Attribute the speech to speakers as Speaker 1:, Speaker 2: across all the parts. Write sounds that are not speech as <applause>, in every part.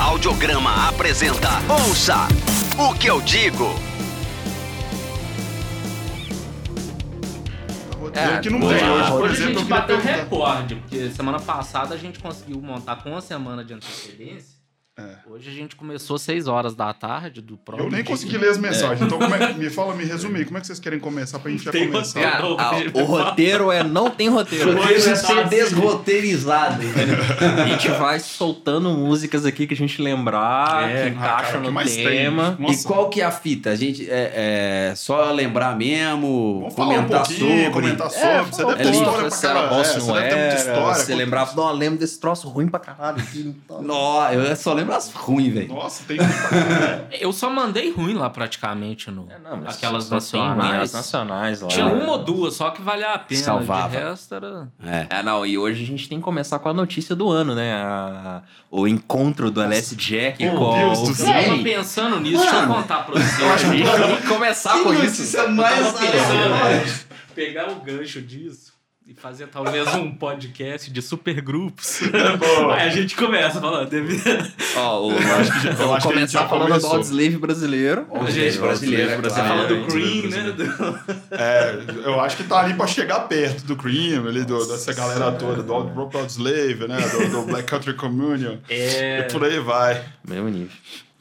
Speaker 1: Audiograma apresenta Ouça o que eu digo.
Speaker 2: É,
Speaker 3: que não
Speaker 2: hoje,
Speaker 3: tem hoje, por exemplo,
Speaker 2: hoje a
Speaker 3: eu
Speaker 2: gente
Speaker 3: queria
Speaker 2: bateu
Speaker 3: perguntar.
Speaker 2: recorde, porque semana passada a gente conseguiu montar com uma semana de antecedência.
Speaker 3: É.
Speaker 2: Hoje a gente começou às 6 horas da tarde do próprio.
Speaker 3: Eu nem
Speaker 2: dia.
Speaker 3: consegui ler as mensagens. Então, como é- me fala, me resumir. Como é que vocês querem começar pra gente já
Speaker 4: Tem
Speaker 3: começar?
Speaker 4: roteiro.
Speaker 5: Cara, a- Ah, o roteiro é não tem roteiro.
Speaker 4: Roteiro
Speaker 5: Roteiro
Speaker 4: é
Speaker 5: é ser
Speaker 4: fácil.
Speaker 5: desroteirizado. né? entendeu? A gente vai soltando músicas aqui que a gente lembrar,
Speaker 4: É,
Speaker 5: que encaixam
Speaker 3: cara, o que
Speaker 5: no
Speaker 3: mais tem?
Speaker 5: tema.
Speaker 3: Nossa.
Speaker 5: E qual que é a fita? A gente é, é, só lembrar mesmo,
Speaker 3: Vamos falar um
Speaker 5: comentar
Speaker 3: pouquinho,
Speaker 5: sobre.
Speaker 3: comentar sobre. Você deve
Speaker 5: É
Speaker 3: ter
Speaker 5: lindo,
Speaker 3: história pra
Speaker 5: se era
Speaker 3: caralho.
Speaker 5: bom,
Speaker 3: É,
Speaker 5: se
Speaker 3: Você
Speaker 5: não
Speaker 3: deve ter muita
Speaker 5: era.
Speaker 3: história.
Speaker 5: Você lembrava, não, eu lembro desse troço ruim pra caralho. aqui, não." tá". Nó, eu só lembro as ruins, velho.
Speaker 3: Nossa, tem muita coisa.
Speaker 2: Eu só mandei ruim lá praticamente no. aquelas
Speaker 6: nacionais.
Speaker 2: nacionais.
Speaker 6: nacionais lá.
Speaker 2: Tinha
Speaker 3: um
Speaker 2: uma ou duas, só que valia a pena.
Speaker 5: Salvava.
Speaker 2: De resto era.
Speaker 5: É, não, e hoje a gente tem que começar com a notícia do ano, né? A- o encontro do LS Jack
Speaker 3: Meu
Speaker 5: com
Speaker 3: Deus do
Speaker 5: o
Speaker 3: céu.
Speaker 2: Eu tava
Speaker 5: Kenny.
Speaker 2: pensando nisso, deixa eu
Speaker 5: Mano,
Speaker 2: contar pra você.
Speaker 5: que tem que começar com isso. Eu tava pensando, né?
Speaker 2: Pegar o gancho disso e fazer talvez um podcast de supergrupos.
Speaker 3: Boa.
Speaker 2: Aí a gente começa falando, deve-
Speaker 5: Ó, o,
Speaker 3: eu
Speaker 5: vamos
Speaker 3: acho que a gente já
Speaker 5: começar falando do
Speaker 3: começou.
Speaker 5: Odslave brasileiro.
Speaker 3: Odd Slave brasileiro,
Speaker 5: brasileiro, brasileiro,
Speaker 3: claro.
Speaker 2: falando
Speaker 5: hein?
Speaker 2: do Green, né? do-
Speaker 3: É, eu acho que tá ali pra chegar perto do Cream, ali, do- dessa galera toda, do Old Broke Old Slave, né? Do, do Black Country Communion.
Speaker 2: É.
Speaker 3: E por aí vai.
Speaker 5: Mesmo nível.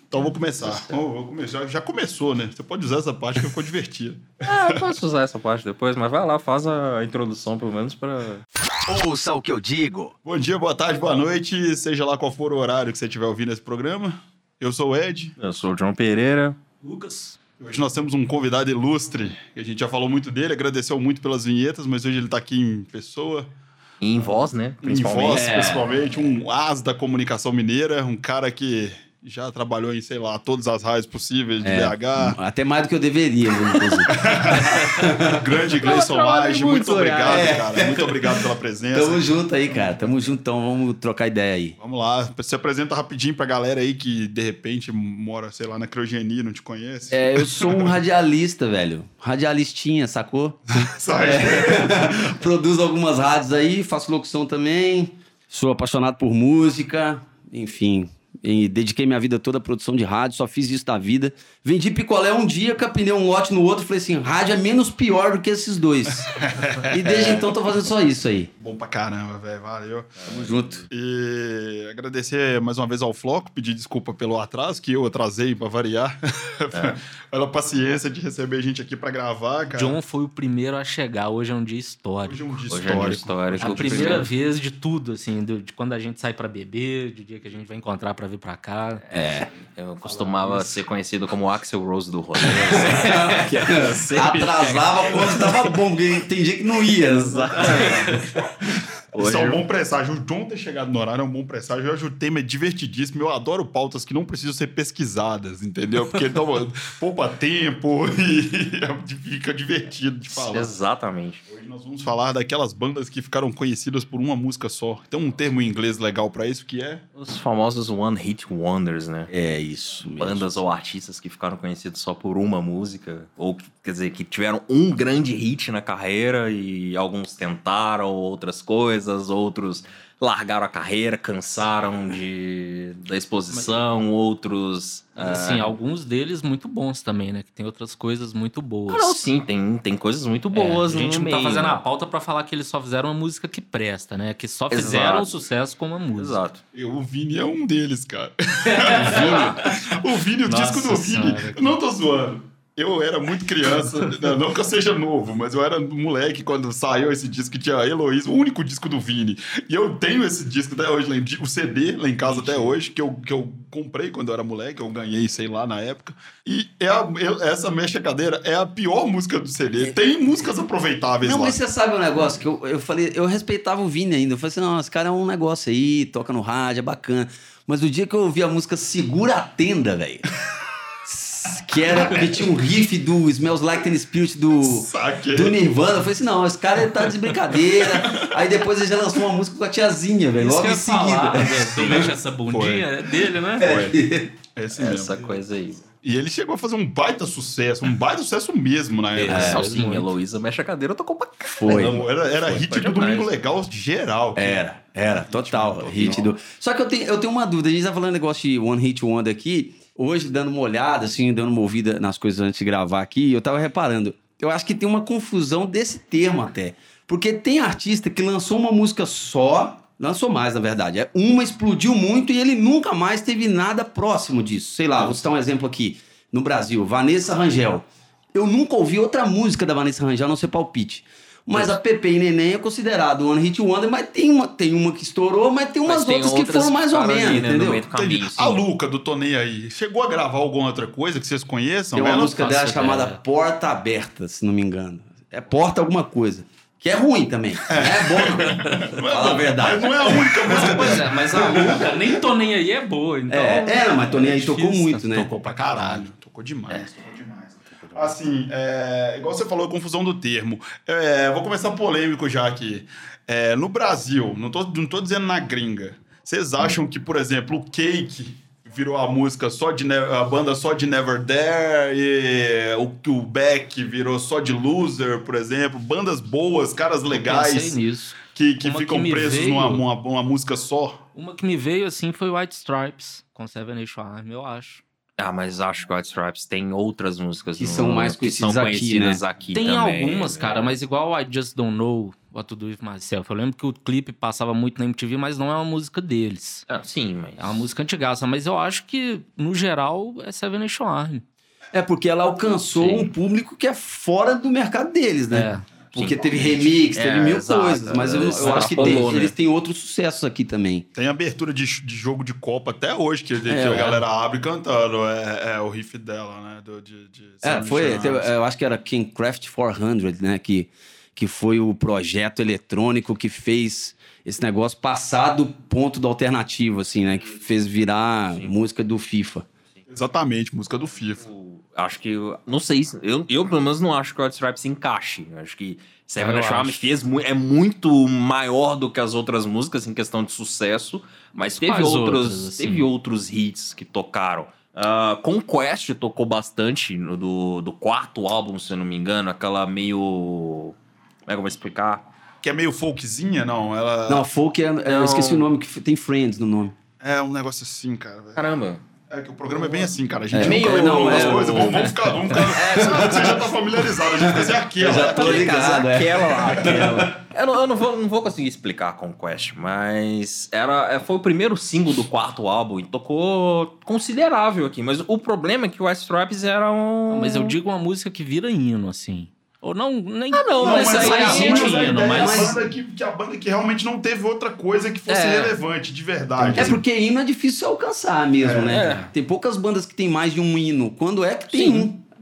Speaker 3: Então vou começar. Vou, vou começar. Já começou, né? Você pode usar essa parte que ficou divertida.
Speaker 6: Ah, eu posso usar essa parte depois, mas vai lá, faz a introdução pelo menos pra.
Speaker 1: Ouça o que eu digo.
Speaker 3: Bom dia, boa tarde, boa noite, seja lá qual for o horário que você estiver ouvindo esse programa. Eu sou o Ed.
Speaker 6: Eu sou o João Pereira.
Speaker 2: Lucas.
Speaker 3: Hoje nós temos um convidado ilustre, que a gente já falou muito dele, agradeceu muito pelas vinhetas, mas hoje ele tá aqui em pessoa,
Speaker 5: E em voz, né?
Speaker 3: em
Speaker 5: Principalmente.
Speaker 3: voz,
Speaker 5: É.
Speaker 3: principalmente, um as da comunicação mineira, um cara que já trabalhou em, sei lá, todas as rádios possíveis
Speaker 5: É.
Speaker 3: de BH.
Speaker 5: <laughs> Até mais do que eu deveria, né, <laughs> inclusive.
Speaker 3: Grande Gleison
Speaker 5: trabalho
Speaker 3: Lage,
Speaker 5: muito,
Speaker 3: muito obrigado,
Speaker 5: é.
Speaker 3: cara. Muito obrigado pela presença.
Speaker 5: Tamo junto aí, cara. Tamo juntão, vamos trocar ideia aí.
Speaker 3: Vamos lá, se apresenta rapidinho pra galera aí que de repente mora, sei lá, na criogenia, não te conhece.
Speaker 5: É, eu sou um radialista, velho. Radialistinha, sacou?
Speaker 3: <laughs> Sabe?
Speaker 5: <laughs> Produzo algumas rádios aí, faço locução também. Sou apaixonado por música, enfim. E dediquei minha vida toda à produção de rádio, só fiz isso da vida. Vendi picolé um dia, capinei um lote no outro, falei assim: rádio é menos pior do que esses <laughs> dois. e desde então tô fazendo só isso aí.
Speaker 3: <laughs> Bom pra caramba, velho. Valeu.
Speaker 5: Tamo junto.
Speaker 3: E agradecer mais uma vez ao Floco, pedir desculpa pelo atraso, que eu atrasei pra variar. <laughs> Pela paciência de receber a gente aqui pra gravar, cara.
Speaker 2: John foi o primeiro a chegar, hoje é um dia histórico.
Speaker 3: Hoje é um dia
Speaker 6: Hoje é um dia
Speaker 3: histórico.
Speaker 6: histórico.
Speaker 2: A
Speaker 6: Hoje é o
Speaker 2: primeira
Speaker 6: primeiro.
Speaker 2: vez de tudo, assim, do- de quando a gente sai pra beber, do dia que a gente vai encontrar pra vir pra cá.
Speaker 6: É. Eu costumava ser conhecido como Axel Rose do rolê.
Speaker 5: Atrasava quando tava bom, porque tem dia que não ia.
Speaker 3: Isso é um bom presságio. O John ter chegado no horário é um bom presságio. Eu acho o tema divertidíssimo. Eu adoro pautas que não precisam ser pesquisadas, entendeu? Porque então, <laughs> poupa tempo e <laughs> é, fica divertido de falar.
Speaker 6: Exatamente.
Speaker 3: Hoje nós vamos falar daquelas bandas que ficaram conhecidas por uma música só. Tem um termo em inglês legal pra isso que é
Speaker 6: Os famosos One Hit Wonders, né?
Speaker 5: É isso mesmo.
Speaker 6: Bandas ou artistas que ficaram conhecidos só por uma música, ou quer dizer, que tiveram um grande hit na carreira e alguns tentaram outras coisas, outros largaram a carreira, cansaram de, da exposição, outros. ah,
Speaker 2: Assim, alguns deles muito bons também, né? Que tem outras coisas muito boas.
Speaker 6: Ah, não, sim, tem, tem coisas muito
Speaker 2: É,
Speaker 6: boas.
Speaker 2: a gente
Speaker 6: no
Speaker 2: não tá
Speaker 6: meio,
Speaker 2: fazendo
Speaker 6: né?
Speaker 2: a pauta pra falar que eles só fizeram uma música que presta, né? Que só
Speaker 6: Exato.
Speaker 2: fizeram sucesso com uma música.
Speaker 6: Exato.
Speaker 3: Eu, o Vini é um deles, cara. <laughs> o Vini, o
Speaker 2: Nossa
Speaker 3: disco do Vini.
Speaker 2: senhora.
Speaker 3: Eu Não tô zoando. Eu era muito criança, né, não que eu seja novo, mas eu era moleque quando saiu esse disco que tinha Heloísa, o único disco do Vini. E eu tenho esse disco até hoje, lá em di- o CD lá em casa até hoje, que eu, que eu comprei quando eu era moleque, eu ganhei, sei lá, na época. E é a- eu- essa mexa cadeira é a pior música do CD. Tem músicas aproveitáveis
Speaker 5: Não,
Speaker 3: lá.
Speaker 5: mas você sabe um negócio que eu, eu falei, eu respeitava o Vini ainda. Eu falei assim, não, esse cara é um negócio aí, toca no rádio, é bacana. Mas o dia que eu ouvi a música Segura a Tenda, velho. <laughs> que era que tinha um riff do Smells Like Teen Spirit do,
Speaker 3: Saquei.
Speaker 5: do Nirvana. Eu falei assim, não, esse cara ele tá de brincadeira. Aí depois ele já lançou uma música com a tiazinha, velho.
Speaker 2: Isso
Speaker 5: Logo
Speaker 2: que eu
Speaker 5: em
Speaker 2: ia falar,
Speaker 5: seguida.
Speaker 2: né? Do Mexe Essa Bundinha é dele, né?
Speaker 3: Esse mesmo.
Speaker 6: Essa coisa aí.
Speaker 3: E E ele chegou a fazer um baita sucesso, um baita sucesso mesmo na época.
Speaker 6: É, Salsinha, Heloísa, mexe a cadeira, eu tô com pra
Speaker 5: Foi.
Speaker 3: Não, era era
Speaker 6: Foi,
Speaker 3: hit
Speaker 6: foi
Speaker 3: do
Speaker 6: demais.
Speaker 3: Domingo Legal geral. cara.
Speaker 5: Era, era, total.
Speaker 3: total.
Speaker 5: Hit do... Só que eu tenho, eu tenho uma dúvida. A gente tá falando negócio de One Hit Wonder aqui. Hoje, dando uma olhada, assim, dando uma ouvida nas coisas antes de gravar aqui, eu tava reparando. Eu acho que tem uma confusão desse termo até. Porque tem artista que lançou uma música só, lançou mais, na verdade. É uma explodiu muito e ele nunca mais teve nada próximo disso. Sei lá, vou citar um exemplo aqui. No Brasil, Vanessa Rangel. Eu nunca ouvi outra música da Vanessa Rangel a não ser Palpite. Mas a Pepe e Neném é considerado One Hit Wonder, mas tem uma, tem uma que estourou, mas tem umas
Speaker 6: Mas tem
Speaker 5: outras que
Speaker 6: outras
Speaker 5: foram mais ou
Speaker 6: ficaram ali,
Speaker 5: menos,
Speaker 6: né, no
Speaker 5: entendeu?
Speaker 6: meio do caminho.
Speaker 3: Entendi.
Speaker 6: Sim, sim.
Speaker 3: A Luca do Tonei aí, chegou a gravar alguma outra coisa que vocês conheçam? É,
Speaker 5: Tem uma
Speaker 3: Ela-
Speaker 5: música dela
Speaker 6: faço
Speaker 5: chamada
Speaker 6: ideia.
Speaker 5: Porta Aberta, se não me engano. É Porta alguma coisa. Que é ruim também. É, bom.
Speaker 3: Não é
Speaker 5: Fala a
Speaker 3: bom,
Speaker 5: verdade.
Speaker 3: <laughs> mas Não é a única música dela.
Speaker 2: Pois é, mas a Luca, nem tô nem aí, é boa. Então,
Speaker 5: É, é, mas Tony aí tocou
Speaker 2: difícil.
Speaker 5: muito, né?
Speaker 3: Tocou pra caralho. Tocou demais. Tocou demais. Assim, é, igual você falou, confusão do termo. É, vou começar polêmico já aqui. É, no Brasil, não tô, não tô dizendo na gringa, vocês acham que, por exemplo, o Cake virou a música só de Ne- a banda só de Never There e o, o Beck virou só de Loser, por exemplo, bandas boas, caras legais
Speaker 2: Pensei nisso.
Speaker 3: que, que
Speaker 2: Uma
Speaker 3: ficam
Speaker 2: que me
Speaker 3: presos
Speaker 2: veio-
Speaker 3: numa, numa- numa música só?
Speaker 2: Uma que me veio assim foi White Stripes, com Seven Nation Army, eu acho.
Speaker 6: Ah, mas acho que o White Stripes tem outras músicas
Speaker 5: Que
Speaker 6: no-
Speaker 5: são mais
Speaker 6: que são
Speaker 5: conhecidas aqui,
Speaker 6: conhecidas aqui
Speaker 2: Tem
Speaker 6: também,
Speaker 2: algumas,
Speaker 6: né?
Speaker 2: cara, mas igual I Just Don't Know, What to Do With Myself. Eu lembro que o clipe passava muito na MTV, mas não é uma música deles.
Speaker 6: Ah, sim, mas.
Speaker 2: É uma música antigaça, mas eu acho que, no geral, é Seven Nation Army.
Speaker 5: É porque ela alcançou
Speaker 6: Sim.
Speaker 5: um público que é fora do mercado deles, né?
Speaker 2: É.
Speaker 5: Porque
Speaker 6: Sim.
Speaker 5: teve remix,
Speaker 6: É,
Speaker 5: teve mil
Speaker 6: exato, é,
Speaker 5: coisas. Mas eu, eu
Speaker 6: exato.
Speaker 5: acho que tem-
Speaker 6: Extrapolou, né?
Speaker 5: eles têm outros sucessos aqui também.
Speaker 3: Tem abertura de, de jogo de Copa até hoje, que, que
Speaker 5: É,
Speaker 3: a
Speaker 5: é.
Speaker 3: galera abre cantando. É, é o riff dela, né? Do, de, de
Speaker 5: É,
Speaker 3: Sam
Speaker 5: foi,
Speaker 3: Jones.
Speaker 5: teve- eu acho que era Kingcraft 400, né, que, que foi o projeto eletrônico que fez esse negócio passar do ponto da alternativa, assim, né, que fez virar música do FIFA.
Speaker 3: Exatamente, música do FIFA.
Speaker 6: O- Acho que. eu- Não sei. se- Eu, eu, pelo menos, não acho que o White Stripes encaixe. Eu Acho que Seven
Speaker 2: Eu
Speaker 6: Nation Army
Speaker 2: acho.
Speaker 6: fez, mu- é muito maior do que as outras músicas em questão de sucesso, mas teve
Speaker 2: Quais
Speaker 6: outros,
Speaker 2: outras, assim?
Speaker 6: teve outros hits que tocaram. Ah, Conquest tocou bastante no- do, do quarto álbum, se eu não me engano, aquela meio. Como é que eu vou explicar?
Speaker 3: Que é meio folkzinha, não? Ela
Speaker 5: Não, folk, é, é, eu
Speaker 6: Não.
Speaker 5: esqueci o nome, que f- tem Friends no nome.
Speaker 3: é um negócio assim, cara. velho.
Speaker 6: Caramba.
Speaker 3: É que o programa é bem assim, cara. A gente
Speaker 5: É.
Speaker 3: não
Speaker 5: Meio-
Speaker 3: meio,
Speaker 5: não,
Speaker 3: as
Speaker 5: é,
Speaker 3: coisas.
Speaker 5: o- É,
Speaker 3: Vamos, vamos ficar. Vamos
Speaker 5: <laughs>
Speaker 3: ficar você já tá familiarizado, a gente fazia aquilo.
Speaker 5: tô ligado, é.
Speaker 6: Aquela
Speaker 5: <laughs>
Speaker 6: lá, aquela. eu não, eu não vou, não vou conseguir explicar a Conquest, mas era, é, foi o primeiro single do quarto álbum e tocou considerável aqui. Mas o problema é que o White Stripes era um.
Speaker 2: Ah, Mas eu digo uma música que vira hino, assim. Ou não, nem...
Speaker 6: Ah, não, mas aí-
Speaker 2: sai
Speaker 6: aí-
Speaker 2: hino,
Speaker 6: mas aí-
Speaker 2: mas...
Speaker 3: a é banda que, que a banda que realmente não teve outra coisa que fosse
Speaker 6: É.
Speaker 3: relevante, de verdade.
Speaker 5: É
Speaker 3: assim.
Speaker 5: porque hino é difícil alcançar mesmo, né?
Speaker 6: É.
Speaker 5: Tem poucas bandas que tem mais de um hino. Quando é que tem
Speaker 6: Sim.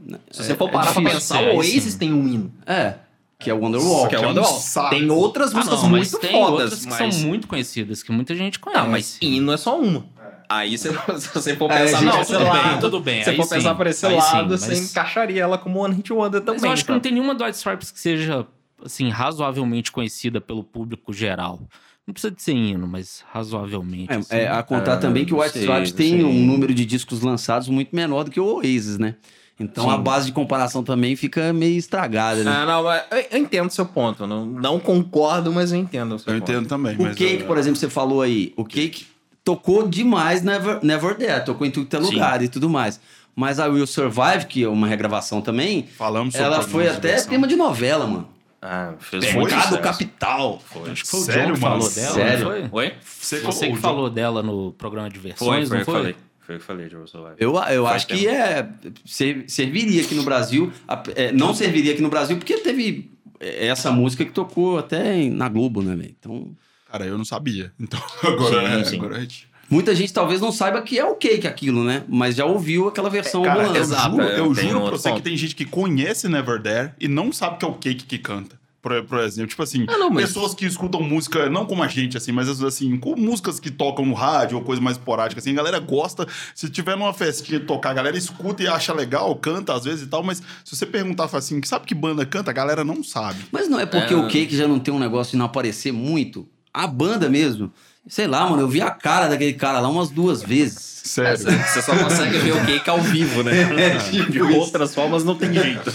Speaker 5: um?
Speaker 6: Se você for parar pra
Speaker 2: difícil,
Speaker 6: pensar,
Speaker 2: é,
Speaker 6: o Oasis
Speaker 2: sim.
Speaker 6: tem um hino.
Speaker 5: É, que é o Wonderwall.
Speaker 3: Só que
Speaker 6: é
Speaker 3: é um
Speaker 6: Wonderwall.
Speaker 3: saco.
Speaker 6: Tem outras
Speaker 2: Ah,
Speaker 6: músicas
Speaker 2: não, mas
Speaker 6: muito
Speaker 2: tem outras
Speaker 6: fodas,
Speaker 2: que
Speaker 6: mas.
Speaker 2: são muito conhecidas, que muita gente conhece.
Speaker 6: Não, mas hino é só uma. Aí você, <laughs> se você for
Speaker 5: É,
Speaker 6: pensar
Speaker 5: gente,
Speaker 6: por
Speaker 2: Não,
Speaker 6: esse
Speaker 2: tudo bem,
Speaker 6: lado.
Speaker 2: tudo
Speaker 6: Se
Speaker 2: bem.
Speaker 6: você
Speaker 2: aí
Speaker 6: for
Speaker 2: sim,
Speaker 6: pensar por esse
Speaker 2: aí sim,
Speaker 6: lado, assim, você
Speaker 2: mas-
Speaker 6: encaixaria ela como One Hit Wonder também.
Speaker 2: Mas eu acho que
Speaker 6: sabe?
Speaker 2: não tem nenhuma do White Stripes que seja, assim, razoavelmente conhecida pelo público geral. Não precisa de ser hino, mas razoavelmente. assim.
Speaker 5: É, é, a contar também que o
Speaker 6: Ah, não
Speaker 5: White
Speaker 6: sei,
Speaker 5: Stripes
Speaker 6: não
Speaker 5: tem
Speaker 6: sei.
Speaker 5: um número de discos lançados muito menor do que o Oasis, né? Então a base de comparação também fica meio estragada, né?
Speaker 6: Ah, não, mas eu, eu entendo o seu ponto. Eu Não, não concordo, mas eu entendo o seu
Speaker 3: Eu
Speaker 6: ponto.
Speaker 3: entendo também.
Speaker 5: o
Speaker 3: mas
Speaker 5: Cake,
Speaker 3: eu-
Speaker 5: por exemplo, você falou aí, o Cake tocou demais Never, Never There, tocou em tudo que é
Speaker 6: Sim.
Speaker 5: lugar e tudo mais. Mas a Will Survive, que é uma regravação também,
Speaker 3: Falamos sobre
Speaker 5: ela
Speaker 3: algumas
Speaker 5: foi até
Speaker 3: versões.
Speaker 5: tema de novela, mano.
Speaker 6: Ah, fez muito
Speaker 5: Pecado
Speaker 6: sucesso.
Speaker 5: Capital.
Speaker 2: Acho que foi o
Speaker 3: Sério,
Speaker 2: John que
Speaker 3: mano?
Speaker 2: falou dela,
Speaker 5: Sério?
Speaker 2: não foi?
Speaker 6: Oi?
Speaker 3: Você,
Speaker 2: Você
Speaker 3: o
Speaker 2: que
Speaker 3: John-
Speaker 2: falou dela no programa de
Speaker 6: Foi,
Speaker 2: versões,
Speaker 6: foi,
Speaker 2: não
Speaker 6: eu que
Speaker 2: foi?
Speaker 6: falei. Foi eu que falei de Russell Live.
Speaker 5: Eu, eu
Speaker 6: Faz
Speaker 5: acho que é, ser- serviria aqui no Brasil. a- é, não serviria aqui no Brasil, porque teve é, essa música que tocou até em- na Globo, né, velho? Então,
Speaker 3: Cara, eu não sabia. Então <laughs> agora,
Speaker 6: Sim, sim.
Speaker 3: agora a gente.
Speaker 5: Muita gente talvez não saiba que é o cake aquilo, né? Mas já ouviu aquela versão
Speaker 3: Cara, eu
Speaker 5: ambulância.
Speaker 6: exato,
Speaker 3: juro,
Speaker 6: é,
Speaker 3: eu juro
Speaker 6: tem
Speaker 3: pra
Speaker 6: outro
Speaker 3: você
Speaker 6: ponto.
Speaker 3: que tem gente que conhece Never There e não sabe que é o Cake que canta. Por, por exemplo, tipo assim,
Speaker 6: Ah, não, mas-
Speaker 3: pessoas que escutam música, não como a gente, assim, mas assim, com músicas que tocam no rádio ou coisa mais esporádica, assim, a galera gosta. Se tiver numa festinha de tocar, a galera escuta e acha legal, canta às vezes e tal, mas se você perguntar fala assim, sabe que banda canta? A galera não sabe.
Speaker 5: Mas não é porque
Speaker 6: É.
Speaker 5: o cake já não tem um negócio de não aparecer muito? A banda mesmo. Sei lá, mano, eu vi a cara daquele cara lá umas duas vezes.
Speaker 3: Sério.
Speaker 6: <laughs> Você só consegue ver o cake ao vivo, <laughs> né?
Speaker 5: É, tipo
Speaker 6: De
Speaker 5: isso.
Speaker 6: outras formas não tem <laughs> jeito.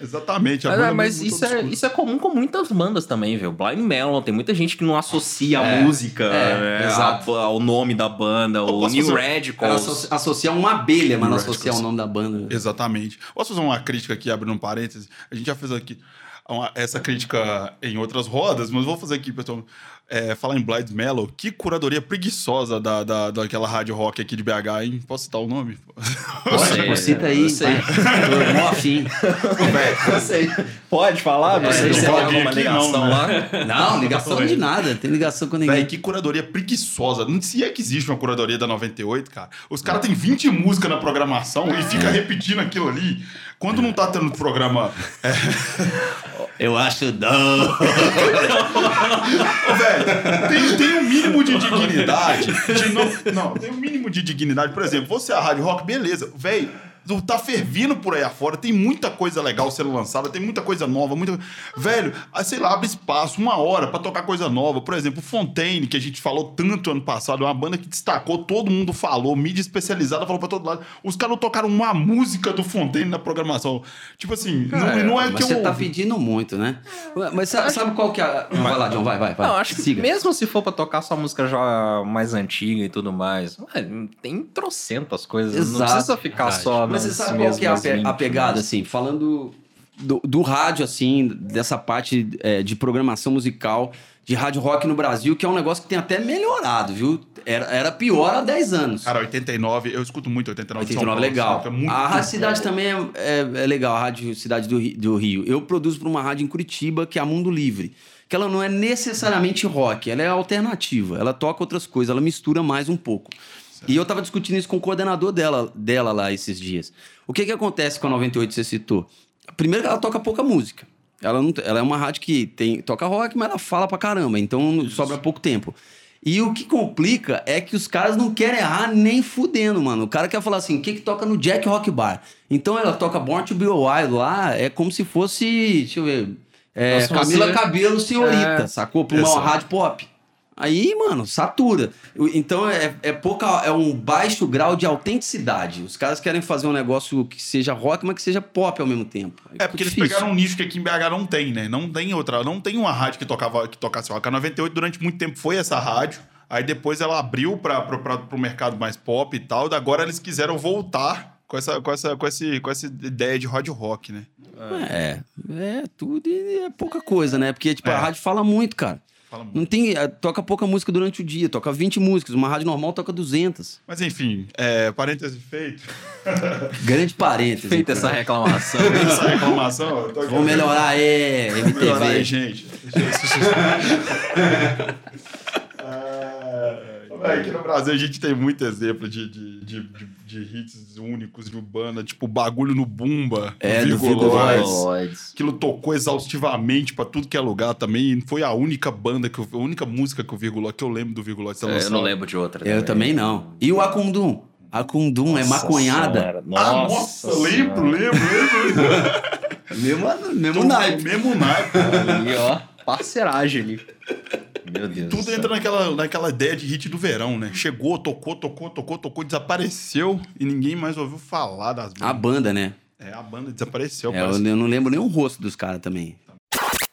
Speaker 3: Exatamente. a
Speaker 6: Mas,
Speaker 3: banda
Speaker 6: ah, mas
Speaker 3: muito
Speaker 6: isso, é,
Speaker 3: obscura.
Speaker 6: isso é comum com muitas bandas também, viu? Blind Melon, tem muita gente que não associa a música né,
Speaker 5: exato.
Speaker 6: a- ao nome da banda, ou
Speaker 3: posso
Speaker 6: New
Speaker 3: fazer-
Speaker 5: Cara,
Speaker 6: Radicals.
Speaker 5: asso- associar uma abelha, mas não associar o nome da
Speaker 6: é
Speaker 5: banda.
Speaker 3: Exatamente. Posso fazer uma crítica aqui, abrindo um parêntese? A gente já fez aqui uma- essa crítica em outras rodas, mas vou fazer aqui, pessoal. É, falar em Blind Mellow, que curadoria preguiçosa da, da, daquela rádio rock aqui de BH, hein? Posso citar o nome?
Speaker 6: sei,
Speaker 5: Pô, Cita aí,
Speaker 6: eu sei.
Speaker 5: vai. Tô mó afim.
Speaker 6: Eu sei. Pode falar,
Speaker 3: É,
Speaker 6: você
Speaker 3: não
Speaker 6: tem um
Speaker 3: pode
Speaker 6: alguma
Speaker 3: aqui
Speaker 6: ligação
Speaker 3: não,
Speaker 6: lá.
Speaker 5: Não, ligação de nada. Tem ligação com ninguém.
Speaker 3: Véi, que curadoria preguiçosa. Não se é que existe uma curadoria da 98, cara. Os caras têm 20 músicas na programação e fica
Speaker 6: É.
Speaker 3: repetindo aquilo ali. Quando não tá tendo programa.
Speaker 5: Eu acho não.
Speaker 3: Ô, velho, tem, tem um mínimo de dignidade. de não, não, tem um mínimo de dignidade. Por exemplo, você é a Rádio Rock, beleza. Velho, tá fervindo por aí afora. Tem muita coisa legal sendo lançada, tem muita coisa nova. Muita... Velho, ah, sei lá, abre espaço, uma hora pra tocar coisa nova. Por exemplo, Fontaine, que a gente falou tanto ano passado, é uma banda que destacou, todo mundo falou, mídia especializada falou pra todo lado. Os caras não tocaram uma música do Fontaine na programação. Tipo assim, não, não é
Speaker 5: mas
Speaker 3: que
Speaker 5: você
Speaker 3: eu.
Speaker 5: tá pedindo muito, né? Ué, Mas sa- sabe qual que é a... Vai lá, John, vai, vai. vai.
Speaker 6: Não, acho que
Speaker 5: Siga.
Speaker 6: mesmo se for pra tocar só música já mais antiga e tudo mais, ué, tem trocentas coisas. Não
Speaker 5: Exato,
Speaker 6: precisa ficar
Speaker 2: verdade.
Speaker 6: só
Speaker 5: Mas você
Speaker 6: nas
Speaker 5: sabe qual que é a,
Speaker 6: mesmas
Speaker 5: pe- a
Speaker 6: 20,
Speaker 5: pegada,
Speaker 6: tipo, mas-
Speaker 5: assim? Falando do, do rádio, assim, dessa parte é, de programação musical de rádio rock no Brasil, que é um negócio que tem até melhorado, viu? Era, era pior há 10 anos.
Speaker 3: Cara, 89, eu escuto muito 89 de São
Speaker 5: 89 é legal.
Speaker 3: Paulo, é muito
Speaker 5: a Rádio Cidade também é, é- é legal, a Rádio Cidade do, Ri- do Rio. Eu produzo para uma rádio em Curitiba, que é a Mundo Livre. Que ela não é necessariamente rock, ela é alternativa. Ela toca outras coisas, ela mistura mais um pouco. E eu tava discutindo isso com o coordenador dela, dela lá esses dias. O que que acontece com a 98 que você citou? Primeiro que ela toca pouca música. Ela, não- ela é uma rádio que tem, toca rock, mas ela fala pra caramba, então sobra pouco tempo. E o que complica é que os caras não querem errar nem fudendo, mano. O cara quer falar assim, o que que toca no Jack Rock Bar? Então ela toca Born to Be Wild lá, é como se fosse, deixa eu ver, é,
Speaker 6: Nossa,
Speaker 5: Camila
Speaker 6: você-
Speaker 5: Cabelo Senhorita,
Speaker 6: É.
Speaker 5: sacou? Pra uma
Speaker 6: Exato.
Speaker 5: rádio pop. Aí, mano, satura. O- Então é, é pouca, é um baixo grau de autenticidade. Os caras querem fazer um negócio que seja rock, mas que seja pop ao mesmo tempo.
Speaker 3: É porque eles
Speaker 5: difícil.
Speaker 3: pegaram um nicho que aqui em BH não tem, né? Não tem outra, não tem uma rádio que tocava que tocasse rock. A 98 durante muito tempo foi essa rádio. Aí depois ela abriu para o mercado mais pop e tal. Agora eles quiseram voltar com essa com essa com esse com essa ideia de hard rock, né?
Speaker 5: É, é tudo e é pouca coisa, né? Porque tipo
Speaker 3: É.
Speaker 5: a rádio fala muito, cara.
Speaker 3: Fala muito.
Speaker 5: Não tem, é, toca pouca música durante o dia, toca 20 músicas, uma rádio normal toca 200.
Speaker 3: Mas enfim, é, parêntese
Speaker 5: <laughs>
Speaker 3: feito.
Speaker 5: Grande parêntese.
Speaker 6: Feita essa
Speaker 5: <laughs>
Speaker 6: reclamação.
Speaker 3: Essa reclamação. eu tô aqui-
Speaker 5: Vamos melhorar, <laughs> é,
Speaker 3: Vamos melhorar aí,
Speaker 5: MTV.
Speaker 3: gente. É, aqui no Brasil a gente tem muito exemplo de, de, de, de, de hits únicos de Urbana, tipo Bagulho no Bumba,
Speaker 5: É, do
Speaker 3: do
Speaker 5: Vigolóis.
Speaker 3: Vigolóis. Aquilo tocou exaustivamente pra tudo que é lugar também. e Foi a única banda, que eu, a única música que o Virguló, que eu lembro do Virguló.
Speaker 6: É, eu não lembro de outra.
Speaker 5: Eu também não. E o Acundum? Acundum é maconhada.
Speaker 3: Ah, nossa, lembro, lembro, lembro.
Speaker 5: Mesmo,
Speaker 6: um
Speaker 5: mesmo naipe.
Speaker 3: Mesmo naipe.
Speaker 6: Ali, ó, parceragem ali. Meu Deus. do
Speaker 3: Tudo
Speaker 6: céu.
Speaker 3: entra naquela, naquela ideia de hit do verão, né? Chegou, tocou, tocou, tocou, tocou, desapareceu e ninguém mais ouviu falar das
Speaker 5: A
Speaker 3: bandas.
Speaker 5: banda, né?
Speaker 3: É, a banda desapareceu,
Speaker 5: É, eu,
Speaker 3: parece.
Speaker 5: eu não lembro nem o rosto dos caras também.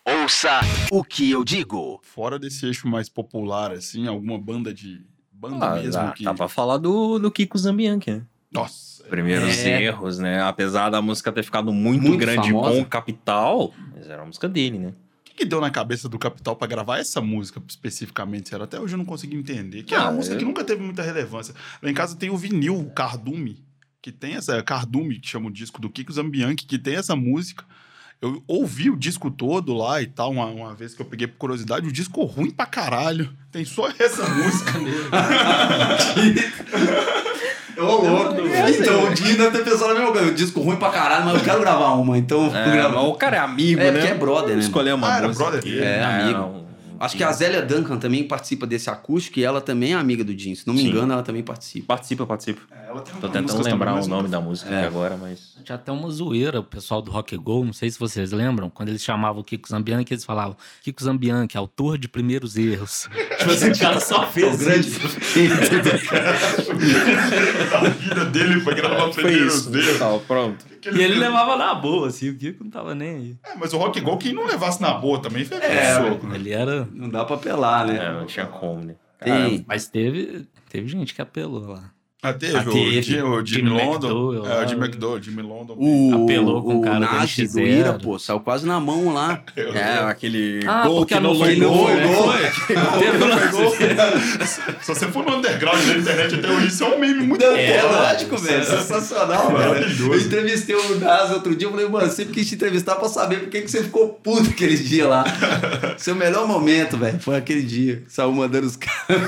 Speaker 1: Ouça o que eu digo.
Speaker 3: Fora desse eixo mais popular, assim, alguma banda de. Banda
Speaker 6: Ah,
Speaker 3: mesmo
Speaker 6: dá,
Speaker 3: que.
Speaker 6: dá pra falar do, do Kiko Zambianchi, né?
Speaker 3: Nossa.
Speaker 6: Primeiros
Speaker 5: É.
Speaker 6: erros, né? Apesar da música ter ficado muito,
Speaker 5: Muito
Speaker 6: grande
Speaker 5: famosa.
Speaker 6: com o Capital, mas era a música dele, né?
Speaker 3: O que, que deu na cabeça do Capital pra gravar essa música especificamente? Era até hoje eu não consegui entender. Que é uma
Speaker 6: Ah,
Speaker 3: música
Speaker 6: eu-
Speaker 3: que nunca teve muita relevância. Lá em casa tem o vinil, o Cardume, que tem essa. Cardume, que chama o disco do Kiko Zambianchi, que tem essa música. Eu ouvi o disco todo lá e tal, uma, uma vez que eu peguei por curiosidade, o disco ruim pra caralho. Tem só essa música nele.
Speaker 5: Ô, louco. Então, o Dinho deve ter pensado na mesma coisa. Disco ruim pra caralho, mas eu quero gravar uma, então
Speaker 6: É, mas o cara é amigo,
Speaker 5: É,
Speaker 6: né?
Speaker 5: porque é brother, né?
Speaker 6: Escolher uma
Speaker 3: Ah, era
Speaker 6: música. né?
Speaker 3: brother dele.
Speaker 5: É, amigo.
Speaker 6: um-
Speaker 5: Acho que a Zélia Duncan também participa desse acústico e ela também é amiga do Jim. Se não me
Speaker 6: Sim.
Speaker 5: engano, ela também participa.
Speaker 6: Participa, participa.
Speaker 3: Ela tem É, uma
Speaker 6: Tô tentando
Speaker 3: música também,
Speaker 6: lembrar
Speaker 3: mas
Speaker 6: o
Speaker 3: não-
Speaker 6: nome da música aqui agora, mas.
Speaker 2: Tinha até uma zoeira, o pessoal do Rock and Go, não sei se vocês lembram, quando eles chamavam o Kiko Zambianchi, eles falavam Kiko Zambianchi, autor de primeiros erros. tipo assim, o cara só fez
Speaker 5: O Então, grande.
Speaker 2: isso.
Speaker 5: <laughs>
Speaker 3: A vida dele É, foi gravar
Speaker 6: <laughs> Foi
Speaker 3: primeiro os
Speaker 6: isso.
Speaker 3: dedos.
Speaker 6: Tal, pronto.
Speaker 2: <laughs> E ele levava na boa, assim, o Kiko não tava nem aí.
Speaker 3: É, mas o Rock Go, quem não levasse na boa também, foi soco, né?
Speaker 2: Ele era...
Speaker 5: Não dá pra apelar, né?
Speaker 6: É, não tinha como, né?
Speaker 5: Tem.
Speaker 2: Mas teve, teve gente que apelou lá.
Speaker 3: Ah, teve,
Speaker 2: Ah, teve.
Speaker 3: o, Jim, o Jimmy
Speaker 2: Jimmy
Speaker 3: London.
Speaker 2: McDowell,
Speaker 3: É, o
Speaker 2: lá.
Speaker 3: Jimmy McDowell, Jimmy London.
Speaker 5: O,
Speaker 2: Apelou com o cara do
Speaker 5: Nagy do
Speaker 2: NX0.
Speaker 5: Ira, pô, saiu quase na mão lá. É,
Speaker 3: Eu-
Speaker 6: É, aquele.
Speaker 2: Ah,
Speaker 6: gol
Speaker 2: porque
Speaker 6: que não
Speaker 2: anulou
Speaker 6: foi
Speaker 2: o gol,
Speaker 6: gol,
Speaker 2: né?
Speaker 6: né?
Speaker 2: Teve um-
Speaker 3: Uh, Se você for no underground da internet até hoje, isso é um meme muito
Speaker 5: É,
Speaker 3: bom.
Speaker 5: lógico, velho. Sensacional, mano.
Speaker 3: Maravilhoso.
Speaker 5: Eu entrevistei o Nas outro dia, eu falei, mano, sempre quis te entrevistar pra saber por que que você ficou puto aquele dia lá. Seu melhor momento, velho, foi aquele dia. que Saiu mandando os caras.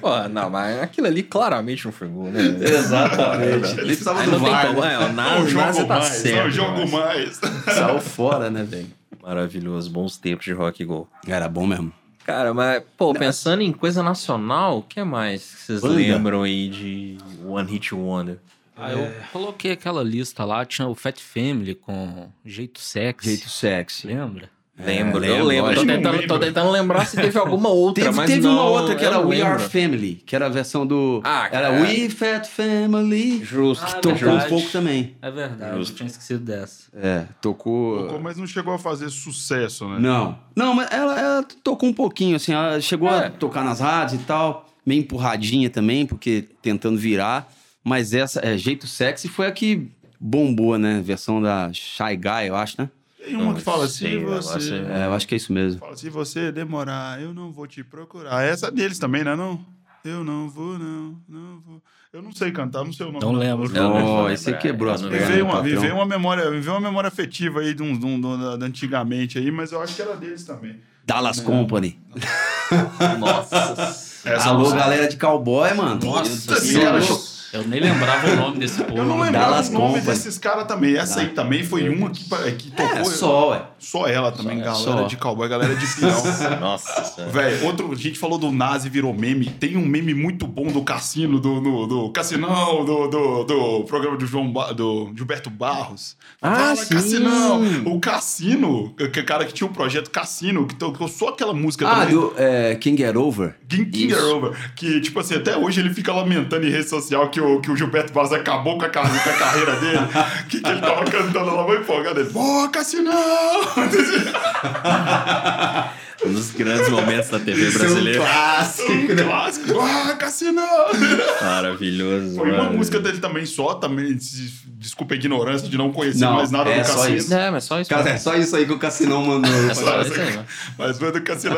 Speaker 6: Pô, não, mas aquilo ali claramente não foi gol, né?
Speaker 5: Exatamente. Ele precisava
Speaker 6: Aí
Speaker 5: do
Speaker 6: não tem
Speaker 5: VAR.
Speaker 6: como.
Speaker 5: né?
Speaker 6: É, o
Speaker 3: Não
Speaker 6: Nasa, Nasa
Speaker 3: jogo
Speaker 6: tá
Speaker 3: mais,
Speaker 6: certo.
Speaker 3: não jogo
Speaker 6: mas-
Speaker 3: mais.
Speaker 5: <laughs> Saiu fora, né, velho?
Speaker 6: <laughs> Maravilhoso, bons tempos de rock e gol.
Speaker 5: Era bom mesmo.
Speaker 6: Cara, mas, pô, pensando em coisa nacional, o que mais que vocês
Speaker 5: Banda.
Speaker 6: lembram aí de One Hit Wonder?
Speaker 2: Ah, eu
Speaker 5: É.
Speaker 2: coloquei aquela lista lá, tinha o Fat Family com jeito sexy.
Speaker 5: Jeito sexy.
Speaker 2: Lembra?
Speaker 6: Lembro, É, eu
Speaker 5: lembro,
Speaker 6: lembro. Tô
Speaker 3: lógico.
Speaker 6: tentando,
Speaker 3: Lembro.
Speaker 6: tô tentando lembrar se teve alguma <laughs> outra,
Speaker 5: Teve,
Speaker 6: mas
Speaker 5: teve
Speaker 6: não,
Speaker 5: uma outra que
Speaker 6: eu
Speaker 5: era
Speaker 6: não
Speaker 5: We Are
Speaker 6: lembro.
Speaker 5: Family, que era a versão do.
Speaker 6: Ah,
Speaker 5: era
Speaker 6: cara.
Speaker 5: We Fat Family.
Speaker 6: Justo.
Speaker 2: Ah,
Speaker 5: que tocou um
Speaker 2: verdade.
Speaker 5: pouco também.
Speaker 2: É verdade, eu tinha esquecido dessa.
Speaker 5: É, tocou.
Speaker 3: Tocou, Mas não chegou a fazer sucesso, né?
Speaker 5: Não. Não, mas ela, ela tocou um pouquinho, assim, ela chegou
Speaker 6: É.
Speaker 5: a tocar nas rádios e tal, meio empurradinha também, porque tentando virar, mas essa, é, Jeito Sexy foi a que bombou, né? Versão da Shy Guy, eu acho, né?
Speaker 3: Tem uma que fala assim,
Speaker 6: Sei, agora
Speaker 3: você...
Speaker 6: você-
Speaker 5: É, eu acho que é isso mesmo.
Speaker 3: Fala, se você demorar, eu não vou te procurar. Essa é deles também, né? Não? Eu não vou, não, não vou. Eu não sei cantar, não sei o nome.
Speaker 2: Não
Speaker 3: da
Speaker 2: lembro.
Speaker 3: música.
Speaker 6: É, Não,
Speaker 5: Não,
Speaker 6: não vou
Speaker 5: aí você
Speaker 6: lembrar,
Speaker 5: quebrou
Speaker 6: eu
Speaker 5: as
Speaker 6: não
Speaker 5: pernas.
Speaker 6: lembro.
Speaker 3: Vivei
Speaker 5: do
Speaker 3: uma,
Speaker 5: patrão.
Speaker 3: vivei uma memória, vivei uma memória afetiva aí de, um, de, um- de um- de antigamente aí, mas eu acho que era deles também.
Speaker 5: Dallas Company.
Speaker 6: Nossa.
Speaker 3: Essa
Speaker 5: Alô,
Speaker 3: música-
Speaker 5: galera de cowboy, mano.
Speaker 2: Nossa
Speaker 5: Você é
Speaker 2: senhora,
Speaker 5: louco.
Speaker 2: eu nem lembrava o nome desse povo. né?
Speaker 3: Eu não lembrava
Speaker 5: Dallas
Speaker 3: o nome
Speaker 5: Company.
Speaker 3: desses caras também. Essa aí também foi uma que, pa- que tocou.
Speaker 5: É, só, ué.
Speaker 3: Só ela também,
Speaker 5: Só, é,
Speaker 3: galera
Speaker 5: só.
Speaker 3: de cowboy, galera de
Speaker 5: <laughs>
Speaker 3: peão.
Speaker 6: Nossa.
Speaker 3: <laughs>
Speaker 6: senhora.
Speaker 3: Véi, outro, a gente falou do Nazi virou meme. Tem um meme muito bom do Cassino, do, do, do Cassinão, do, do, do programa do João ba, do Gilberto Barros.
Speaker 5: Ah, sim.
Speaker 3: Cassinão! O Cassino, que cara que tinha o projeto Cassino, que tocou só aquela música
Speaker 5: Ah,
Speaker 3: também.
Speaker 5: do é, King Get Over.
Speaker 3: Ging King
Speaker 5: Isso.
Speaker 3: Over, que, tipo assim, até hoje ele fica lamentando em rede social que o, que o Gilberto Barros acabou com a, car- com a carreira dele, <laughs> que, que ele tava cantando lá, muito empolgado. Ele, pô, Cassinão!
Speaker 5: <laughs>
Speaker 6: Um dos grandes momentos da TV
Speaker 5: Isso é um
Speaker 6: brasileira.
Speaker 5: clássico.
Speaker 3: um clássico, ah, Cassinão!
Speaker 6: Maravilhoso.
Speaker 3: Foi uma
Speaker 6: mano.
Speaker 3: música dele também só, também, se- desculpa a ignorância de não conhecer
Speaker 5: Não,
Speaker 3: mais nada
Speaker 5: é
Speaker 3: do
Speaker 5: só
Speaker 3: Cassinão.
Speaker 5: isso.
Speaker 6: É, mas só isso.
Speaker 5: Cara,
Speaker 6: mesmo.
Speaker 5: é só isso aí que o Cassinão mandou.
Speaker 6: É só isso aí, mano.
Speaker 3: Mas foi do
Speaker 5: <laughs>
Speaker 3: Cassinão.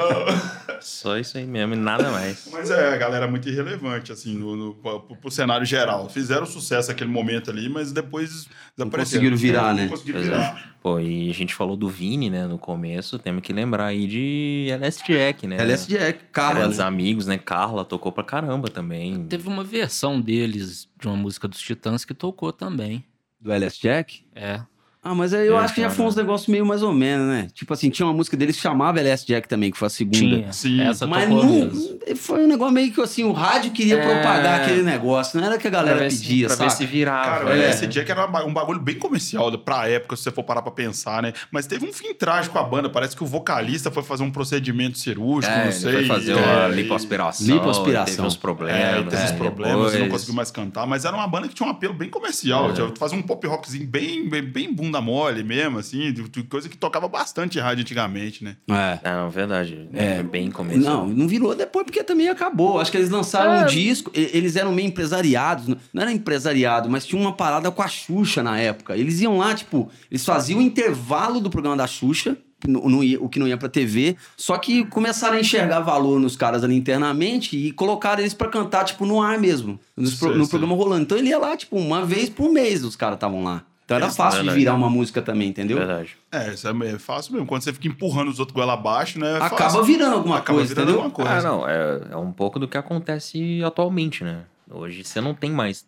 Speaker 6: Só isso aí mesmo e nada mais.
Speaker 3: Mas é, a galera é muito irrelevante, assim, no, no, pro, pro cenário geral. Fizeram sucesso naquele momento ali, mas depois desapareceram.
Speaker 5: conseguiram virar, né?
Speaker 3: Não conseguiram
Speaker 6: Pois é.
Speaker 3: virar.
Speaker 6: Pô, e a gente falou do Vini, né, no começo. Temos que lembrar aí de LS Jack, né?
Speaker 5: LS Jack, cara.
Speaker 6: Grandes
Speaker 5: né?
Speaker 6: amigos, né? Carla tocou pra caramba também.
Speaker 2: Teve uma versão deles de uma música dos Titãs que tocou também.
Speaker 5: Do LS Jack?
Speaker 2: É.
Speaker 5: Ah, mas aí eu
Speaker 6: É,
Speaker 5: acho que já
Speaker 6: cara.
Speaker 5: foi uns negócios meio mais ou menos, né? Tipo assim, tinha uma música dele que chamava LS Jack também, que foi a segunda.
Speaker 2: Tinha.
Speaker 3: Sim.
Speaker 2: Essa
Speaker 5: Mas
Speaker 2: tocou
Speaker 5: não,
Speaker 2: mesmo.
Speaker 5: foi um negócio meio que assim, o rádio queria
Speaker 6: É.
Speaker 5: propagar aquele negócio, não era que a galera
Speaker 6: pra ver se-
Speaker 5: pedia,
Speaker 6: pra
Speaker 5: sabe?
Speaker 6: ver se virava.
Speaker 3: Cara,
Speaker 5: é.
Speaker 2: né?
Speaker 3: esse Jack era uma- um bagulho bem comercial pra época, se você for parar pra pensar, né? Mas teve um fim trágico com a banda. Parece que o vocalista foi fazer um procedimento cirúrgico,
Speaker 6: É,
Speaker 3: não
Speaker 6: ele
Speaker 3: sei.
Speaker 6: foi fazer
Speaker 3: é,
Speaker 6: uma
Speaker 3: e-
Speaker 6: lipoaspiração.
Speaker 5: Lipoaspiração.
Speaker 6: Teve uns
Speaker 3: É,
Speaker 6: problemas.
Speaker 3: e teve
Speaker 6: né,
Speaker 3: esses problemas, não
Speaker 6: depois. É.
Speaker 3: conseguiu mais cantar, mas era uma banda que tinha um apelo bem comercial. Tinha, fazia um pop rockzinho bem, bem, bem bunda mole mesmo, assim, de- de coisa que tocava bastante em rádio antigamente, né?
Speaker 5: É.
Speaker 6: Não, Ah, verdade.
Speaker 5: É.
Speaker 6: Foi bem comercial.
Speaker 5: Não, não virou depois porque também acabou. Acho que eles lançaram
Speaker 3: É.
Speaker 5: um disco, e- eles eram meio empresariados. não- Não era empresariado, mas tinha uma parada com a Xuxa na época. Eles iam lá, tipo, eles faziam o intervalo do programa da Xuxa, que não- não ia- o que não ia pra TV, só que começaram a enxergar valor nos caras ali internamente e colocaram eles pra cantar, tipo, no ar mesmo, nos pro-
Speaker 3: Sei,
Speaker 5: no
Speaker 3: sei.
Speaker 5: programa rolando. Então ele ia lá, tipo, uma vez por mês os caras estavam lá. Então era
Speaker 6: Eles-
Speaker 5: fácil de
Speaker 6: verdade.
Speaker 5: virar uma música também, entendeu?
Speaker 6: Verdade.
Speaker 3: É, isso é é fácil mesmo. Quando você fica empurrando os outros goela abaixo, né? é
Speaker 5: Acaba
Speaker 3: fácil.
Speaker 5: virando alguma
Speaker 3: Acaba
Speaker 5: coisa,
Speaker 3: virando
Speaker 5: entendeu?
Speaker 3: alguma coisa.
Speaker 6: Ah, não, é, é um pouco do que acontece atualmente, né? Hoje você não tem mais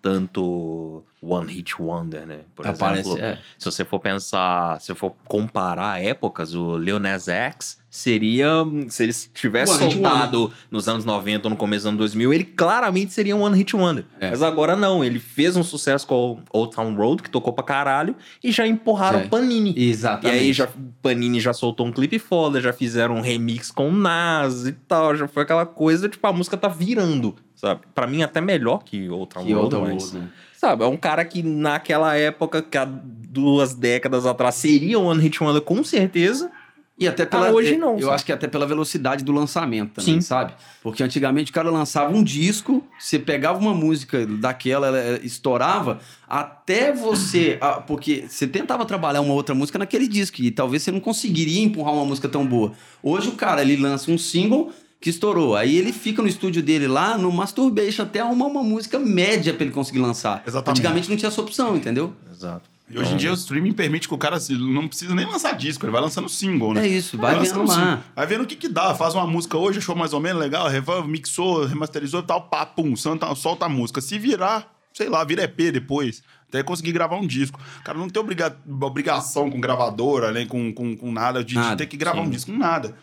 Speaker 6: tanto One Hit Wonder, né? Por
Speaker 5: Aparece,
Speaker 6: exemplo,
Speaker 5: Tá é.
Speaker 6: se você for pensar, se eu for comparar épocas, o Lil Nas X seria. hum, Se ele tivesse
Speaker 5: One hit
Speaker 6: soltado nos anos 90 ou no começo dos anos 2000, ele claramente seria um One Hit Wonder.
Speaker 5: É.
Speaker 6: Mas agora não, ele fez um sucesso com o Old Town Road, que tocou pra caralho, e já empurraram
Speaker 5: É.
Speaker 6: Panini. E
Speaker 5: Exatamente.
Speaker 6: aí já Panini já soltou um clipe foda, já fizeram um remix com o Nas e tal, já foi aquela coisa, tipo, a música tá virando, sabe? Pra mim até melhor que outra
Speaker 5: E outra
Speaker 6: mas,
Speaker 5: outra, né?
Speaker 6: Sabe, é um cara que naquela época, que há duas décadas atrás, seria um One Hit Wonder com certeza.
Speaker 5: E até
Speaker 6: Pra
Speaker 5: pela.
Speaker 6: Ah,
Speaker 5: é,
Speaker 6: hoje não,
Speaker 5: Eu
Speaker 6: sabe?
Speaker 5: acho que até pela velocidade do lançamento também,
Speaker 6: Sim.
Speaker 5: sabe? Porque antigamente o cara lançava um disco, você pegava uma música daquela, ela eh, estourava, até
Speaker 6: <laughs>
Speaker 5: você. ah, Porque você tentava trabalhar uma outra música naquele disco, e talvez você não conseguiria empurrar uma música tão boa. Hoje o cara, ele lança um single. Que estourou. Aí ele fica no estúdio dele lá, no Masturbation, até arrumar uma música média pra ele conseguir lançar.
Speaker 3: Exatamente.
Speaker 5: Antigamente não tinha essa opção, entendeu?
Speaker 6: Exato.
Speaker 3: E hoje em
Speaker 6: É.
Speaker 3: dia o streaming permite que o cara se- não precisa nem lançar disco, ele vai lançando single, né?
Speaker 5: É isso, vai
Speaker 3: Lança
Speaker 5: vendo
Speaker 3: um
Speaker 5: lá.
Speaker 3: single. Vai vendo o que que dá, faz uma música hoje, achou mais ou menos legal, revolve, mixou, remasterizou e tal, papum, santa, solta a música. Se virar, sei lá, vira EP depois, até conseguir gravar um disco. O cara não tem obriga- obrigação com gravadora, nem com, com, com nada, de, de
Speaker 5: Nada,
Speaker 3: ter que gravar
Speaker 5: sim.
Speaker 3: um disco, nada.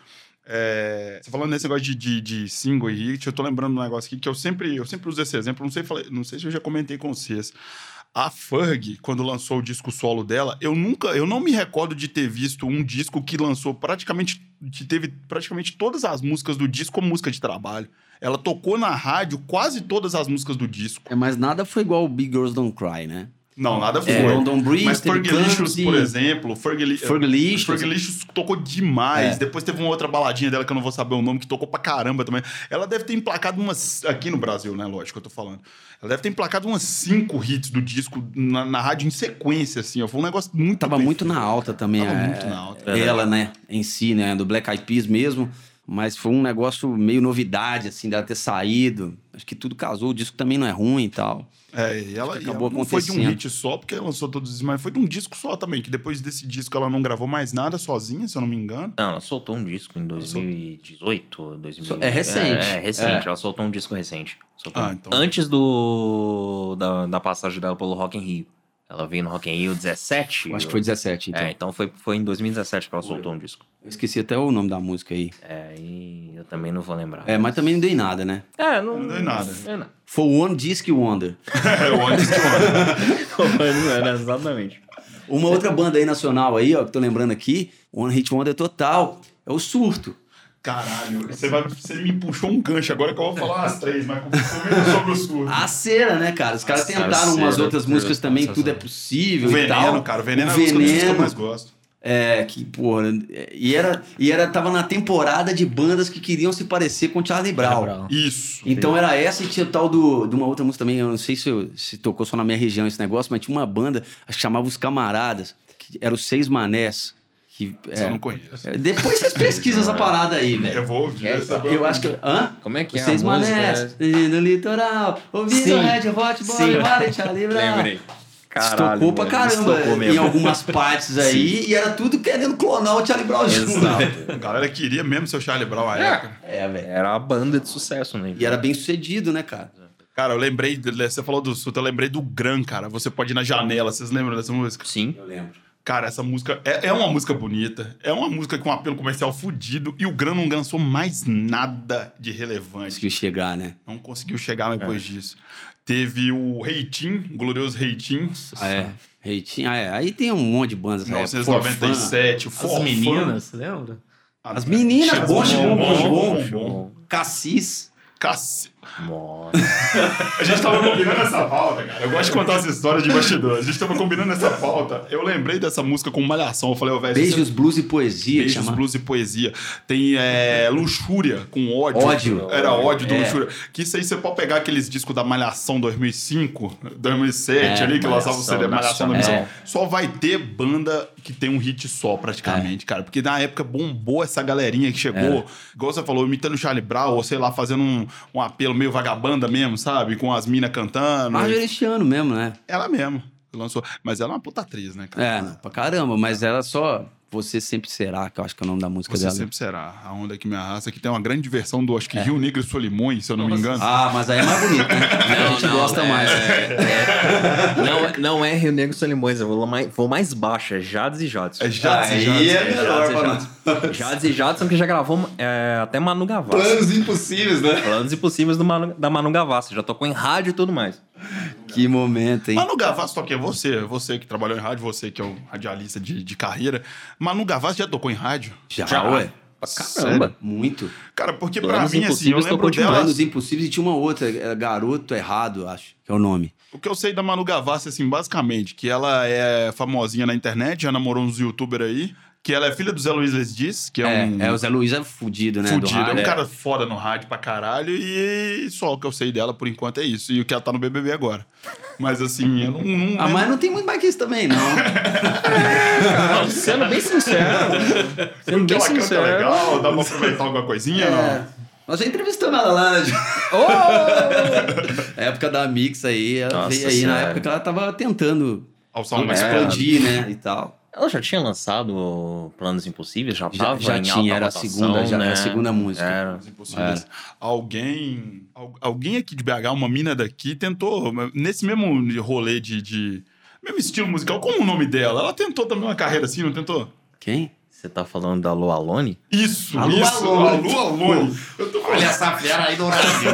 Speaker 3: É, você falando nesse negócio de, de, de single e hit, eu tô lembrando um negócio aqui que eu sempre, eu sempre uso esse exemplo, não sei, falei- não sei se eu já comentei com vocês. A Ferg, quando lançou o disco solo dela, eu nunca, eu não me recordo de ter visto um disco que lançou praticamente, que teve praticamente todas as músicas do disco como música de trabalho. Ela tocou na rádio quase todas as músicas do disco.
Speaker 5: É, mas nada foi igual o Big Girls Don't Cry, né?
Speaker 3: Não, nada foi.
Speaker 5: É, London Bridge,
Speaker 3: Mas
Speaker 5: teve
Speaker 3: Fergalicious,
Speaker 5: Clumsy,
Speaker 3: por exemplo, Fergali-
Speaker 5: Fergalicious.
Speaker 3: Fergalicious tocou demais.
Speaker 5: É.
Speaker 3: Depois teve uma outra baladinha dela que eu não vou saber o nome, que tocou pra caramba também. Ela deve ter emplacado umas. Aqui no Brasil, né? Lógico que eu tô falando. Ela deve ter emplacado umas cinco hits do disco na, na rádio em sequência, assim. Ó. Foi um negócio muito.
Speaker 5: Tava
Speaker 3: bem
Speaker 5: muito na
Speaker 3: feito.
Speaker 5: alta também.
Speaker 3: Tava
Speaker 5: é,
Speaker 3: muito na alta.
Speaker 5: Ela, né? Em si, né? Do Black Eyed Peas mesmo. Mas foi um negócio meio novidade, assim, dela ter saído. Acho que tudo casou, o disco também não é ruim e tal.
Speaker 3: É, e ela,
Speaker 5: Acho que
Speaker 3: e ela
Speaker 5: acabou
Speaker 3: não foi de um
Speaker 5: acontecendo.
Speaker 3: hit só, porque ela lançou todos os. Mas foi de um disco só também, que depois desse disco ela não gravou mais nada sozinha, se eu não me
Speaker 5: <laughs>
Speaker 3: engano.
Speaker 6: Não, ela soltou um disco em 2018, 2000.
Speaker 5: É recente.
Speaker 6: É, é recente,
Speaker 5: É.
Speaker 6: ela soltou um disco recente. Soltou
Speaker 3: Ah,
Speaker 6: um-
Speaker 3: então.
Speaker 6: Antes do da, da passagem dela pelo Rock in Rio. Ela veio no Rock in Rio 17.
Speaker 5: Eu acho que foi 17, então.
Speaker 6: É, então foi, foi em 2017 que ela soltou um disco.
Speaker 5: Eu esqueci até o nome da música aí.
Speaker 6: É, e eu também não vou lembrar.
Speaker 5: É, mas também não deu em nada, né?
Speaker 6: É, não...
Speaker 3: Não deu em nada.
Speaker 6: É, <laughs> não.
Speaker 5: Foi One Disc Wonder.
Speaker 3: É, o antes que eu-
Speaker 6: não era exatamente.
Speaker 5: Uma outra banda aí nacional aí, ó, que eu tô lembrando aqui, One Hit Wonder total, é o Surto.
Speaker 3: Caralho, você, vai, você me puxou um gancho agora que eu vou falar as três, mas comenta sobre o surdo.
Speaker 5: A cera, né, cara? Os caras tentaram
Speaker 6: cera,
Speaker 5: umas outras
Speaker 6: cara.
Speaker 5: músicas também,
Speaker 6: Nossa,
Speaker 5: tudo é
Speaker 6: cara.
Speaker 3: O
Speaker 5: possível e
Speaker 3: veneno,
Speaker 5: tal.
Speaker 3: cara. O veneno
Speaker 5: O
Speaker 3: é uma das coisas que eu
Speaker 5: Veneno.
Speaker 3: mais gosto.
Speaker 5: É, que, porra. é, E era, e era, tava na temporada de bandas que queriam se parecer com Charlie Brown.
Speaker 2: Brown.
Speaker 3: Isso.
Speaker 5: Então era essa e tinha o tal do, de uma outra música também, eu não sei se, eu- se tocou só na minha região esse negócio, mas tinha uma banda, acho que chamava Os Camaradas, que era os Seis Manés. Que,
Speaker 3: Isso eu
Speaker 5: é,
Speaker 3: não conheço.
Speaker 5: é, depois vocês pesquisam
Speaker 3: <laughs>
Speaker 5: essa parada aí,
Speaker 3: Eu
Speaker 5: velho.
Speaker 3: vou ouvir. essa
Speaker 5: É, Eu acho que. Hã?
Speaker 6: Como é que
Speaker 5: Os
Speaker 6: é
Speaker 5: Seis
Speaker 6: a música?
Speaker 5: Manés, no litoral, ouvindo
Speaker 6: Sim.
Speaker 5: Red Hot,
Speaker 6: Sim.
Speaker 5: Boy, Vale, Charlie Brown.
Speaker 6: Lembrei.
Speaker 5: Estocou pra
Speaker 6: mano,
Speaker 5: caramba
Speaker 6: estocou
Speaker 5: em
Speaker 6: mesmo.
Speaker 5: algumas partes aí e era tudo querendo clonar o Charlie Brown Jr.
Speaker 3: A galera queria mesmo seu Charlie Brown à época.
Speaker 5: É, velho.
Speaker 6: Era a banda de sucesso, né?
Speaker 5: E era bem sucedido, né, cara?
Speaker 3: Cara, eu lembrei, você falou do surdo, eu lembrei do Gran, cara. Você pode ir na janela, vocês lembram dessa música?
Speaker 6: Sim.
Speaker 5: Eu lembro.
Speaker 3: Cara, essa música é, é uma música bonita, é uma música com um apelo comercial fudido, e o Gran não lançou mais nada de relevante.
Speaker 5: Conseguiu chegar, né?
Speaker 3: Não conseguiu chegar depois disso. Teve o Reitinho, o glorioso Reitinho,
Speaker 5: Ah, é. Aí, tinha, ah, é. aí tem um monte de bandas. né? Forfã.
Speaker 3: 1997, o
Speaker 2: As
Speaker 3: Forfã.
Speaker 2: meninas, você lembra?
Speaker 5: As meninas, bom, bom,
Speaker 6: um.
Speaker 5: bom, bom.
Speaker 3: bom.
Speaker 5: Cassis.
Speaker 3: Cacete.
Speaker 6: Nossa.
Speaker 3: A gente tava combinando essa pauta, cara. Eu gosto de contar essa história de bastidor. A gente tava combinando essa pauta. Eu lembrei dessa música com Malhação. Eu falei, ó, velho. se
Speaker 5: Beijos,
Speaker 3: você-
Speaker 5: blues e poesia. é que
Speaker 3: Beijos,
Speaker 5: chama.
Speaker 3: blues e poesia. Tem é, Luxúria com ódio.
Speaker 5: Ódio.
Speaker 3: Era ódio do
Speaker 5: É.
Speaker 3: Luxúria. Que isso aí você pode pegar aqueles discos da Malhação 2005, 2007,
Speaker 5: É,
Speaker 3: ali que lançava o
Speaker 6: Malhação,
Speaker 3: CD Malhação
Speaker 6: Malhação,
Speaker 3: 2005.
Speaker 6: é.
Speaker 3: Só vai ter banda que tem um hit só,
Speaker 5: É.
Speaker 3: praticamente, cara. Porque na época bombou essa galerinha que chegou, igual você falou, imitando Charlie Brown, ou sei lá, fazendo um, um apelo meio vagabanda mesmo, sabe? Com as minas cantando.
Speaker 5: Marjorie este ano mesmo, né?
Speaker 3: Ela mesmo lançou. Mas ela é uma puta atriz, né, cara?
Speaker 5: É, não, pra caramba, mas era só Você Sempre Será, que eu acho que é o nome da música
Speaker 3: Você
Speaker 5: dela.
Speaker 3: sempre será. A onda que me arrasa, que tem uma grande versão do, acho que Rio Negro e Solimões, se eu não me engano.
Speaker 5: Ah, mas aí é mais bonito, né? a gente
Speaker 6: não,
Speaker 5: gosta mais.
Speaker 6: Não, não é Rio Negro e Solimões, eu vou mais, vou mais baixo, é Jades e Jadson.
Speaker 3: É Jadson e
Speaker 5: Aí
Speaker 3: Jadson.
Speaker 5: é melhor pra nós.
Speaker 6: Jades e Jadson que já gravou é, até Manu Gavassi.
Speaker 5: Planos impossíveis, né?
Speaker 6: Planos impossíveis do Manu- da Manu Gavassi, já tocou em rádio e tudo mais.
Speaker 5: Que momento, hein?
Speaker 3: Manu Gavassi toquei você, você que trabalhou em rádio, você que é um radialista de, de carreira. Manu Gavassi já tocou em rádio?
Speaker 5: Já,
Speaker 3: ué.
Speaker 5: ué.
Speaker 3: Caramba.
Speaker 5: Muito.
Speaker 3: Cara, porque pra
Speaker 6: Planos
Speaker 3: mim, assim, eu
Speaker 6: Impossíveis
Speaker 3: lembro
Speaker 6: tocou de
Speaker 3: dela.
Speaker 5: Planos impossíveis e tinha uma outra, é, Garoto Errado, acho, que é o nome.
Speaker 3: O que eu sei da Manu Gavassi, assim, basicamente, que ela é famosinha na internet, já namorou uns youtubers aí, que ela é filha do Zé Luiz Les Diz, que é,
Speaker 5: É,
Speaker 3: um
Speaker 5: é, o Zé Luiz é fudido, né? do
Speaker 3: fudido, é um
Speaker 5: rádio.
Speaker 3: cara foda no rádio pra caralho, e só o que eu sei dela, por enquanto, é isso. E o que ela tá no BBB agora. Mas, assim, eu não... não
Speaker 5: Ah, mas não tem muito mais que isso também, não. <laughs>
Speaker 6: Sendo bem sincero, sendo
Speaker 3: Porque
Speaker 6: bem
Speaker 3: ela canta
Speaker 6: sincero. É.
Speaker 3: legal, dá pra aproveitar alguma coisinha, não?
Speaker 5: Nós já entrevistamos ela lá, né? <laughs> Na época da Mix aí, ela
Speaker 6: Nossa
Speaker 5: veio aí na
Speaker 6: Senhora.
Speaker 5: época que ela tava tentando
Speaker 3: Alçar uma
Speaker 5: é,
Speaker 3: explodida.
Speaker 5: explodir, né? E tal.
Speaker 6: Ela já tinha lançado o Planos Impossíveis? Já
Speaker 5: Já,
Speaker 6: tava
Speaker 5: já
Speaker 6: em alta
Speaker 5: tinha, era a
Speaker 6: rotação,
Speaker 5: segunda, já
Speaker 6: né?
Speaker 5: era a segunda música.
Speaker 6: Era.
Speaker 3: Os
Speaker 5: É.
Speaker 3: impossíveis. Alguém. al- alguém aqui de BH, uma mina daqui, tentou. Nesse mesmo rolê de. de- mesmo estilo musical, como o nome dela? Ela tentou também uma carreira assim, não tentou?
Speaker 5: Quem?
Speaker 6: Você tá falando da Lu Alone?
Speaker 3: Isso,
Speaker 5: A Lu
Speaker 3: isso.
Speaker 5: Alone.
Speaker 3: A Lu Alone. Eu tô falando.
Speaker 5: essa fera aí do
Speaker 3: <laughs>
Speaker 5: Brasil.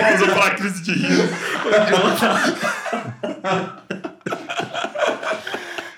Speaker 3: Pausa pra crise de riso.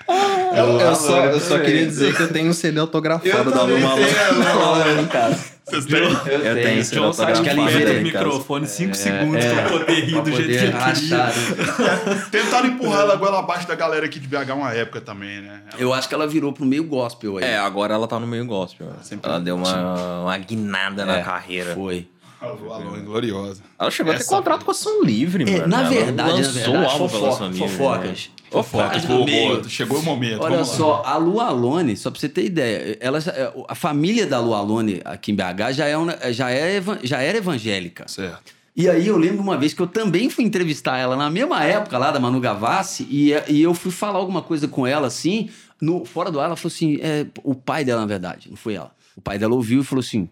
Speaker 6: Eu, só,
Speaker 5: eu só- eu só
Speaker 6: queria
Speaker 5: queria
Speaker 6: dizer que eu tenho um CD autografado da Lu
Speaker 5: Alone
Speaker 6: em casa.
Speaker 3: Vocês têm.
Speaker 5: né? Eu,
Speaker 6: Eu tenho,
Speaker 5: tenho.
Speaker 6: sim.
Speaker 2: John
Speaker 6: Ela tá
Speaker 2: saiu de
Speaker 5: gravada
Speaker 2: perto
Speaker 5: aí
Speaker 2: do
Speaker 6: em casa.
Speaker 2: microfone 5 segundos
Speaker 5: é.
Speaker 2: pra poder rir
Speaker 5: Pra
Speaker 2: do jeito que
Speaker 5: poder
Speaker 2: ele queria.
Speaker 5: rachar, né?
Speaker 3: Tentaram empurrar ela goela abaixo da galera aqui de BH uma época também, né? Ela-
Speaker 5: Eu acho que ela virou pro meio gospel aí.
Speaker 6: É, agora ela tá no meio gospel.
Speaker 3: Sempre
Speaker 6: Ela deu uma, uma guinada na carreira.
Speaker 5: É, Foi.
Speaker 3: A Lu Alone, é gloriosa.
Speaker 6: Ela chegou a ter
Speaker 3: Essa-
Speaker 6: contrato com a Som Livre,
Speaker 5: É,
Speaker 6: mano.
Speaker 5: na
Speaker 6: Ela
Speaker 5: verdade, na
Speaker 6: lançou
Speaker 5: verdade,
Speaker 6: o álbum pela Som
Speaker 5: fofoca,
Speaker 6: Livre.
Speaker 5: fofocas.
Speaker 6: né?
Speaker 5: Fofocas do
Speaker 3: Boa,
Speaker 5: meio.
Speaker 3: boa. Chegou o momento.
Speaker 5: Olha
Speaker 3: vamos lá.
Speaker 5: só, a Lu Alone, só pra você ter ideia, ela, já- é, a família da Lu Alone aqui em BH já, é uma- já, é, eva- já era evangélica.
Speaker 3: Certo.
Speaker 5: E aí eu lembro uma vez que eu também fui entrevistar ela na mesma época lá da Manu Gavassi e, e eu fui falar alguma coisa com ela assim, no, fora do ar ela falou assim, é, o pai dela na verdade, não foi ela. O pai dela ouviu e falou assim,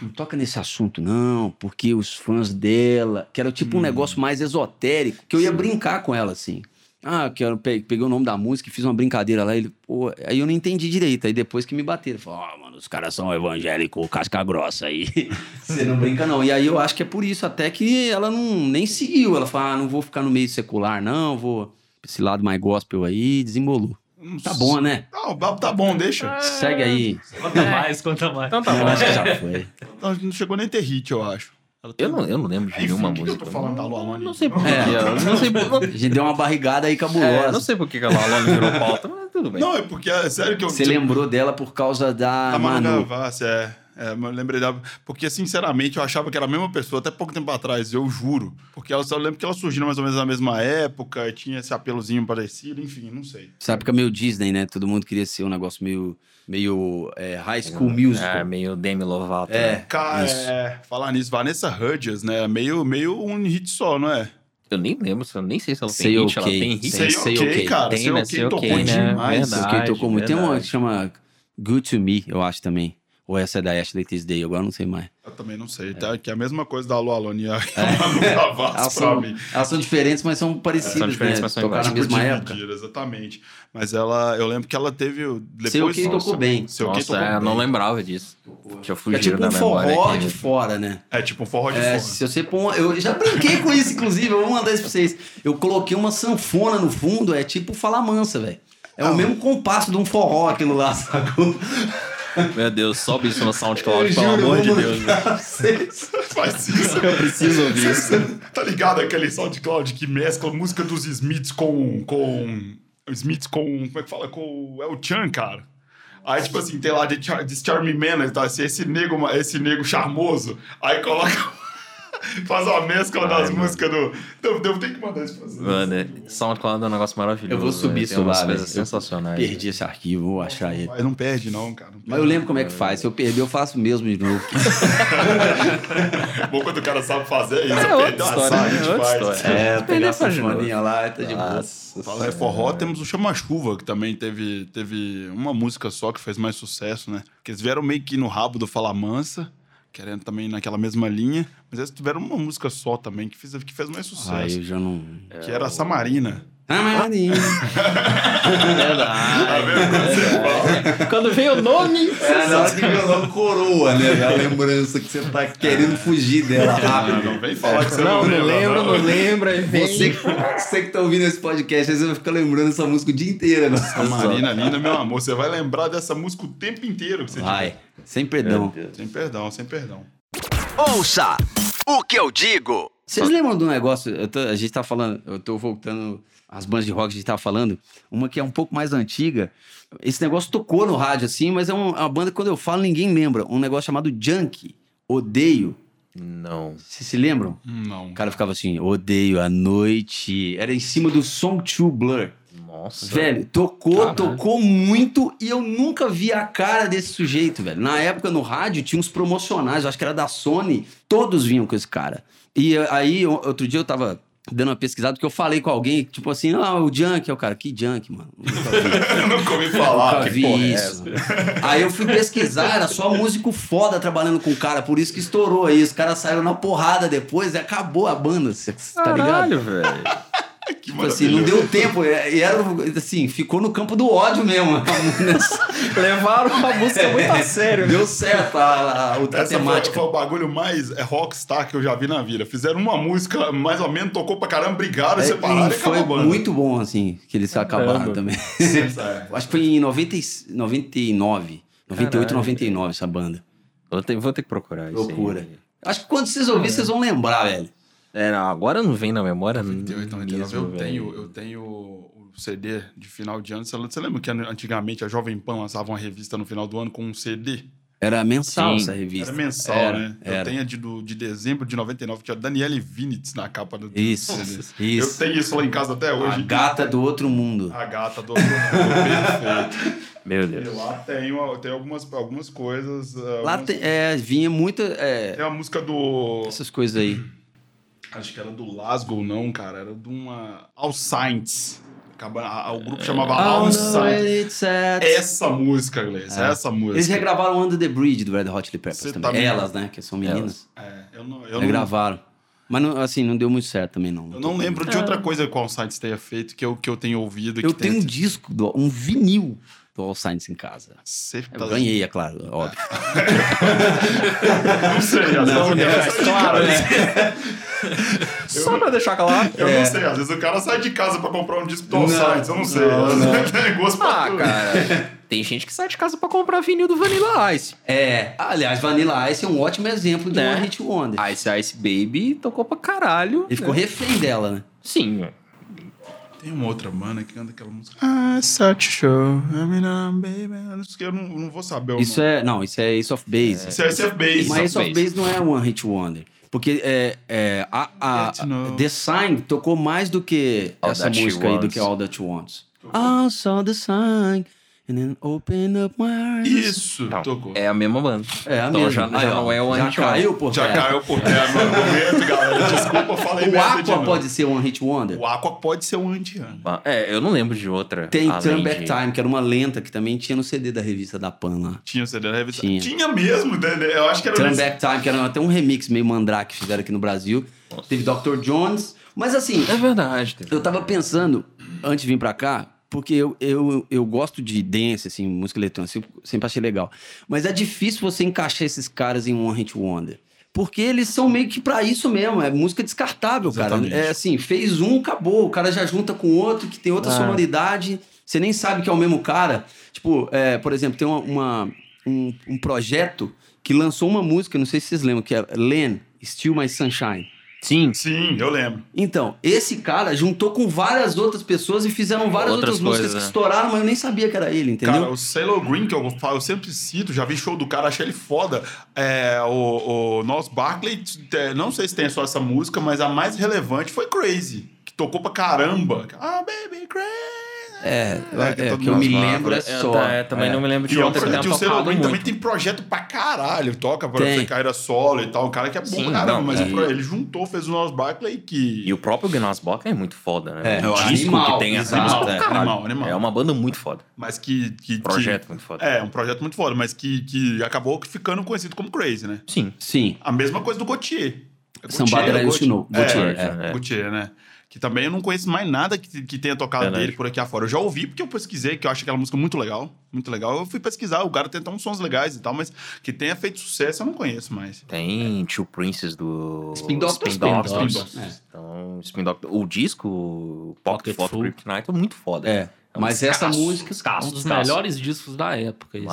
Speaker 5: não toca nesse assunto não, porque os fãs dela, que era
Speaker 6: Hum.
Speaker 5: tipo um negócio mais esotérico, que eu ia brincar com ela assim. Ah, que eu pe- peguei o nome da música e fiz uma brincadeira lá. Ele, pô, aí eu não entendi direito. Aí depois que me bateram, falou: ah, mano, os caras são evangélicos, casca grossa aí. <laughs> Você não brinca, não. E aí eu acho que é por isso até que ela não nem seguiu. Ela falou: ah, não vou ficar no meio secular, não, vou. pra Esse lado mais gospel aí, desembolou. Tá bom, né?
Speaker 3: Ah, o papo tá bom, deixa.
Speaker 5: Segue aí.
Speaker 2: Conta mais, conta mais.
Speaker 6: Então tá
Speaker 5: Eu acho
Speaker 6: bom.
Speaker 5: que já foi.
Speaker 3: Não não chegou nem a ter hit, eu acho.
Speaker 6: Eu não, eu não lembro de
Speaker 3: Enfim,
Speaker 6: nenhuma
Speaker 3: o É que que eu
Speaker 6: música.
Speaker 3: tô falando da Lu Alone?
Speaker 6: Não sei porquê.
Speaker 5: É.
Speaker 6: eu Não sei por-
Speaker 5: A gente deu uma barrigada aí cabulosa.
Speaker 6: É, não sei por que que a Lu Alone virou pauta, mas tudo bem.
Speaker 3: Não, é porque é sério que eu.
Speaker 5: Você lembrou dela por causa da
Speaker 3: A Manu
Speaker 5: Manu.
Speaker 3: Gavassi, é. É, mas eu lembrei dela. Porque, sinceramente, eu achava que era a mesma pessoa até pouco tempo atrás, eu juro. Porque ela, eu lembro que ela surgiu mais ou menos na mesma época, tinha esse apelozinho parecido, enfim, não sei.
Speaker 5: Essa época meio Disney, né? Todo mundo queria ser um negócio meio, meio é, high school musical.
Speaker 6: É, meio Demi Lovato.
Speaker 5: É.
Speaker 6: né?
Speaker 3: Cara,
Speaker 5: Isso.
Speaker 3: é, falar nisso, Vanessa Hudgens, né? era Meio, meio um hit só, não é?
Speaker 6: Eu nem lembro, se- eu nem sei se ela
Speaker 5: Sei
Speaker 6: tem hit. Ela
Speaker 5: ok.
Speaker 6: tem hit?
Speaker 5: Sei, ok,
Speaker 3: cara.
Speaker 6: tem,
Speaker 3: sei
Speaker 6: né?
Speaker 3: ok,
Speaker 6: Sei
Speaker 3: tocou
Speaker 6: ok, né?
Speaker 3: demais.
Speaker 6: Verdade.
Speaker 5: Porque tocou muito. Tem uma
Speaker 6: verdade.
Speaker 5: que chama Good to Me, eu acho também. Ou essa é da Ashley Tisdale, agora eu não sei mais.
Speaker 3: Eu também não sei. Tá? Que é a mesma coisa da Lu Alone
Speaker 5: É.
Speaker 3: <laughs> e a Manu Gavassi pra
Speaker 5: são,
Speaker 3: mim.
Speaker 5: elas são diferentes, mas são parecidas,
Speaker 6: São diferentes,
Speaker 5: né?
Speaker 6: mas são
Speaker 5: Tocaram na
Speaker 6: iguais.
Speaker 5: mesma
Speaker 3: Tipo,
Speaker 5: época.
Speaker 3: dividir, Exatamente. Mas ela, eu lembro que ela teve. o- Depois,
Speaker 5: Sei ok, tocou
Speaker 3: Nossa,
Speaker 5: bem.
Speaker 3: Sei ok,
Speaker 6: Nossa,
Speaker 3: tocou
Speaker 6: é, eu
Speaker 3: bem.
Speaker 6: não lembrava disso. Tinha
Speaker 5: É
Speaker 6: fugido
Speaker 5: tipo
Speaker 6: da
Speaker 5: um
Speaker 6: memória.
Speaker 5: forró
Speaker 6: aqui.
Speaker 5: de fora, né?
Speaker 3: É tipo um forró de
Speaker 5: É,
Speaker 3: é,
Speaker 5: se você põe uma, Eu já brinquei com isso, inclusive, eu vou mandar isso pra vocês. Eu coloquei uma sanfona no fundo, é tipo falar mansa, velho. É o mesmo compasso de um forró aquilo lá, <laughs> sacou?
Speaker 6: Meu Deus, sobe isso no SoundCloud,
Speaker 5: Eu
Speaker 6: pelo
Speaker 5: juro,
Speaker 6: amor
Speaker 5: eu
Speaker 6: de
Speaker 5: vou
Speaker 6: Deus.
Speaker 5: mandar pra vocês.
Speaker 3: <laughs> Faz isso.
Speaker 6: Eu preciso ouvir isso.
Speaker 3: tá ligado aquele SoundCloud que mescla música dos Smiths com. com. Smiths com. Como é que fala? Com o El Chan, cara. Aí, tipo assim, tem lá de, Char de Charming Man, tá? Assim, esse nego, ma- esse nego charmoso. Aí coloca. <laughs> faz uma mescla das
Speaker 6: mano.
Speaker 3: músicas do. Devo, devo ter que mandar isso pra vocês.
Speaker 6: Mano, é- SoundCloud é um negócio maravilhoso.
Speaker 5: Eu vou subir
Speaker 6: velho.
Speaker 5: isso
Speaker 6: Tem umas
Speaker 5: lá,
Speaker 6: coisas
Speaker 5: velho. Eu
Speaker 6: sensacionais.
Speaker 5: Perdi esse arquivo, vou achar
Speaker 6: é
Speaker 5: ele.
Speaker 3: Mas não perde, não, cara. Não
Speaker 5: Mas eu lembro como é que faz. Se eu perder, eu faço mesmo de novo.
Speaker 3: É bom quando o cara sabe fazer isso.
Speaker 6: É outra
Speaker 3: perdeu a
Speaker 6: história,
Speaker 3: saga, a
Speaker 6: é
Speaker 3: gente
Speaker 6: outra
Speaker 3: faz.
Speaker 6: história.
Speaker 5: É,
Speaker 6: Perder
Speaker 5: pegar
Speaker 6: a
Speaker 5: essa
Speaker 6: página.
Speaker 5: foninha lá, tá de boa.
Speaker 3: Fala, é forró, temos o Chama-Chuva, que também teve, teve uma música só que fez mais sucesso, né? Porque eles vieram meio que no rabo do Fala Mansa, querendo também naquela mesma linha. Mas eles tiveram uma música só também que fez, que fez mais
Speaker 5: Aí é
Speaker 3: sucesso,
Speaker 5: eu já não. Ah,
Speaker 3: que era a Samarina.
Speaker 5: <laughs> Amadinho. É
Speaker 3: Tá vendo? Quando você fala.
Speaker 4: Quando vem o nome.
Speaker 5: É, na hora que veio o nome coroa, <laughs> né? A lembrança que você tá querendo fugir dela
Speaker 3: Ah,
Speaker 5: rápido.
Speaker 3: não vem falar que você
Speaker 4: Não, não
Speaker 3: lembra,
Speaker 4: lembra, não lembra. e Vem.
Speaker 5: Você, você que tá ouvindo esse podcast, aí você vai ficar lembrando essa música o dia inteiro. Né?
Speaker 3: Samarina linda, meu amor. Você vai lembrar dessa música o tempo inteiro que você
Speaker 5: Vai, sem perdão.
Speaker 3: tiver. Sem perdão, sem perdão.
Speaker 1: Ouça o que eu digo.
Speaker 5: Vocês lembram de um negócio? eu tô- a gente tá falando, eu tô voltando às bandas de rock que a gente tava falando, uma que é um pouco mais antiga. Esse negócio tocou no rádio, assim, mas é um- uma banda que quando eu falo ninguém lembra. Um negócio chamado Junk. Odeio.
Speaker 6: Não.
Speaker 5: Vocês se lembram?
Speaker 3: Não.
Speaker 5: O cara ficava assim, odeio a noite. Era em cima do Song 2 Blur.
Speaker 6: Nossa.
Speaker 5: Velho, tocou, tocou muito e eu nunca vi a cara desse sujeito, velho. Na época no rádio tinha uns promocionais, eu acho que era da Sony, todos vinham com esse cara. E eh, aí, o- outro dia eu tava dando uma pesquisada porque eu falei com alguém, tipo assim, ah, o Junk, é o cara, que Junk, mano? Nunca vi.
Speaker 3: Eu nunca ouvi <laughs> falar.
Speaker 5: Nunca
Speaker 3: que
Speaker 5: vi
Speaker 3: porra é
Speaker 5: isso. Aí eu fui pesquisar, era só músico foda trabalhando com o cara, por isso que estourou aí. Os caras saíram na porrada depois e acabou a banda, cê- tá ligado?
Speaker 6: Caralho, velho.
Speaker 3: essa? Ah, Que
Speaker 5: Tipo assim, não deu tempo, e era assim, ficou no campo do
Speaker 3: <laughs>
Speaker 5: ódio mesmo.
Speaker 4: Levaram a música é muito a sério. né?
Speaker 5: Deu certo a, a, a,
Speaker 3: Essa foi,
Speaker 5: temática.
Speaker 3: foi o bagulho mais é, rockstar que eu já vi na vida. Fizeram uma música, mais ou menos, tocou pra caramba, brigaram,
Speaker 5: É,
Speaker 3: separaram
Speaker 5: e
Speaker 3: e
Speaker 5: foi
Speaker 3: acabou a banda.
Speaker 5: muito bom, assim, que eles acabaram também.
Speaker 3: É.
Speaker 5: Acho que foi em 90, e- 99, 98,
Speaker 6: Caralho.
Speaker 5: 99 essa banda.
Speaker 6: Vou ter, vou ter que procurar isso. aí.
Speaker 5: Loucura. Acho que quando vocês ouvirem, vocês vão lembrar, velho.
Speaker 6: É, não, agora não vem na memória.
Speaker 3: 98,
Speaker 5: então,
Speaker 3: 99,
Speaker 6: mesmo,
Speaker 3: eu
Speaker 6: velho.
Speaker 3: tenho, eu tenho o CD de final de ano. Você lembra- você lembra que antigamente a Jovem Pan lançava uma revista no final do ano com um CD?
Speaker 5: Era mensal
Speaker 6: Sim.
Speaker 5: essa revista.
Speaker 3: Era mensal,
Speaker 5: Era,
Speaker 3: né? Eu
Speaker 5: era.
Speaker 3: tenho a de, do- de dezembro de 99, tinha é a Daniele Vinitz na capa do
Speaker 5: Isso,
Speaker 3: do CD. Eu
Speaker 5: isso.
Speaker 3: tenho isso lá em Ah, casa até
Speaker 5: A
Speaker 3: hoje.
Speaker 5: gata do outro mundo.
Speaker 3: A gata do <laughs> perfeito.
Speaker 6: Meu
Speaker 3: E
Speaker 6: Deus.
Speaker 3: lá tem, uma- tem algumas, algumas coisas. ah,
Speaker 5: Lá
Speaker 3: algumas-
Speaker 5: tem, é, vinha muita. é,
Speaker 3: Tem a música do.
Speaker 5: essas coisas aí.
Speaker 3: Acho que era do Lasgow, não, cara. Era de uma. All Saints. Acaba- a- a- O grupo chamava All Saints. Ah, é Essa música, Gleice.
Speaker 5: É.
Speaker 3: Essa música.
Speaker 5: Eles regravaram Under the Bridge do Red Hot Chili Peppers
Speaker 3: Você
Speaker 5: também.
Speaker 3: tá me-
Speaker 5: Elas, né? Que são meninas.
Speaker 3: É, eu não, eu não,
Speaker 5: regravaram. Mas não- assim, não deu muito certo também, não.
Speaker 3: eu não lembro de outra coisa que o All Saints tenha feito que eu, que eu tenho ouvido.
Speaker 5: Eu
Speaker 3: que tenha-
Speaker 5: tenho um disco, do- um vinil do All Saints em casa.
Speaker 3: Você
Speaker 5: Eu
Speaker 3: tá-
Speaker 5: ganhei, é claro, óbvio.
Speaker 3: Não sei, às vezes o cara sai de
Speaker 4: claro,
Speaker 3: casa-
Speaker 4: né? Só pra deixar claro.
Speaker 3: Eu
Speaker 5: É.
Speaker 6: É.
Speaker 3: não sei, às vezes o cara sai de casa pra comprar um disco do All
Speaker 5: Não,
Speaker 3: Saints, eu não sei. Tem gosto pra
Speaker 4: Ah,
Speaker 3: tudo.
Speaker 6: <laughs>
Speaker 4: cara. Tem gente que sai de casa pra comprar vinil do Vanilla Ice.
Speaker 5: É, aliás, Vanilla Ice é um ótimo exemplo de
Speaker 4: Né?
Speaker 5: uma hit wonder.
Speaker 6: Ah,
Speaker 4: Ice Ice Baby tocou pra caralho.
Speaker 6: é
Speaker 5: Ele ficou refém dela, né?
Speaker 4: Sim, ué.
Speaker 3: Tem uma outra mana que canta aquela música. Ah, such show. I mean, I'm baby. Eu não sei, Eu não, eu não vou saber o
Speaker 5: Isso
Speaker 3: nome.
Speaker 5: é, não, isso é Ace of Base.
Speaker 3: Isso é SF Base.
Speaker 5: Mas
Speaker 4: Ace
Speaker 5: Ace
Speaker 4: of
Speaker 5: of Base não é One Hit Wonder. Porque é, é, a, a-
Speaker 3: Get to know.
Speaker 5: The Sign tocou mais do que
Speaker 6: All
Speaker 5: essa
Speaker 6: That She
Speaker 5: música aí, do
Speaker 6: Wants.
Speaker 5: que All That You Wants. I saw the sign and then open up my eyes.
Speaker 3: Isso,
Speaker 6: Não,
Speaker 3: tocou.
Speaker 6: É a mesma banda.
Speaker 5: É, a
Speaker 6: Então
Speaker 5: mesma.
Speaker 6: já- já
Speaker 5: ó,
Speaker 6: não é One
Speaker 5: já
Speaker 6: Hit
Speaker 5: caiu, pô.
Speaker 3: Já
Speaker 5: cara.
Speaker 3: caiu por terra no momento, galera. Desculpa, eu falei
Speaker 5: é. O
Speaker 3: merda de
Speaker 5: Aqua
Speaker 3: novo.
Speaker 5: pode ser One Hit Wonder?
Speaker 3: O Aqua pode ser um anti-ano.
Speaker 6: Ah, É, eu não lembro de outra.
Speaker 5: Tem
Speaker 6: além
Speaker 5: Turn
Speaker 6: de-
Speaker 5: Back Time, que era uma lenta que também tinha no CD da revista da Pan lá.
Speaker 3: Tinha o CD da revista. Tinha,
Speaker 5: Tinha.
Speaker 3: mesmo, né? eu acho que era
Speaker 5: Turn
Speaker 3: nesse-
Speaker 5: Back Time, que era até um remix meio mandrake que fizeram aqui no Brasil. Teve Dr. Jones. Mas assim,
Speaker 6: É verdade. tem-
Speaker 5: Eu tava pensando, antes de vir pra cá, porque eu, eu, eu gosto de dance, assim, música eletrônica, sempre, sempre achei legal. Mas é difícil você encaixar esses caras em um One Hit Wonder. Porque eles são meio que pra isso mesmo, é música descartável,
Speaker 3: Exatamente.
Speaker 5: cara. É assim, fez um, acabou. O cara já junta com outro, que tem outra sonoridade. Você nem sabe que é o mesmo cara. Tipo, é, por exemplo, tem uma, uma- um, um projeto que lançou uma música, não sei se vocês lembram, que é Len, Still My Sunshine.
Speaker 6: Sim.
Speaker 3: Sim, eu lembro.
Speaker 5: Então, esse cara juntou com várias outras pessoas e fizeram várias
Speaker 6: Outras
Speaker 5: outras, músicas
Speaker 6: coisas,
Speaker 5: que
Speaker 6: né?
Speaker 5: estouraram, mas eu nem sabia que era ele, entendeu?
Speaker 3: Cara, o Sailor Green, que eu, falo, eu sempre cito, já vi show do cara, achei ele foda. É, o, o Nos Barkley, é, não sei se tem só essa música, mas a mais relevante foi Crazy, que tocou pra caramba. Ah, baby, crazy.
Speaker 5: É,
Speaker 3: É, que
Speaker 5: é,
Speaker 3: todo
Speaker 5: que eu
Speaker 3: mundo
Speaker 5: me
Speaker 3: fala,
Speaker 5: lembro é
Speaker 6: É,
Speaker 5: só.
Speaker 6: tá, é, também não me lembro de
Speaker 3: E é um
Speaker 6: ontem que eu
Speaker 3: projeto,
Speaker 6: tenha
Speaker 3: e o Sailor
Speaker 6: tocado
Speaker 3: Moon também
Speaker 6: muito.
Speaker 3: tem projeto pra caralho. Toca pra
Speaker 5: Tem.
Speaker 3: fazer carreira solo e tal. Um cara que é bom
Speaker 6: Sim,
Speaker 3: pra caramba,
Speaker 6: não,
Speaker 3: mas
Speaker 6: é.
Speaker 3: o pro- ele juntou, fez o Nos Barclay que.
Speaker 6: E o próprio Gnas Block é muito foda, né?
Speaker 5: É,
Speaker 6: o
Speaker 5: eu acho
Speaker 6: disco
Speaker 5: animal,
Speaker 6: que tem essa
Speaker 5: exato,
Speaker 6: disco,
Speaker 5: é.
Speaker 6: caralho.
Speaker 3: Animal, animal.
Speaker 6: É uma banda muito foda.
Speaker 3: Mas que. que que-
Speaker 6: Projeto muito foda.
Speaker 3: é, um projeto muito foda, mas que, que acabou ficando conhecido como Crazy, né?
Speaker 6: Sim.
Speaker 5: Sim.
Speaker 3: A mesma coisa do Gautier. É
Speaker 5: Somebody
Speaker 3: Gautier,
Speaker 5: That I Used to Know.
Speaker 3: Gautier.
Speaker 5: Gautier,
Speaker 3: É,
Speaker 6: é.
Speaker 3: Gautier, né? Que também eu não conheço mais nada que, que tenha tocado
Speaker 6: Verdade.
Speaker 3: dele por aqui afora. Eu já ouvi porque eu pesquisei, que eu acho aquela música muito legal. Muito legal. Eu fui pesquisar, o cara tem até uns sons legais e tal, mas que tenha feito sucesso eu não conheço mais.
Speaker 6: Tem Two Princes do.
Speaker 5: Spin Doctors,
Speaker 6: Spin Doctors.
Speaker 2: Spin
Speaker 5: Doctors.
Speaker 6: Então, Spin Doctor. O disco, o Pocket
Speaker 2: Pocket
Speaker 6: Flop
Speaker 2: Full.
Speaker 6: Kryptonite, é muito foda.
Speaker 5: É. Mas essa música. é
Speaker 2: um dos melhores discos da época. Isso.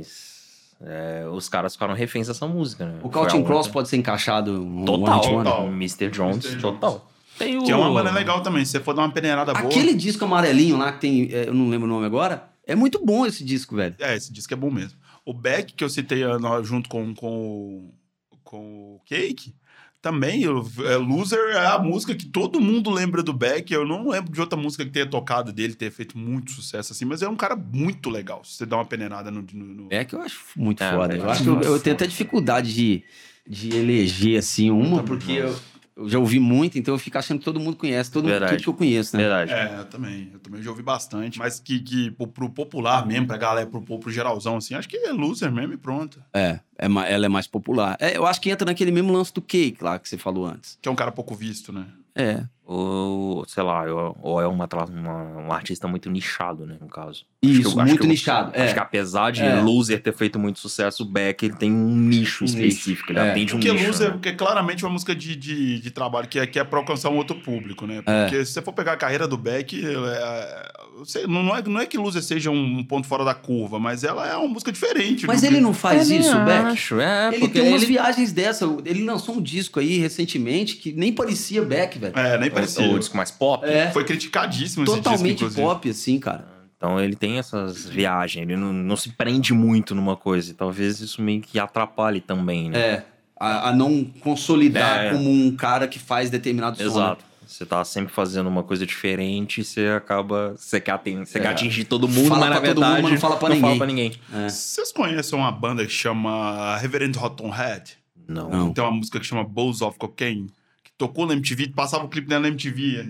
Speaker 6: Mas. é, os caras ficaram reféns dessa música, né? Foi
Speaker 5: O
Speaker 6: a
Speaker 5: Counting Cross
Speaker 6: única-
Speaker 5: pode ser encaixado um no
Speaker 6: Total.
Speaker 5: One Hit Wonder.
Speaker 3: Total.
Speaker 6: Mr. Jones,
Speaker 3: Mr. Jones.
Speaker 6: total.
Speaker 2: Tem o...
Speaker 3: Que é uma banda legal também. Se você for dar uma peneirada boa.
Speaker 5: Aquele disco amarelinho lá que tem, é, eu não lembro o nome agora, é muito bom esse disco, velho.
Speaker 3: É, esse disco é bom mesmo. O Beck, que eu citei ah, no- junto com, com, o- com o Cake, também, eu- é, Loser é a música que todo mundo lembra do Beck. Eu não lembro de outra música que tenha tocado dele, tenha feito muito sucesso assim, mas é um cara muito legal. Se você dá uma peneirada no. no- no-
Speaker 5: É que eu acho muito
Speaker 6: É,
Speaker 5: foda.
Speaker 6: mas
Speaker 5: Eu
Speaker 6: eu
Speaker 5: acho que
Speaker 6: acho
Speaker 5: eu, eu
Speaker 6: muito
Speaker 5: tenho até dificuldade de, de eleger, assim, uma, porque eu, eu já ouvi muito, então eu fico achando que todo mundo conhece, todo mundo,
Speaker 6: Verdade.
Speaker 5: tudo que eu conheço, né?
Speaker 6: Verdade.
Speaker 3: É, eu também. Eu também já ouvi bastante. Mas que, que pro, pro popular mesmo, pra galera, pro, pro geralzão, assim, acho que é loser mesmo e pronto.
Speaker 5: É, é ma- ela é mais popular. É, eu acho que entra naquele mesmo lance do cake lá que você falou antes.
Speaker 3: Que é um cara pouco visto, né?
Speaker 5: É.
Speaker 6: Ou, sei lá, ou ou é uma, tra- uma- um artista muito nichado, né, no caso.
Speaker 5: Isso,
Speaker 6: eu-
Speaker 5: muito
Speaker 6: eu-
Speaker 5: nichado, é.
Speaker 6: Acho que apesar de
Speaker 5: É.
Speaker 6: Loser ter feito muito sucesso, o Beck ele tem um nicho
Speaker 5: Um nicho,
Speaker 6: específico, ele
Speaker 5: é.
Speaker 6: atende um
Speaker 3: Porque
Speaker 6: nicho.
Speaker 3: Loser,
Speaker 6: né?
Speaker 3: porque é claramente uma música de, de, de trabalho que é, que é pra alcançar um outro público, né? Porque se você for pegar a carreira do Beck, é, você- não, é, não é que Loser seja um ponto fora da curva, mas ela é uma múca diferente.
Speaker 5: Mas
Speaker 3: do
Speaker 5: ele
Speaker 3: que-
Speaker 5: não faz
Speaker 6: Eu nem
Speaker 5: isso, Beck.
Speaker 6: acho, é,
Speaker 5: ele
Speaker 6: porque
Speaker 5: tem umas
Speaker 6: ele-
Speaker 5: viagens dessa. Ele lançou um disco aí recentemente que nem parecia Beck, velho.
Speaker 3: É, nem
Speaker 6: o,
Speaker 3: parecia.
Speaker 6: o disco mais pop.
Speaker 5: É,
Speaker 3: Foi criticadíssimo esse
Speaker 5: totalmente
Speaker 3: disco, inclusive.
Speaker 5: pop, assim, cara.
Speaker 6: Então ele tem essas viagens, ele não, não se prende muito numa coisa. E talvez isso meio que atrapalhe também, né?
Speaker 5: É. A, a não consolidar
Speaker 6: É.
Speaker 5: como um cara que faz determinado som.
Speaker 6: Exato. Você tá sempre fazendo uma coisa diferente e você acaba. Você quer, atingir, você
Speaker 5: É.
Speaker 6: quer atingir todo mundo,
Speaker 5: Fala
Speaker 6: mas na
Speaker 5: pra todo mundo,
Speaker 6: verdade.
Speaker 5: mas não fala pra ninguém. né? É.
Speaker 3: Vocês conhecem uma banda que chama Reverend Rotten Head?
Speaker 6: Não.
Speaker 5: Não.
Speaker 3: Tem uma música que chama Bowls of Cocaine, que tocou na MTV, passava o clipe dela na MTV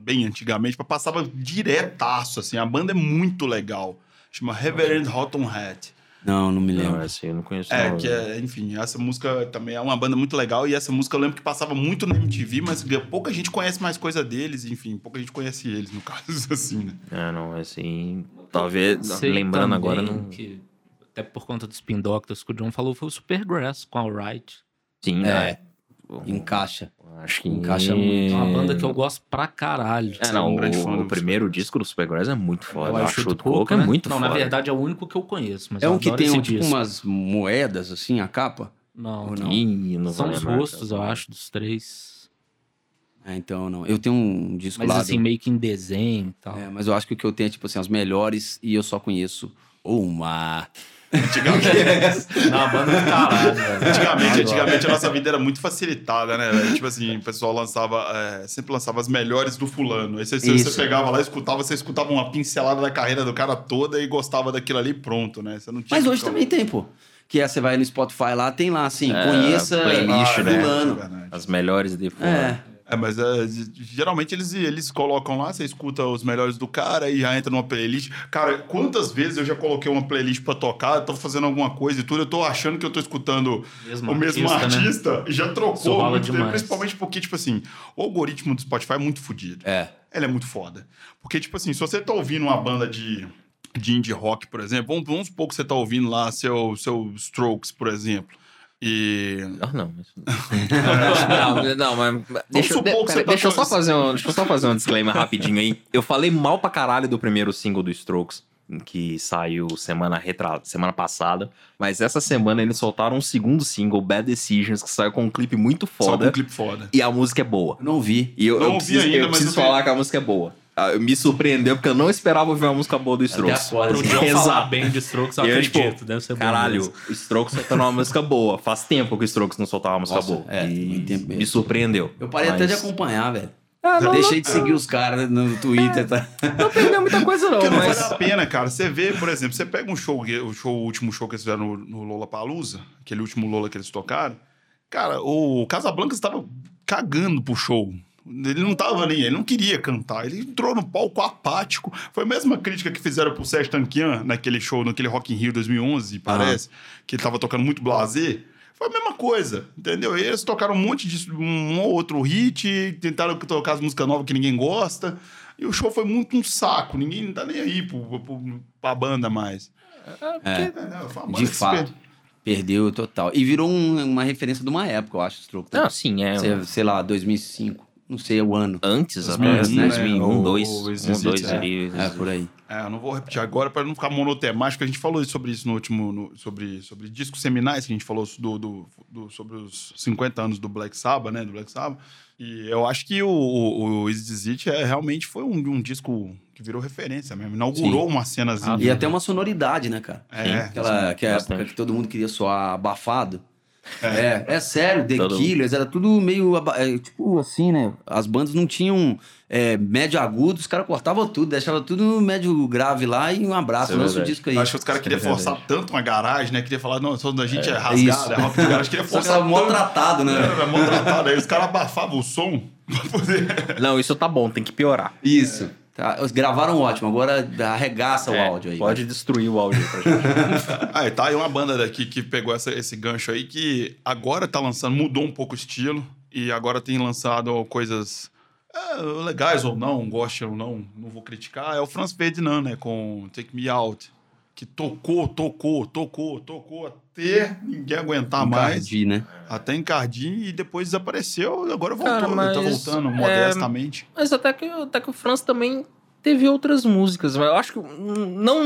Speaker 3: bem antigamente, mas passava diretaço, assim. A banda é muito legal. Chama Reverend Rotten Head.
Speaker 5: Não, não me
Speaker 6: Não,
Speaker 5: lembro.
Speaker 6: essa eu não conheço.
Speaker 3: É,
Speaker 6: não.
Speaker 3: que é, enfim, essa música também é uma banda muito legal e essa música eu lembro que passava muito na MTV, mas pouca gente conhece mais coisa deles, enfim, pouca gente conhece eles, no <laughs> caso, assim, né?
Speaker 6: É, não, assim. Talvez.
Speaker 2: Sei
Speaker 6: lembrando
Speaker 2: também
Speaker 6: agora, não.
Speaker 2: que, até por conta dos Spin Doctors que o John falou, foi o Supergrass com Alright.
Speaker 6: Sim,
Speaker 5: É.
Speaker 6: é.
Speaker 5: Encaixa.
Speaker 6: Acho que.
Speaker 5: Encaixa muito.
Speaker 2: É uma banda que eu gosto pra caralho.
Speaker 6: É, não,
Speaker 3: um grande
Speaker 6: o,
Speaker 3: fã do
Speaker 6: o primeiro disco do Supergrass é muito foda.
Speaker 2: Eu
Speaker 6: Eu
Speaker 2: acho
Speaker 6: acho o
Speaker 2: do
Speaker 6: do Coco é
Speaker 2: né?
Speaker 6: muito
Speaker 2: Não,
Speaker 6: foda.
Speaker 2: na verdade é o único que eu conheço. Mas
Speaker 5: é
Speaker 2: eu
Speaker 5: um que
Speaker 2: adoro
Speaker 5: tem
Speaker 2: esse
Speaker 5: tipo,
Speaker 2: disco.
Speaker 5: umas moedas, assim, a capa?
Speaker 2: Não,
Speaker 5: Ou
Speaker 2: não.
Speaker 5: não?
Speaker 6: Ih, não vou
Speaker 2: São os
Speaker 6: lembrar,
Speaker 2: rostos,
Speaker 6: cara.
Speaker 2: eu acho, dos três.
Speaker 5: É, então, não. Eu tenho um disco
Speaker 2: Mas
Speaker 5: lá
Speaker 2: assim, meio que em desenho e tal.
Speaker 5: É, mas eu acho que o que eu tenho é, tipo assim, as melhores e eu só conheço uma.
Speaker 6: Tipo
Speaker 2: Na banda
Speaker 6: tá
Speaker 2: do caralho,
Speaker 6: né?
Speaker 2: velho.
Speaker 3: Antigamente, antigamente a nossa vida era muito facilitada, né? velho? Tipo assim, o pessoal lançava, é, sempre lançava as melhores do fulano. Aí você, você-
Speaker 5: Isso.
Speaker 3: você pegava lá, escutava, você escutava uma pincelada da carreira do cara toda e gostava daquilo ali e pronto, né? Você não tinha
Speaker 5: Mas
Speaker 3: que
Speaker 5: hoje
Speaker 3: ficar-
Speaker 5: também tem, pô. Que é, você vai no Spotify lá, tem lá, assim,
Speaker 6: É,
Speaker 5: conheça
Speaker 6: playlist,
Speaker 5: ah,
Speaker 6: né?
Speaker 5: fulano.
Speaker 3: é, Verdade.
Speaker 6: As melhores de fora.
Speaker 5: É.
Speaker 3: É, mas é, g- geralmente eles, eles colocam lá, você escuta os melhores do cara e já entra numa playlist. Cara, quantas vezes eu já coloquei uma playlist pra tocar, tô fazendo alguma coisa e tudo, eu tô achando que eu tô escutando
Speaker 2: Mesmo
Speaker 3: o mesmo
Speaker 2: artista, né?
Speaker 3: artista e já
Speaker 2: Isso
Speaker 3: trocou
Speaker 2: rola
Speaker 3: muito tempo,
Speaker 2: demais.
Speaker 3: principalmente porque, tipo assim, o algoritmo do Spotify é muito fodido.
Speaker 5: É.
Speaker 3: Ele é muito foda. Porque, tipo assim, se você tá ouvindo uma banda de, de indie rock, por exemplo, vamos, vamos supor que você tá ouvindo lá seu, seu Strokes, por exemplo. E
Speaker 6: Ah, não. isso <laughs> não.
Speaker 4: Não, não, mas.
Speaker 6: Deixa, eu-
Speaker 3: supor que
Speaker 6: de- pera-
Speaker 3: você tá
Speaker 6: deixa eu só
Speaker 3: falando-
Speaker 6: fazer um, deixa eu só fazer um disclaimer rapidinho aí. Eu falei mal pra caralho do primeiro single do Strokes, que saiu semana retrasada, semana passada, mas essa semana eles soltaram um segundo single, Bad Decisions, que saiu com um clipe muito
Speaker 3: só com um
Speaker 6: foda
Speaker 3: clipe foda.
Speaker 6: e a música é boa.
Speaker 5: Eu não vi.
Speaker 6: E eu,
Speaker 3: Não
Speaker 6: eu
Speaker 3: ouvi
Speaker 6: preciso,
Speaker 3: ainda,
Speaker 6: eu
Speaker 3: mas
Speaker 6: preciso
Speaker 3: eu tenho-
Speaker 6: falar que a música é boa. Ah, Me surpreendeu porque eu não esperava ouvir uma múca boa do Strokes. <laughs>
Speaker 5: agora,
Speaker 2: Pro
Speaker 5: assim.
Speaker 2: John falar
Speaker 6: Exato.
Speaker 2: bem de Strokes, eu
Speaker 6: E eu,
Speaker 2: acredito.
Speaker 6: tipo,
Speaker 2: deve ser bom
Speaker 6: Caralho,
Speaker 2: mesmo.
Speaker 6: o Strokes soltando uma música boa. Faz tempo que o Strokes não soltava uma música
Speaker 5: Nossa,
Speaker 6: boa.
Speaker 5: é,
Speaker 6: E
Speaker 5: muito tempo mesmo.
Speaker 6: me surpreendeu.
Speaker 5: Eu parei até de
Speaker 6: Mas-
Speaker 5: acompanhar, velho.
Speaker 4: Ah, não,
Speaker 5: Deixei de seguir os caras no Twitter, tá?
Speaker 4: não, não perdeu muita coisa, não,
Speaker 3: Porque não
Speaker 4: mas.
Speaker 3: vale a pena, cara. Você vê, por exemplo, você pega um show, o, show, o último show que eles fizeram no, no Lola Palusa, aquele último Lola que eles tocaram. Cara, o Casablanca estava cagando pro show. Ele não tava nem, ele não queria cantar. Ele entrou no palco apático. Foi a mesma crítica que fizeram pro Sérgio Tanquian naquele show, naquele Rock in Rio 2011, parece, que ele tava tocando muito blazer. Foi a mesma coisa, entendeu? Eles tocaram um monte de um ou outro hit, tentaram tocar as músicas novas que ninguém gosta. E o show foi muito um saco. Ninguém tá nem aí pro, pro, pra banda mais. É, não, foi uma banda
Speaker 5: De
Speaker 3: que se
Speaker 5: fato.
Speaker 3: per-
Speaker 5: Perdeu total. E virou um- uma referência de uma época, eu acho, esse troco.
Speaker 6: Não, sim, é.
Speaker 5: sei, sei lá, 2005. Não sei é o ano.
Speaker 6: Antes, até
Speaker 5: 2001, né?
Speaker 6: 2001,
Speaker 3: O-
Speaker 6: 2,
Speaker 3: o
Speaker 6: 1,
Speaker 3: Exit,
Speaker 6: 2
Speaker 3: é.
Speaker 6: ali.
Speaker 5: É, por aí.
Speaker 3: É, eu não vou repetir agora para não ficar monotemático. A gente falou sobre isso no último. no- sobre, sobre discos seminais, que a gente falou do, do- do- sobre os 50 anos do Black Sabbath, né? Do Black Sabbath. E eu acho que o, o, o Is This It é, realmente foi um, um disco que virou referência mesmo. Inaugurou uma cenazinha.
Speaker 5: Ah, E até uma sonoridade, né, cara?
Speaker 3: É.
Speaker 5: Aquela que é a
Speaker 6: Ah, é. bastante.
Speaker 5: época que todo mundo queria soar abafado. É, é sério, The
Speaker 6: Todo mundo.
Speaker 5: Killers, era tudo meio. aba- é, tipo assim, né? As bandas não tinham é, médio agudo, os caras cortavam tudo, deixavam tudo no médio grave lá e um abraço,
Speaker 6: Isso é
Speaker 5: lança o
Speaker 6: verdade.
Speaker 5: disco aí.
Speaker 3: Acho que os caras
Speaker 5: é
Speaker 3: queriam forçar tanto uma garagem, né? Queria falar, não, só da gente é,
Speaker 5: isso.
Speaker 3: rasgada, é rock de garagem. Queria
Speaker 5: <laughs> Só que era
Speaker 3: forçar
Speaker 5: mó
Speaker 3: tanto.
Speaker 5: tratado, né?
Speaker 3: Era mó tratado. Aí os caras abafavam o som pra poder.
Speaker 6: Não, isso tá bom, tem que piorar.
Speaker 5: Isso. Tá, eles gravaram ótimo, agora arregaça o
Speaker 4: Então,
Speaker 6: É,
Speaker 5: áudio aí.
Speaker 6: Pode destruir o áudio pra gente.
Speaker 3: Ah, e tá aí uma banda daqui que pegou essa- esse gancho aí que agora tá lançando, mudou um pouco o estilo e agora tem lançado coisas é, legais ou não, goste ou não, não vou criticar. É o Franz Ferdinand, né, com Take Me Out, que tocou, tocou, tocou, tocou até ninguém aguentar Ah, mais,
Speaker 5: Encardi, né?
Speaker 3: até encardir e depois desapareceu e agora voltou,
Speaker 4: Cara,
Speaker 3: tá
Speaker 4: mas,
Speaker 3: voltando
Speaker 4: é,
Speaker 3: modestamente.
Speaker 4: <laughs> Mas até que, até que o Franz também teve outras músicas, mas eu acho que hum, não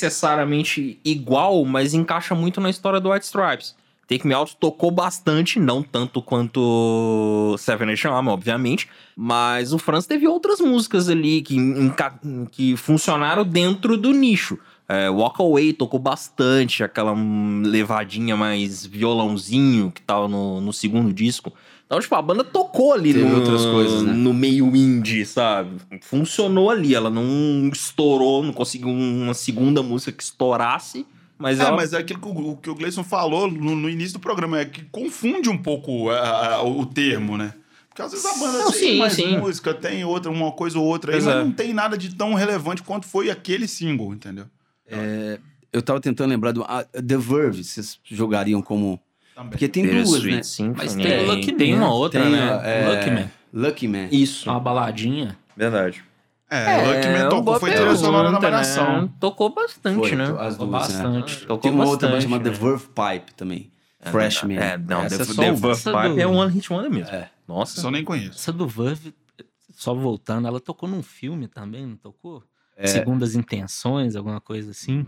Speaker 4: necessariamente igual, mas encaixa muito na história do White Stripes.
Speaker 6: Take Me Out tocou bastante, não tanto quanto Seven Nation Army, obviamente, mas o Franz teve outras músicas ali que, enca- que funcionaram dentro do nicho. É, Walk Away tocou bastante, aquela hum, levadinha mais violãozinho que tava no, no segundo disco. Então, tipo, a banda tocou ali
Speaker 5: Teve
Speaker 6: no,
Speaker 5: outras coisas, né?
Speaker 6: no meio indie, sabe? Funcionou ali, ela não estourou, não conseguiu uma segunda música que estourasse, mas
Speaker 3: É,
Speaker 6: ela
Speaker 3: mas é aquilo que o, o que o Gleison falou no, no início do programa, é que confunde um pouco a- a- o termo, né? Porque às vezes a banda
Speaker 4: Não,
Speaker 3: tem
Speaker 4: sim,
Speaker 3: mais
Speaker 4: sim.
Speaker 3: música, tem outra, uma coisa ou outra, aí,
Speaker 6: Pois
Speaker 3: mas
Speaker 6: é.
Speaker 3: não tem nada de tão relevante quanto foi aquele single, entendeu?
Speaker 5: Eu tava tentando lembrar do ah, The Verve, vocês jogariam como.
Speaker 3: Também.
Speaker 5: Porque tem
Speaker 6: Bitter
Speaker 5: duas,
Speaker 6: Sweet
Speaker 5: né?
Speaker 6: Symphony.
Speaker 2: Mas tem,
Speaker 6: É,
Speaker 2: Lucky Man, uma outra,
Speaker 5: tem,
Speaker 2: né?
Speaker 5: ó, é,
Speaker 2: Lucky Man.
Speaker 5: Lucky Man.
Speaker 6: Isso.
Speaker 2: Uma baladinha.
Speaker 6: Verdade.
Speaker 3: É, é Lucky Man tocou, foi trilha sonora na Malhação.
Speaker 2: né?
Speaker 4: Tocou bastante,
Speaker 5: né? Foi,
Speaker 4: né?
Speaker 5: as
Speaker 2: Tocou
Speaker 5: duas, né?
Speaker 2: bastante. Tocou
Speaker 5: Tem uma outra banda
Speaker 2: bastante,
Speaker 5: chamada
Speaker 2: né?
Speaker 5: The Verve Pipe também. Freshman.
Speaker 6: É, não,
Speaker 5: Essa
Speaker 6: The,
Speaker 5: é só
Speaker 6: The
Speaker 5: o-
Speaker 6: Verve
Speaker 2: essa
Speaker 6: Pipe
Speaker 2: do-
Speaker 6: é um One Hit Wonder mesmo.
Speaker 5: É.
Speaker 6: Nossa.
Speaker 3: Isso eu nem conheço.
Speaker 2: Essa do Verve, só voltando, ela tocou num filme também, não tocou?
Speaker 5: É.
Speaker 2: Segundo as intenções, alguma coisa assim.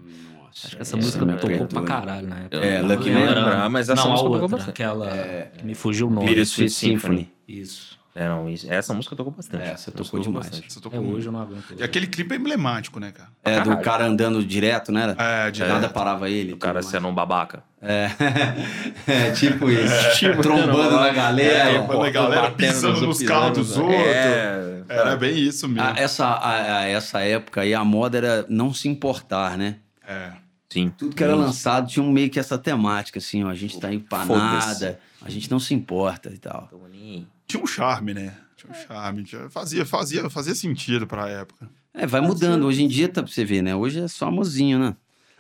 Speaker 2: Acho que essa
Speaker 5: essa
Speaker 2: música
Speaker 5: me
Speaker 2: tocou
Speaker 5: perdoe.
Speaker 2: pra caralho, né?
Speaker 5: É, Lucky É.
Speaker 6: Man,
Speaker 2: Era-
Speaker 6: mas essa
Speaker 2: não, ah, a
Speaker 6: música tocou
Speaker 2: outra,
Speaker 6: bastante.
Speaker 2: aquela que me fugiu o nome.
Speaker 6: Bitter
Speaker 5: Sweet
Speaker 6: Sweet
Speaker 5: Symphony.
Speaker 6: Symphony.
Speaker 2: Isso.
Speaker 6: É, não, isso- essa música tocou bastante.
Speaker 5: É, essa tocou demais.
Speaker 3: Isso tocou
Speaker 2: É,
Speaker 3: muito.
Speaker 2: hoje eu não aguento.
Speaker 3: E aquele clipe é emblemático, né, cara?
Speaker 5: É, do cara andando direto, né? era?
Speaker 3: É, de
Speaker 5: Nada parava ele.
Speaker 6: O cara
Speaker 5: tudo mais.
Speaker 6: sendo um babaca.
Speaker 5: <laughs> É,
Speaker 6: <laughs>
Speaker 5: tipo isso. Trombando na galera.
Speaker 3: É, quando a galera pisando nos carros dos outros.
Speaker 6: É,
Speaker 3: Era bem isso mesmo.
Speaker 5: A- essa, a- a- essa época aí, a moda era não se importar, né?
Speaker 3: É.
Speaker 6: sim.
Speaker 5: Tudo que era lançado tinha um meio que essa temática, assim, ó. A gente tá
Speaker 6: Foda-se.
Speaker 5: empanada, a gente não se importa e tal.
Speaker 6: Tô nem-
Speaker 3: Tinha um charme, né? Tinha um
Speaker 4: É.
Speaker 3: charme. tinha- Fazia, fazia, fazia sentido pra época.
Speaker 5: É, vai mudando. Hoje em dia, tá pra você ver, né? Hoje é só amorzinho, né?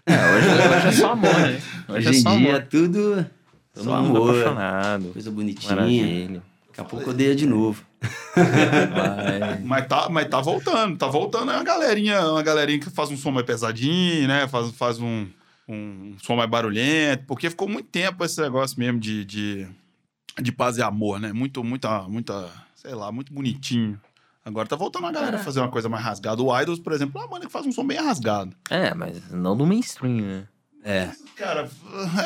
Speaker 4: Hoje é só amor, né?
Speaker 5: Hoje, em dia é tudo
Speaker 6: Todo
Speaker 5: só
Speaker 6: mundo
Speaker 5: amor,
Speaker 6: apaixonado.
Speaker 5: coisa bonitinha.
Speaker 6: Maravilha.
Speaker 5: Daqui a pouco odeia de novo.
Speaker 6: <laughs> Vai.
Speaker 3: Mas tá, mas tá voltando, tá voltando. É uma galerinha, uma galerinha que faz um som mais pesadinho, né? Faz, faz um, um som mais barulhento, porque ficou muito tempo esse negócio mesmo de, de, de paz e amor, né? Muito, muita, muita, sei lá, muito bonitinho. Agora tá voltando a galera a fazer uma coisa mais rasgada. O Idols, por exemplo, é uma banda que faz um som bem rasgado.
Speaker 6: É, mas não do mainstream, né?
Speaker 5: É.
Speaker 3: Cara,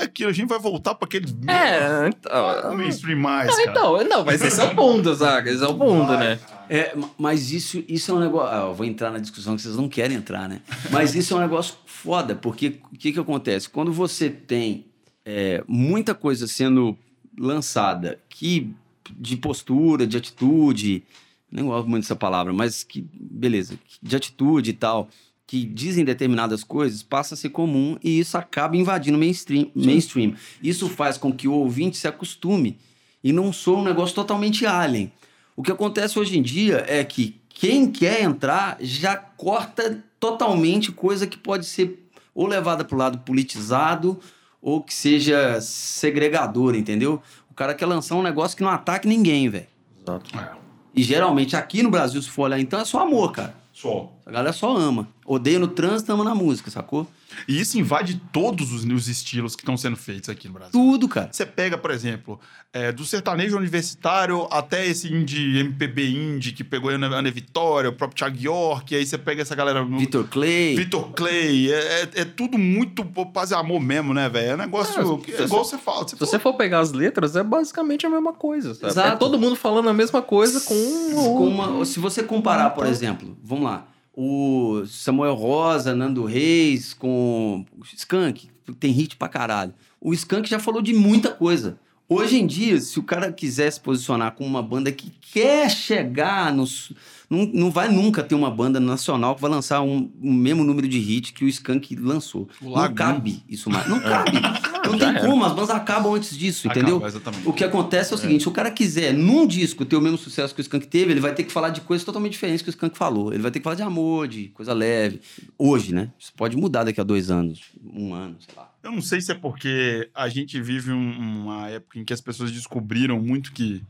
Speaker 3: é aquilo, a gente vai voltar pra aqueles
Speaker 6: É, então.
Speaker 3: mainstream mais,
Speaker 4: Não,
Speaker 3: cara.
Speaker 4: então, não, mas esse é o ponto, saca? Esse é o ponto, né?
Speaker 5: É, ma- mas isso, isso é um negócio. Ah, eu vou entrar na discussão que vocês não querem entrar, né? Mas isso é um negócio foda, porque o que, que acontece? Quando você tem é, muita coisa sendo lançada que de postura, de atitude, nem gosto muito dessa palavra, mas que, beleza, de atitude e tal, que dizem determinadas coisas, passa a ser comum e isso acaba invadindo o mainstream. mainstream. Isso faz com que o ouvinte se acostume e não sou um negócio totalmente alien. O que acontece hoje em dia é que quem quer entrar já corta totalmente coisa que pode ser ou levada para o lado politizado ou que seja segregadora, entendeu? O cara quer lançar um negócio que não ataque ninguém, velho. E geralmente aqui no Brasil, se for olhar, então é só amor, cara.
Speaker 3: Só.
Speaker 5: A galera só ama. Odeia no trânsito, ama na música, sacou?
Speaker 3: E isso invade todos os, os estilos que estão sendo feitos aqui no Brasil.
Speaker 5: Tudo, cara.
Speaker 3: Você pega, por exemplo, é, do sertanejo universitário até esse indie, MPB indie, que pegou a Ana Ana Vitória, o próprio Thiago York, e aí você pega essa galera... no-
Speaker 5: Vitor Clay.
Speaker 3: Vitor Clay, é, é- é tudo muito pô, paz e amor mesmo, né, velho? É negócio que- é,
Speaker 4: você-
Speaker 3: igual você fala. Você
Speaker 4: Se você
Speaker 3: falou.
Speaker 4: for pegar as letras, é basicamente a mesma coisa. Sabe?
Speaker 5: Exato.
Speaker 4: É todo mundo falando a mesma coisa com um.
Speaker 5: Com uma- se você comparar, por exemplo, vamos lá, o Samuel Rosa, Nando Reis com o Skank, tem hit pra caralho. O Skank já falou de muita coisa. Hoje em dia, se o cara quiser se posicionar como uma banda que quer chegar nos. Não, não vai nunca ter uma banda nacional que vai lançar um, o mesmo número de hit que o Skank lançou.
Speaker 3: O
Speaker 5: Não
Speaker 3: Lagoon.
Speaker 5: cabe isso mais. Não cabe. não tem como, as bandas acabam antes disso, entendeu?
Speaker 3: Acaba, Ah, exatamente.
Speaker 5: O que acontece é o seguinte: se o cara quiser, num disco, ter o mesmo sucesso que o Skank teve, ele vai ter que falar de coisas totalmente diferentes que o Skank falou. Ele vai ter que falar de amor, de coisa leve. Hoje, né? Isso pode mudar daqui a dois anos, um ano, sei lá.
Speaker 3: Eu não sei se é porque a gente vive um- uma época em que as pessoas descobriram muito que,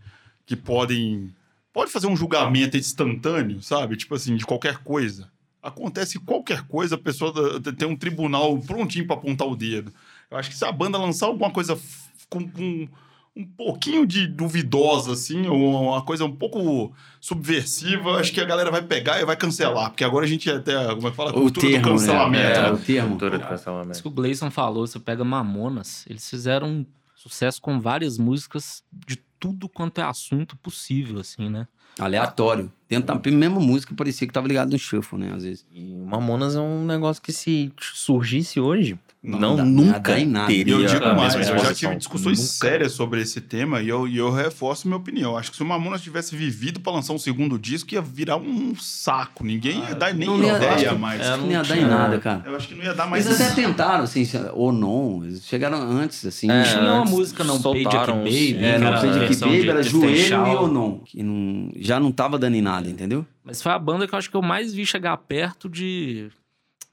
Speaker 3: que podem. Pode fazer um julgamento instantâneo, sabe? Tipo assim, de qualquer coisa. Acontece qualquer coisa, a pessoa da- da- tem um tribunal prontinho pra apontar o dedo. Eu acho que se a banda lançar alguma coisa f- com, com um pouquinho de duvidosa, assim, ou uma coisa um pouco subversiva, acho que a galera vai pegar e vai cancelar. Porque agora a gente é até, como é que fala?
Speaker 5: O termo, né?
Speaker 3: cancelamento.
Speaker 5: É,
Speaker 3: né?
Speaker 5: o termo.
Speaker 6: Cultura do
Speaker 2: Isso
Speaker 6: cancelamento.
Speaker 2: que o Gleison falou, você pega Mamonas, eles fizeram um sucesso com várias músicas de tudo quanto é assunto possível, assim, né?
Speaker 5: Aleatório. Dentro da mesma música, parecia que tava ligado no shuffle, né? Às vezes.
Speaker 6: E Mamonas é um negócio que se surgisse hoje,
Speaker 5: Não
Speaker 6: não,
Speaker 5: dá nada
Speaker 6: nunca
Speaker 5: em nada.
Speaker 3: E
Speaker 6: teria
Speaker 3: eu digo
Speaker 6: a
Speaker 3: mais,
Speaker 6: mesma
Speaker 3: eu já
Speaker 6: exposição.
Speaker 3: tive discussões
Speaker 6: Nunca.
Speaker 3: sérias sobre esse tema e eu, e eu reforço minha opinião. Eu Acho que se o Mamonas tivesse vivido pra lançar um segundo disco, ia virar um saco. Ninguém ia dar nem
Speaker 5: Ah, não ia- acho
Speaker 3: ideia
Speaker 5: que-
Speaker 3: mais.
Speaker 5: Acho que não ia dar em
Speaker 6: tinha-
Speaker 5: nada, cara.
Speaker 3: Eu acho que não ia dar mais.
Speaker 5: Eles até tentaram, assim, ou não. Eles chegaram antes, assim.
Speaker 6: É,
Speaker 2: Tinha uma
Speaker 6: antes
Speaker 2: música, não, Page Aqui
Speaker 6: soltaram uns-
Speaker 2: Baby,
Speaker 5: É,
Speaker 2: que
Speaker 5: não
Speaker 2: era
Speaker 5: sei de que
Speaker 2: versão
Speaker 5: baby, era
Speaker 2: de
Speaker 5: joelho e
Speaker 2: Teixal.
Speaker 5: ou não. Que não, já não tava dando em nada, entendeu?
Speaker 2: Mas foi a banda que eu acho que eu mais vi chegar perto de.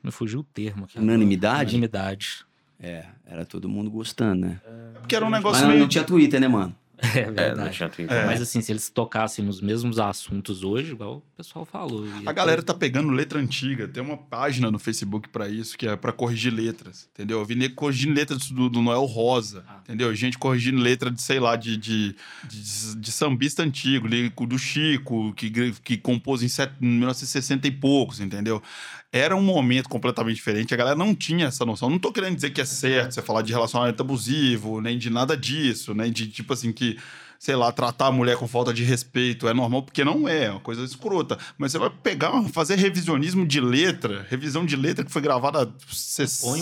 Speaker 2: Me fugiu o termo aqui.
Speaker 5: Unanimidade?
Speaker 2: Unanimidade. <laughs>
Speaker 5: É, era todo mundo gostando, né?
Speaker 3: Porque era um
Speaker 5: Mas
Speaker 3: negócio
Speaker 5: não,
Speaker 3: meio.
Speaker 5: não tinha Twitter, né, mano?
Speaker 2: É
Speaker 6: É, não
Speaker 2: verdade.
Speaker 6: tinha Twitter.
Speaker 3: É.
Speaker 2: Mas assim, se eles tocassem nos mesmos assuntos hoje, igual o pessoal falou. ia
Speaker 3: A
Speaker 2: ter-
Speaker 3: galera tá pegando letra antiga. Tem uma página no Facebook pra isso, que é pra corrigir letras, entendeu? Eu vi nego corrigindo letras do, do Noel Rosa,
Speaker 5: Ah.
Speaker 3: entendeu? Gente corrigindo letra de, sei lá, de, de, de, de sambista antigo, lírico do Chico, que, gre- que compôs em, set- em 1960 e poucos, entendeu? Era um momento completamente diferente, a galera não tinha essa noção. Não tô querendo dizer que é certo você falar de relacionamento abusivo, nem de nada disso, nem de tipo assim que sei lá, tratar a mulher com falta de respeito é normal, porque não é, é uma coisa escrota. Mas você vai pegar, fazer revisionismo de letra, revisão de letra que foi gravada há
Speaker 2: Põe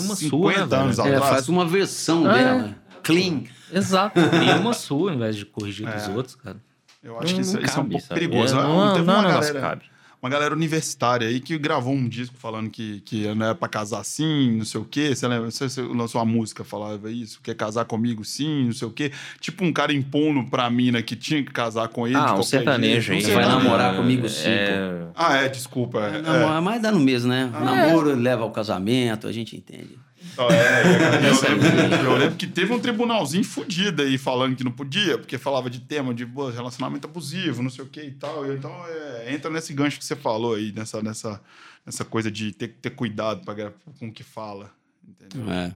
Speaker 3: 50
Speaker 2: uma sua, né, velho?
Speaker 3: anos
Speaker 5: É,
Speaker 3: atrás.
Speaker 5: faz uma versão
Speaker 4: É.
Speaker 5: dela. Clean.
Speaker 4: Exato.
Speaker 2: Cria uma sua, ao invés de corrigir
Speaker 3: É.
Speaker 2: dos outros, cara.
Speaker 3: Eu acho que
Speaker 6: Não-
Speaker 3: isso,
Speaker 6: não
Speaker 3: isso é um
Speaker 6: cabe,
Speaker 3: pouco
Speaker 6: sabe?
Speaker 3: perigoso.
Speaker 6: É,
Speaker 3: Ah,
Speaker 6: não,
Speaker 3: teve
Speaker 6: não é
Speaker 3: uma
Speaker 6: um negócio que
Speaker 3: galera-
Speaker 6: cabe.
Speaker 3: uma galera universitária aí que gravou um disco falando que, que não era pra casar assim, não sei o quê. Você lembra? Você, você lançou uma música, falava isso, quer casar comigo sim, não sei o quê. Tipo um cara impondo pra mina que tinha que casar com ele. de
Speaker 6: Ah, um
Speaker 3: qualquer
Speaker 6: sertanejo aí.
Speaker 3: jeito. Um
Speaker 5: Você vai
Speaker 3: sertanejo.
Speaker 5: namorar comigo, sim,
Speaker 6: É,
Speaker 3: Ah, é, desculpa.
Speaker 5: É,
Speaker 3: É,
Speaker 5: namoro- Mas dá no mesmo, né? O Namoro leva ao casamento, a gente entende.
Speaker 3: Não, é, eu, lembro, eu lembro que teve um tribunalzinho fudido aí falando que não podia, porque falava de tema de pô, relacionamento abusivo, não sei o que e tal. E Então é, entra nesse gancho que você falou aí, nessa, nessa, nessa coisa de ter que ter cuidado pra, gra- com o que fala. Entendeu?
Speaker 5: É.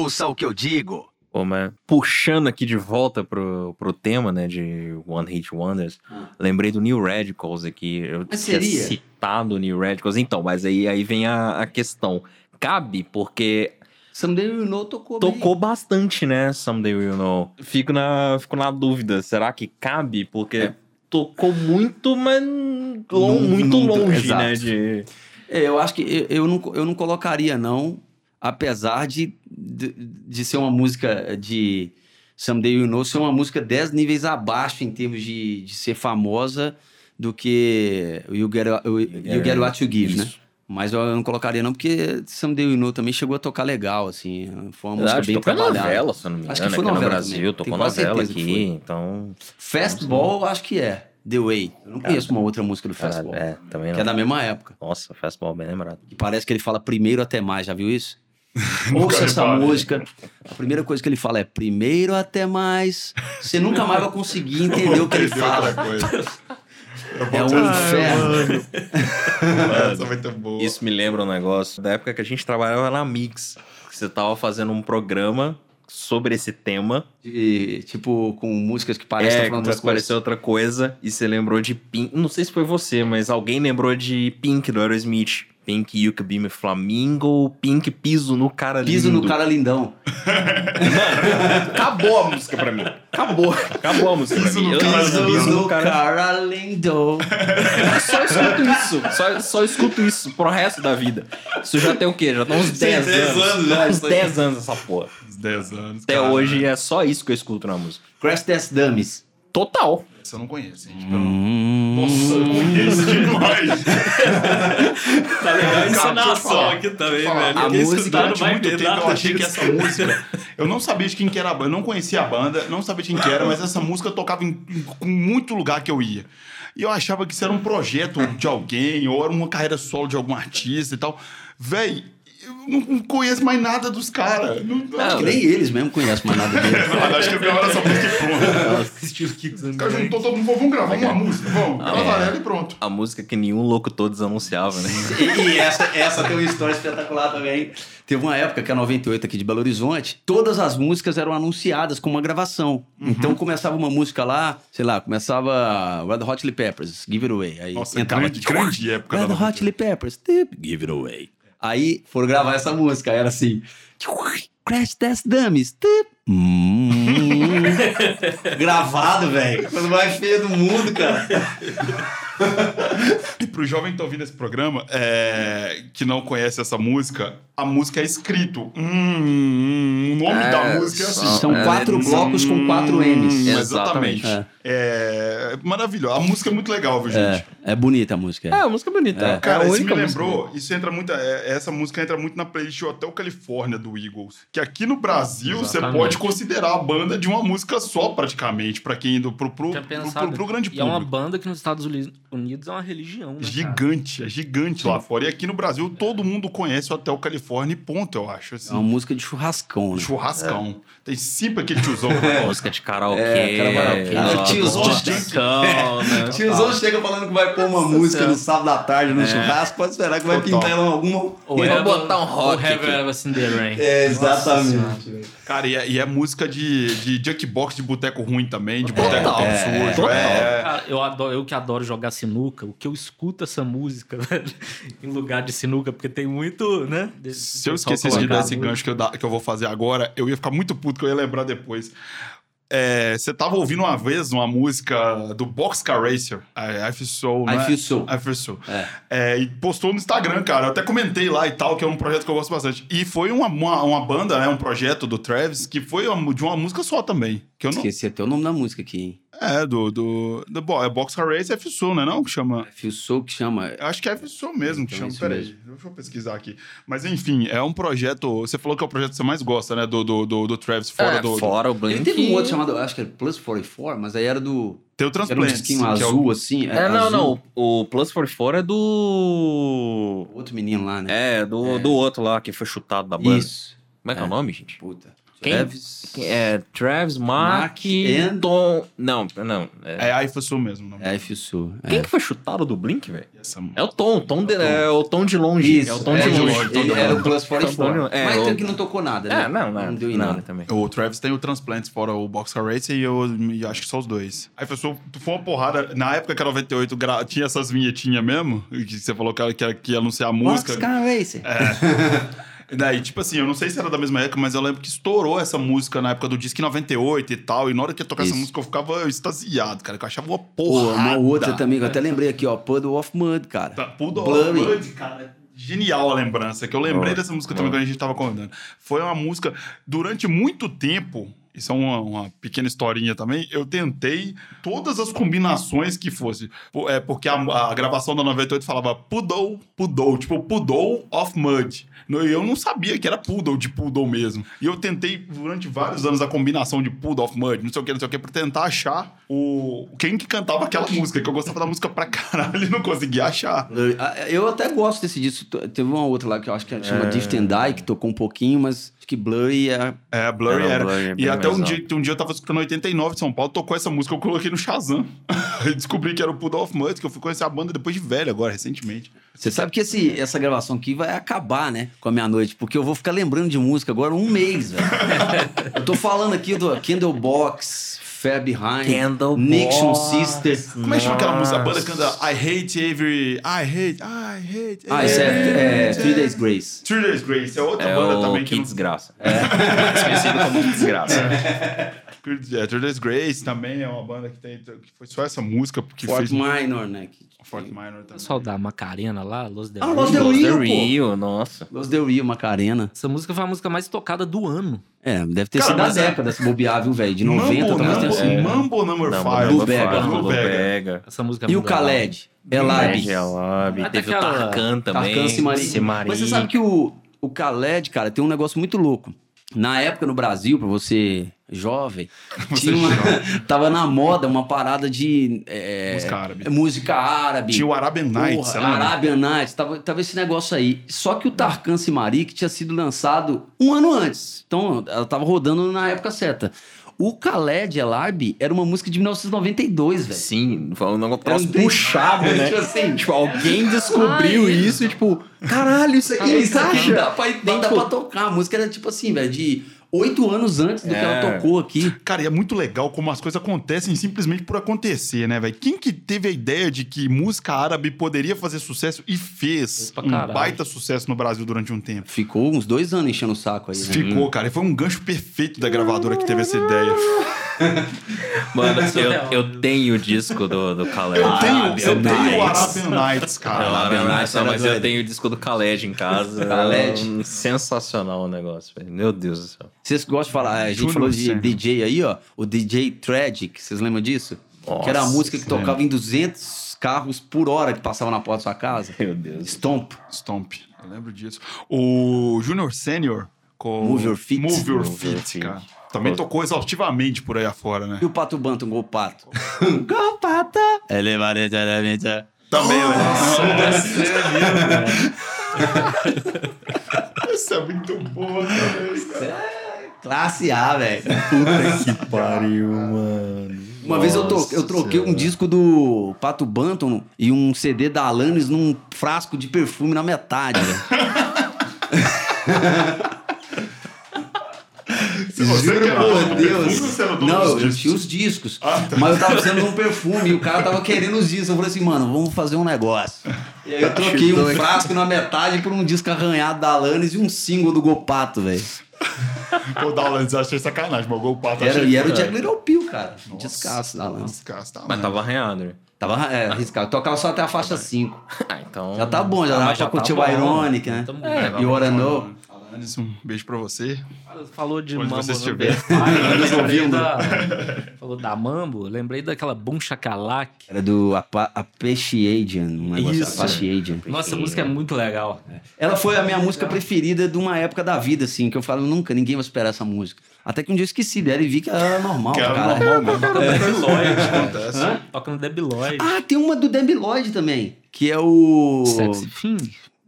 Speaker 1: Ouça o que eu digo.
Speaker 6: Pô, mas puxando aqui de volta pro, pro tema, né, de One Hit Wonders, lembrei do New Radicals aqui. Eu
Speaker 5: Hum. Mas
Speaker 6: tinha
Speaker 5: seria?
Speaker 6: citado o New Radicals. Então, mas aí, aí vem a, a questão. Cabe, porque
Speaker 5: Someday You Know tocou bem.
Speaker 6: tocou bastante, né, Someday We'll Know. Fico na, fico na dúvida, será que cabe? Porque tocou muito, mas lon-
Speaker 5: É. Não-
Speaker 6: muito
Speaker 5: não-
Speaker 6: longe,
Speaker 5: exato.
Speaker 6: né, de...
Speaker 5: É, eu acho que eu, eu não, co- eu não colocaria, não, apesar de, de, de ser uma música de Someday You Know, ser uma música 10 níveis abaixo em termos de, de ser famosa do que You Get, you, you Get What You Give, né? Mas eu não colocaria não, porque Someday You Know também chegou a tocar legal, assim. Foi uma música bem
Speaker 6: tocou
Speaker 5: trabalhada.
Speaker 6: novela, se eu não me engano.
Speaker 5: Acho que foi
Speaker 6: aqui no
Speaker 5: novela
Speaker 6: Brasil,
Speaker 5: também.
Speaker 6: tocou
Speaker 5: Tenho quase
Speaker 6: novela
Speaker 5: certeza que
Speaker 6: aqui,
Speaker 5: foi.
Speaker 6: então.
Speaker 5: Fastball, eu acho que é. The Way. Eu não conheço uma outra música do
Speaker 6: Cara,
Speaker 5: Fastball.
Speaker 6: é, também
Speaker 5: Que é
Speaker 6: não.
Speaker 5: da mesma época.
Speaker 6: Nossa, fastball, bem lembrado.
Speaker 5: Que parece que ele fala primeiro até mais, já
Speaker 3: <laughs>
Speaker 5: viu isso?
Speaker 3: Nunca
Speaker 5: Ouça essa
Speaker 3: reparei.
Speaker 5: música. A primeira coisa que ele fala é primeiro até mais. Você nunca mais vai conseguir entender o que
Speaker 3: <laughs>
Speaker 5: ele
Speaker 3: Entendeu outra
Speaker 5: fala.
Speaker 3: coisa.
Speaker 5: É um inferno.
Speaker 3: Essa vai ter boa.
Speaker 6: Isso me lembra um negócio da época que a gente trabalhava na Mix. que Você tava fazendo um programa sobre esse tema.
Speaker 5: De, tipo, com músicas que parecem
Speaker 6: É,
Speaker 5: estar falando das coisas.
Speaker 6: transpareceu outra coisa e você lembrou de Pink. Não sei se foi você, mas alguém lembrou de Pink do Aerosmith. Pink You Could Be My Flamingo, Pink Piso no Cara
Speaker 5: Piso
Speaker 6: Lindo.
Speaker 5: no cara lindão.
Speaker 6: Acabou a música pra mim. Acabou. Acabou a música
Speaker 3: Piso
Speaker 6: pra mim.
Speaker 3: no
Speaker 6: Eu
Speaker 3: cara
Speaker 6: tava
Speaker 5: Piso
Speaker 6: no
Speaker 5: no cara lindo.
Speaker 6: Só escuto isso. Só, só escuto isso pro resto da vida. Isso já tem o quê? Já tem uns 10
Speaker 5: 10
Speaker 6: anos.
Speaker 5: anos já,
Speaker 6: uns
Speaker 5: isso aí.
Speaker 6: 10 anos essa porra.
Speaker 3: Uns 10 anos.
Speaker 6: Até
Speaker 3: cara.
Speaker 6: hoje é só isso que eu escuto na música.
Speaker 5: Crash Test Dummies.
Speaker 6: Total.
Speaker 3: Isso eu não conheço, gente. pelo- Nossa, eu conheço demais.
Speaker 7: Tá legal a
Speaker 3: falar.
Speaker 2: Tipo,
Speaker 7: encenação aqui também, velho.
Speaker 3: a
Speaker 7: Quem
Speaker 3: música
Speaker 7: escutar não
Speaker 3: durante
Speaker 7: vai
Speaker 3: muito
Speaker 7: entender
Speaker 3: tempo
Speaker 7: nada
Speaker 3: eu achei que
Speaker 7: disso.
Speaker 3: essa música <laughs> eu não sabia de quem que era a banda eu não conhecia a banda não sabia de quem que era mas essa música eu tocava em, em muito lugar que eu ia e eu achava que isso era um projeto de alguém ou era uma carreira solo de algum artista e tal véi eu não não conheço mais nada dos caras não, não,
Speaker 5: Que nem eles mesmo conhecem mais nada dele.
Speaker 3: não, acho que eu vi essa música e pronto os caras juntou todo mundo vamos gravar uma música vamos
Speaker 5: Ah, é.
Speaker 3: gravar ela e pronto
Speaker 6: A música que nenhum louco todos anunciava, né?
Speaker 5: <laughs> E, e essa, essa tem uma história espetacular também. Teve uma época que é a 98 aqui de Belo Horizonte, todas as músicas eram anunciadas com uma gravação. Então começava uma música lá, sei lá, começava Red Hot Chili Peppers, Give It Away. Aí
Speaker 3: nossa
Speaker 5: entrava
Speaker 3: grande, grande época
Speaker 5: Red
Speaker 3: da
Speaker 5: Hot Chili Peppers, tip, Give It Away. Aí foram gravar essa música, aí era assim, Crash Test Dummies, tip. <laughs> Hum. Gravado, velho. Coisa mais feia do mundo, cara.
Speaker 3: E pro jovem que tá ouvindo esse programa, é, que não conhece essa música, a música é escrito. Hum, o nome
Speaker 6: É,
Speaker 3: da música é
Speaker 6: só-
Speaker 3: assim.
Speaker 5: São Hum,
Speaker 6: É,
Speaker 5: quatro
Speaker 6: é,
Speaker 5: blocos com quatro M's.
Speaker 3: Hum,
Speaker 6: Exatamente.
Speaker 3: Exatamente. É. maravilhoso. A música é muito legal, viu, gente?
Speaker 5: É bonita a música.
Speaker 4: É, a música é bonita. É,
Speaker 3: Cara,
Speaker 4: a
Speaker 3: isso me
Speaker 4: única música
Speaker 3: lembrou, isso entra muito, é, essa música entra muito na playlist do Hotel Califórnia do Eagles, que aqui no Brasil você
Speaker 2: Exatamente.
Speaker 3: pode considerar a banda de uma música só praticamente, pra quem é do pro pro,
Speaker 2: Tinha
Speaker 3: pro,
Speaker 2: pensado.
Speaker 3: pro- pro grande
Speaker 2: E é uma
Speaker 3: público.
Speaker 2: banda que nos Estados Uni- Unidos é uma religião, né? cara?
Speaker 3: Gigante, é gigante lá fora. E aqui no Brasil todo mundo conhece o Hotel Califórnia, e ponto, eu acho. assim.
Speaker 5: É uma música de churrascão, né?
Speaker 3: Churrascão. Tem sempre aquele tiozão. Nossa,
Speaker 6: Música de karaokê.
Speaker 5: É, cara, karaokê.
Speaker 6: ó,
Speaker 5: Tiozão
Speaker 6: com
Speaker 5: de-
Speaker 6: discão, né?
Speaker 5: tiozão chega falando que vai pôr uma música no sábado à tarde no churrasco, pode esperar que vai
Speaker 3: Total.
Speaker 5: pintar ela alguma.
Speaker 2: Ou
Speaker 6: Vou
Speaker 2: é
Speaker 6: botar um rock
Speaker 2: Ou Have
Speaker 6: aqui.
Speaker 2: You Ever Seen the Rain.
Speaker 5: É, exatamente.
Speaker 3: Cara, e é, e é música de, de jukebox de boteco ruim também, de boteco
Speaker 6: Total.
Speaker 3: todo sujo. É,
Speaker 2: Cara, eu, adoro- eu que adoro jogar sinuca, o que eu escuto essa música, <laughs> velho, em lugar de sinuca, porque tem muito, né?
Speaker 3: Se eu esquecesse de dar esse gancho que eu, da- que eu vou fazer agora, eu ia ficar muito puto que eu ia lembrar depois. É, Você tava ouvindo uma vez uma música do Boxcar Racer, é, I Feel Soul, né?
Speaker 5: I Feel Soul.
Speaker 3: I Feel Soul. É, e postou no Instagram, cara. Eu até comentei lá e tal, que é um projeto que eu gosto bastante. E foi uma, uma, uma banda, né, um projeto do Travis, que foi uma- de uma música só também. Que eu não,
Speaker 5: Esqueci até o nome da música aqui, hein?
Speaker 3: É, do. do, do bo é Boxcar Race F Soul, não é não? Que chama.
Speaker 5: Fio Soul que chama.
Speaker 3: Eu acho que é F Soul mesmo que
Speaker 5: Então
Speaker 3: chama.
Speaker 5: é isso
Speaker 3: Peraí, deixa eu pesquisar aqui. Mas enfim, é um projeto. Você falou que é o projeto que você mais gosta, né? Do, do, do, do Travis, fora
Speaker 6: É,
Speaker 3: do, do-
Speaker 6: Fora o Blink.
Speaker 5: Ele teve um outro chamado, acho que era Plus 44, mas aí era do.
Speaker 3: Tem o
Speaker 5: Era um
Speaker 3: Transplants.
Speaker 5: disquinho
Speaker 3: que é o-
Speaker 5: azul, assim.
Speaker 6: É, não,
Speaker 5: azul.
Speaker 6: não. O Plus 44 é do.
Speaker 5: Outro menino lá, né?
Speaker 6: É, do, do outro lá que foi chutado da banda.
Speaker 5: Isso.
Speaker 6: Como é que é, o nome, gente?
Speaker 5: Puta.
Speaker 6: Quem?
Speaker 5: Travis.
Speaker 6: É Travis, Mark,
Speaker 5: Mark and-
Speaker 6: Tom. Não, não. É...
Speaker 3: É F Soul mesmo. Não.
Speaker 5: É, Fio Soul.
Speaker 6: Quem que foi chutado do Blink, velho?
Speaker 3: Essa-
Speaker 6: É o Tom, o Tom de, é o Tom de longe. é o Tom de
Speaker 5: é,
Speaker 6: longe.
Speaker 5: ele
Speaker 6: Tom de
Speaker 5: Era o
Speaker 6: longe.
Speaker 5: Plus
Speaker 6: Tom de
Speaker 5: 44.
Speaker 6: longe. É,
Speaker 5: mas
Speaker 6: o-
Speaker 5: tem que não tocou nada, né?
Speaker 6: É, não, não.
Speaker 5: Não deu em
Speaker 6: nada
Speaker 5: nada.
Speaker 6: também.
Speaker 3: O Travis tem o Transplants fora o Boxcar Race e eu e acho que só os dois. Aí foi, só- foi uma porrada. Na época que é a 98 gra- tinha essas vinhetinhas mesmo, que você falou que, era- que, era- que ia anunciar a música.
Speaker 5: Boxcar Racer.
Speaker 3: E Daí, tipo assim, eu não sei se era da mesma época, mas eu lembro que estourou essa música na época do Disque 98 e tal. E na hora que ia tocar
Speaker 5: Isso.
Speaker 3: essa música, eu ficava extasiado, cara. Que eu achava uma
Speaker 5: Pô,
Speaker 3: porra.
Speaker 5: uma outra também, que eu até lembrei aqui, ó. Puddle of Mud, cara.
Speaker 3: Tá,
Speaker 5: Blurry.
Speaker 3: cara. Genial a lembrança, que eu lembrei dessa música também quando a gente tava comentando. Foi uma música, durante muito tempo, Isso é uma, uma pequena historinha também. Eu tentei todas as combinações que fosse. Pô, É porque a, a gravação da 98 falava Pudou, Pudou, tipo Pudou of Mud. No- Eu não sabia que era Poodle de Poodle mesmo. E eu tentei durante vários anos a combinação de Poodle of Mud, não sei o que, não sei o que, pra tentar achar o quem que cantava aquela música, que eu gostava da música pra caralho e não conseguia achar.
Speaker 5: Ah, Eu até gosto desse disco. T- Teve uma outra lá que eu acho que chama Drift and Die, que tocou um pouquinho, mas acho que Blurry é.
Speaker 3: É, Blurry
Speaker 6: Era
Speaker 3: era.
Speaker 6: um Blurry, bem
Speaker 3: e até um
Speaker 6: mais
Speaker 3: dia, um dia eu tava escutando 89 de São Paulo, tocou essa música, eu coloquei no Shazam. <laughs> E Descobri que era o Poodle of Mud, que eu fui conhecer a banda depois de velho agora, recentemente.
Speaker 5: Você sabe que esse, essa gravação aqui vai acabar, né? Com a meia-noite, porque eu vou ficar lembrando de música agora um mês, <laughs> velho. eu tô falando aqui do Candle Box, Fab Behind,
Speaker 6: Candle
Speaker 5: Nation
Speaker 6: Box.
Speaker 5: Sister.
Speaker 3: Como é que chama aquela música? A banda canta I hate every. I hate, I hate.
Speaker 5: Ah, isso é, é Three Days Grace.
Speaker 3: Three Days Grace, é outra
Speaker 6: É
Speaker 3: banda
Speaker 6: o
Speaker 3: também
Speaker 6: que
Speaker 3: que não
Speaker 6: desgraça. <laughs> Esquecido como desgraça.
Speaker 3: É, Judas Grace também é uma banda que tem. Que foi só essa música porque
Speaker 5: Fort
Speaker 3: fez. um
Speaker 5: Minor, né? que-
Speaker 3: Fort Minor
Speaker 2: O
Speaker 3: também.
Speaker 2: pessoal da Macarena lá, Los Del
Speaker 5: Ah,
Speaker 2: Rey.
Speaker 5: Los Del
Speaker 6: Los
Speaker 5: Rio,
Speaker 6: Del
Speaker 5: pô.
Speaker 6: Rio, nossa.
Speaker 5: Los Del Rio, Macarena.
Speaker 2: Essa música foi a música mais tocada do ano.
Speaker 5: É, deve ter
Speaker 3: Cara,
Speaker 5: sido da
Speaker 3: mas é-
Speaker 5: década, se bobear, viu, velho? De 90,
Speaker 3: Mambo,
Speaker 5: talvez tenha
Speaker 3: Number-
Speaker 5: sido.
Speaker 3: Mambo Number
Speaker 6: Não,
Speaker 3: 5.
Speaker 5: Blue Bega.
Speaker 6: Bufala,
Speaker 3: Blue Bega.
Speaker 6: Bega.
Speaker 2: Essa música é
Speaker 5: E o
Speaker 2: muito da hora.
Speaker 5: Khaled? Elab.
Speaker 6: Gelab.
Speaker 2: Até
Speaker 6: Teve o
Speaker 2: aquela-
Speaker 6: Tarkan também.
Speaker 5: Tarkan Simari.
Speaker 6: Simari.
Speaker 5: Mas você sabe que o, o Khaled, cara, tem um negócio muito louco. Na época no Brasil, pra você
Speaker 3: <laughs>
Speaker 5: jovem, tinha uma- <laughs> tava na moda uma parada de é,
Speaker 3: Música árabe.
Speaker 5: música árabe.
Speaker 3: Tinha um o Arabian Nights, sei
Speaker 5: Porra,
Speaker 3: lá. um
Speaker 5: Arabian Nights, tava, tava esse negócio aí. Só que o Tarkan Simari, que tinha sido lançado um ano antes. Então, ela tava rodando na época certa. O Khaled Elab era uma música de 1992, velho.
Speaker 6: Sim, foi um negócio
Speaker 5: Era um
Speaker 6: próximo puxado, né?
Speaker 5: <laughs> Tipo assim,
Speaker 6: Tipo, alguém descobriu
Speaker 5: Ai.
Speaker 6: isso e tipo, caralho, isso aqui é
Speaker 5: isso aqui não
Speaker 6: Sasha.
Speaker 5: dá pra, não dá pra tocar. A música era tipo assim, velho, de oito anos antes do que ela
Speaker 6: É.
Speaker 5: tocou aqui.
Speaker 3: Cara, e é muito legal como as coisas acontecem simplesmente por acontecer, né, velho? Quem que teve a ideia de que música árabe poderia fazer sucesso e
Speaker 2: Fez
Speaker 3: fez
Speaker 2: pra
Speaker 3: um
Speaker 2: caralho.
Speaker 3: baita sucesso no Brasil durante um tempo?
Speaker 5: Ficou uns dois anos enchendo o saco aí, né?
Speaker 3: Ficou, cara. E foi um gancho perfeito da gravadora que teve essa ideia.
Speaker 6: Mano,
Speaker 5: é
Speaker 6: eu, eu tenho o disco do, do Khaled.
Speaker 3: Eu tenho, eu
Speaker 6: Ah, Arabian
Speaker 3: tenho o
Speaker 6: Nights. É,
Speaker 3: Arabian Nights, cara.
Speaker 6: Não, Arabian Nights não,
Speaker 5: era
Speaker 6: mas eu
Speaker 5: doido.
Speaker 6: tenho o disco do Khaled em casa.
Speaker 5: <laughs> Khaled.
Speaker 6: Hum, Sensacional o negócio, velho. Meu Deus do céu.
Speaker 5: Vocês gostam de falar,
Speaker 6: É,
Speaker 5: a gente
Speaker 3: Júnior
Speaker 5: falou de
Speaker 3: Lucena.
Speaker 5: DJ aí, ó, o DJ Tragic, vocês lembram disso? que era a
Speaker 6: Nossa,
Speaker 5: música que tocava em 200 carros por hora que passava na porta da sua casa.
Speaker 6: Meu Deus.
Speaker 5: Stomp.
Speaker 3: Stomp, eu lembro disso. O Junior Senior com
Speaker 5: Move Your Feet.
Speaker 3: Move Your
Speaker 6: Move Your
Speaker 3: Feet,
Speaker 6: Feet.
Speaker 3: cara. Também tocou exaustivamente por aí afora, né?
Speaker 5: E o Pato Bantam, Gol Pato. Gol Pato. Ele vai literalmente...
Speaker 3: Também, <laughs> né? <laughs> Isso é muito bom também, cara.
Speaker 5: Classe A, velho.
Speaker 6: Que pariu, mano.
Speaker 5: Uma vez eu, tro- eu troquei um disco do Pato Banton e um CD da Alanis num frasco de perfume na metade. velho.
Speaker 3: Se você
Speaker 5: Juro
Speaker 3: quer falar do
Speaker 5: por Deus.
Speaker 3: perfume, você era o dono
Speaker 5: Não,
Speaker 3: dos
Speaker 5: eu
Speaker 3: discos. Ah, tá.
Speaker 5: tinha os discos. Mas eu tava usando um perfume e o cara tava querendo os discos. Eu falei assim, mano, vamos fazer um negócio. E
Speaker 3: Tá
Speaker 5: aí eu troquei um frasco na metade por um disco arranhado da Alanis e um single do Gopato, velho.
Speaker 3: Pô, o Dowlands achei sacanagem, mas o Golpato
Speaker 5: Era-
Speaker 3: achei...
Speaker 5: E era o Jack Little Pill, cara. Descasso da Alanis.
Speaker 3: Descasso, tá,
Speaker 6: Mas
Speaker 3: mano.
Speaker 6: tava arranhado, né?
Speaker 5: Tava é, arriscado. Tocava só até a faixa 5.
Speaker 6: Ah, então.
Speaker 5: Já tá bom, já dá pra curtir o Ironic, né?
Speaker 2: Tamo-
Speaker 5: E o Orano.
Speaker 3: Alanis, um beijo pra você.
Speaker 2: Falou de
Speaker 3: Onde
Speaker 2: Mambo
Speaker 3: você
Speaker 2: no
Speaker 3: estiver.
Speaker 2: Best Buy,
Speaker 3: <laughs>
Speaker 2: eu
Speaker 5: Nos
Speaker 2: lembrei
Speaker 5: ouvindo.
Speaker 2: da... Falou da Mambo, lembrei daquela Boom Shakalak.
Speaker 5: Era do Apa- Appreciation, um negócio
Speaker 2: Isso.
Speaker 5: Appreciation.
Speaker 2: Nossa, a música é muito legal.
Speaker 5: Ela foi a minha música preferida de uma época da vida, assim, que eu falo, nunca, ninguém vai esperar essa música. Até que um dia eu esqueci dela e vi que ela era normal,
Speaker 3: Que era
Speaker 5: cara. é.
Speaker 3: normal mesmo.
Speaker 2: Toca no Debiloid.
Speaker 3: Acontece.
Speaker 2: Toca no Debiloid.
Speaker 5: Ah, tem uma do Debbie Lloyd também, que é o
Speaker 2: Sexy Thing? Não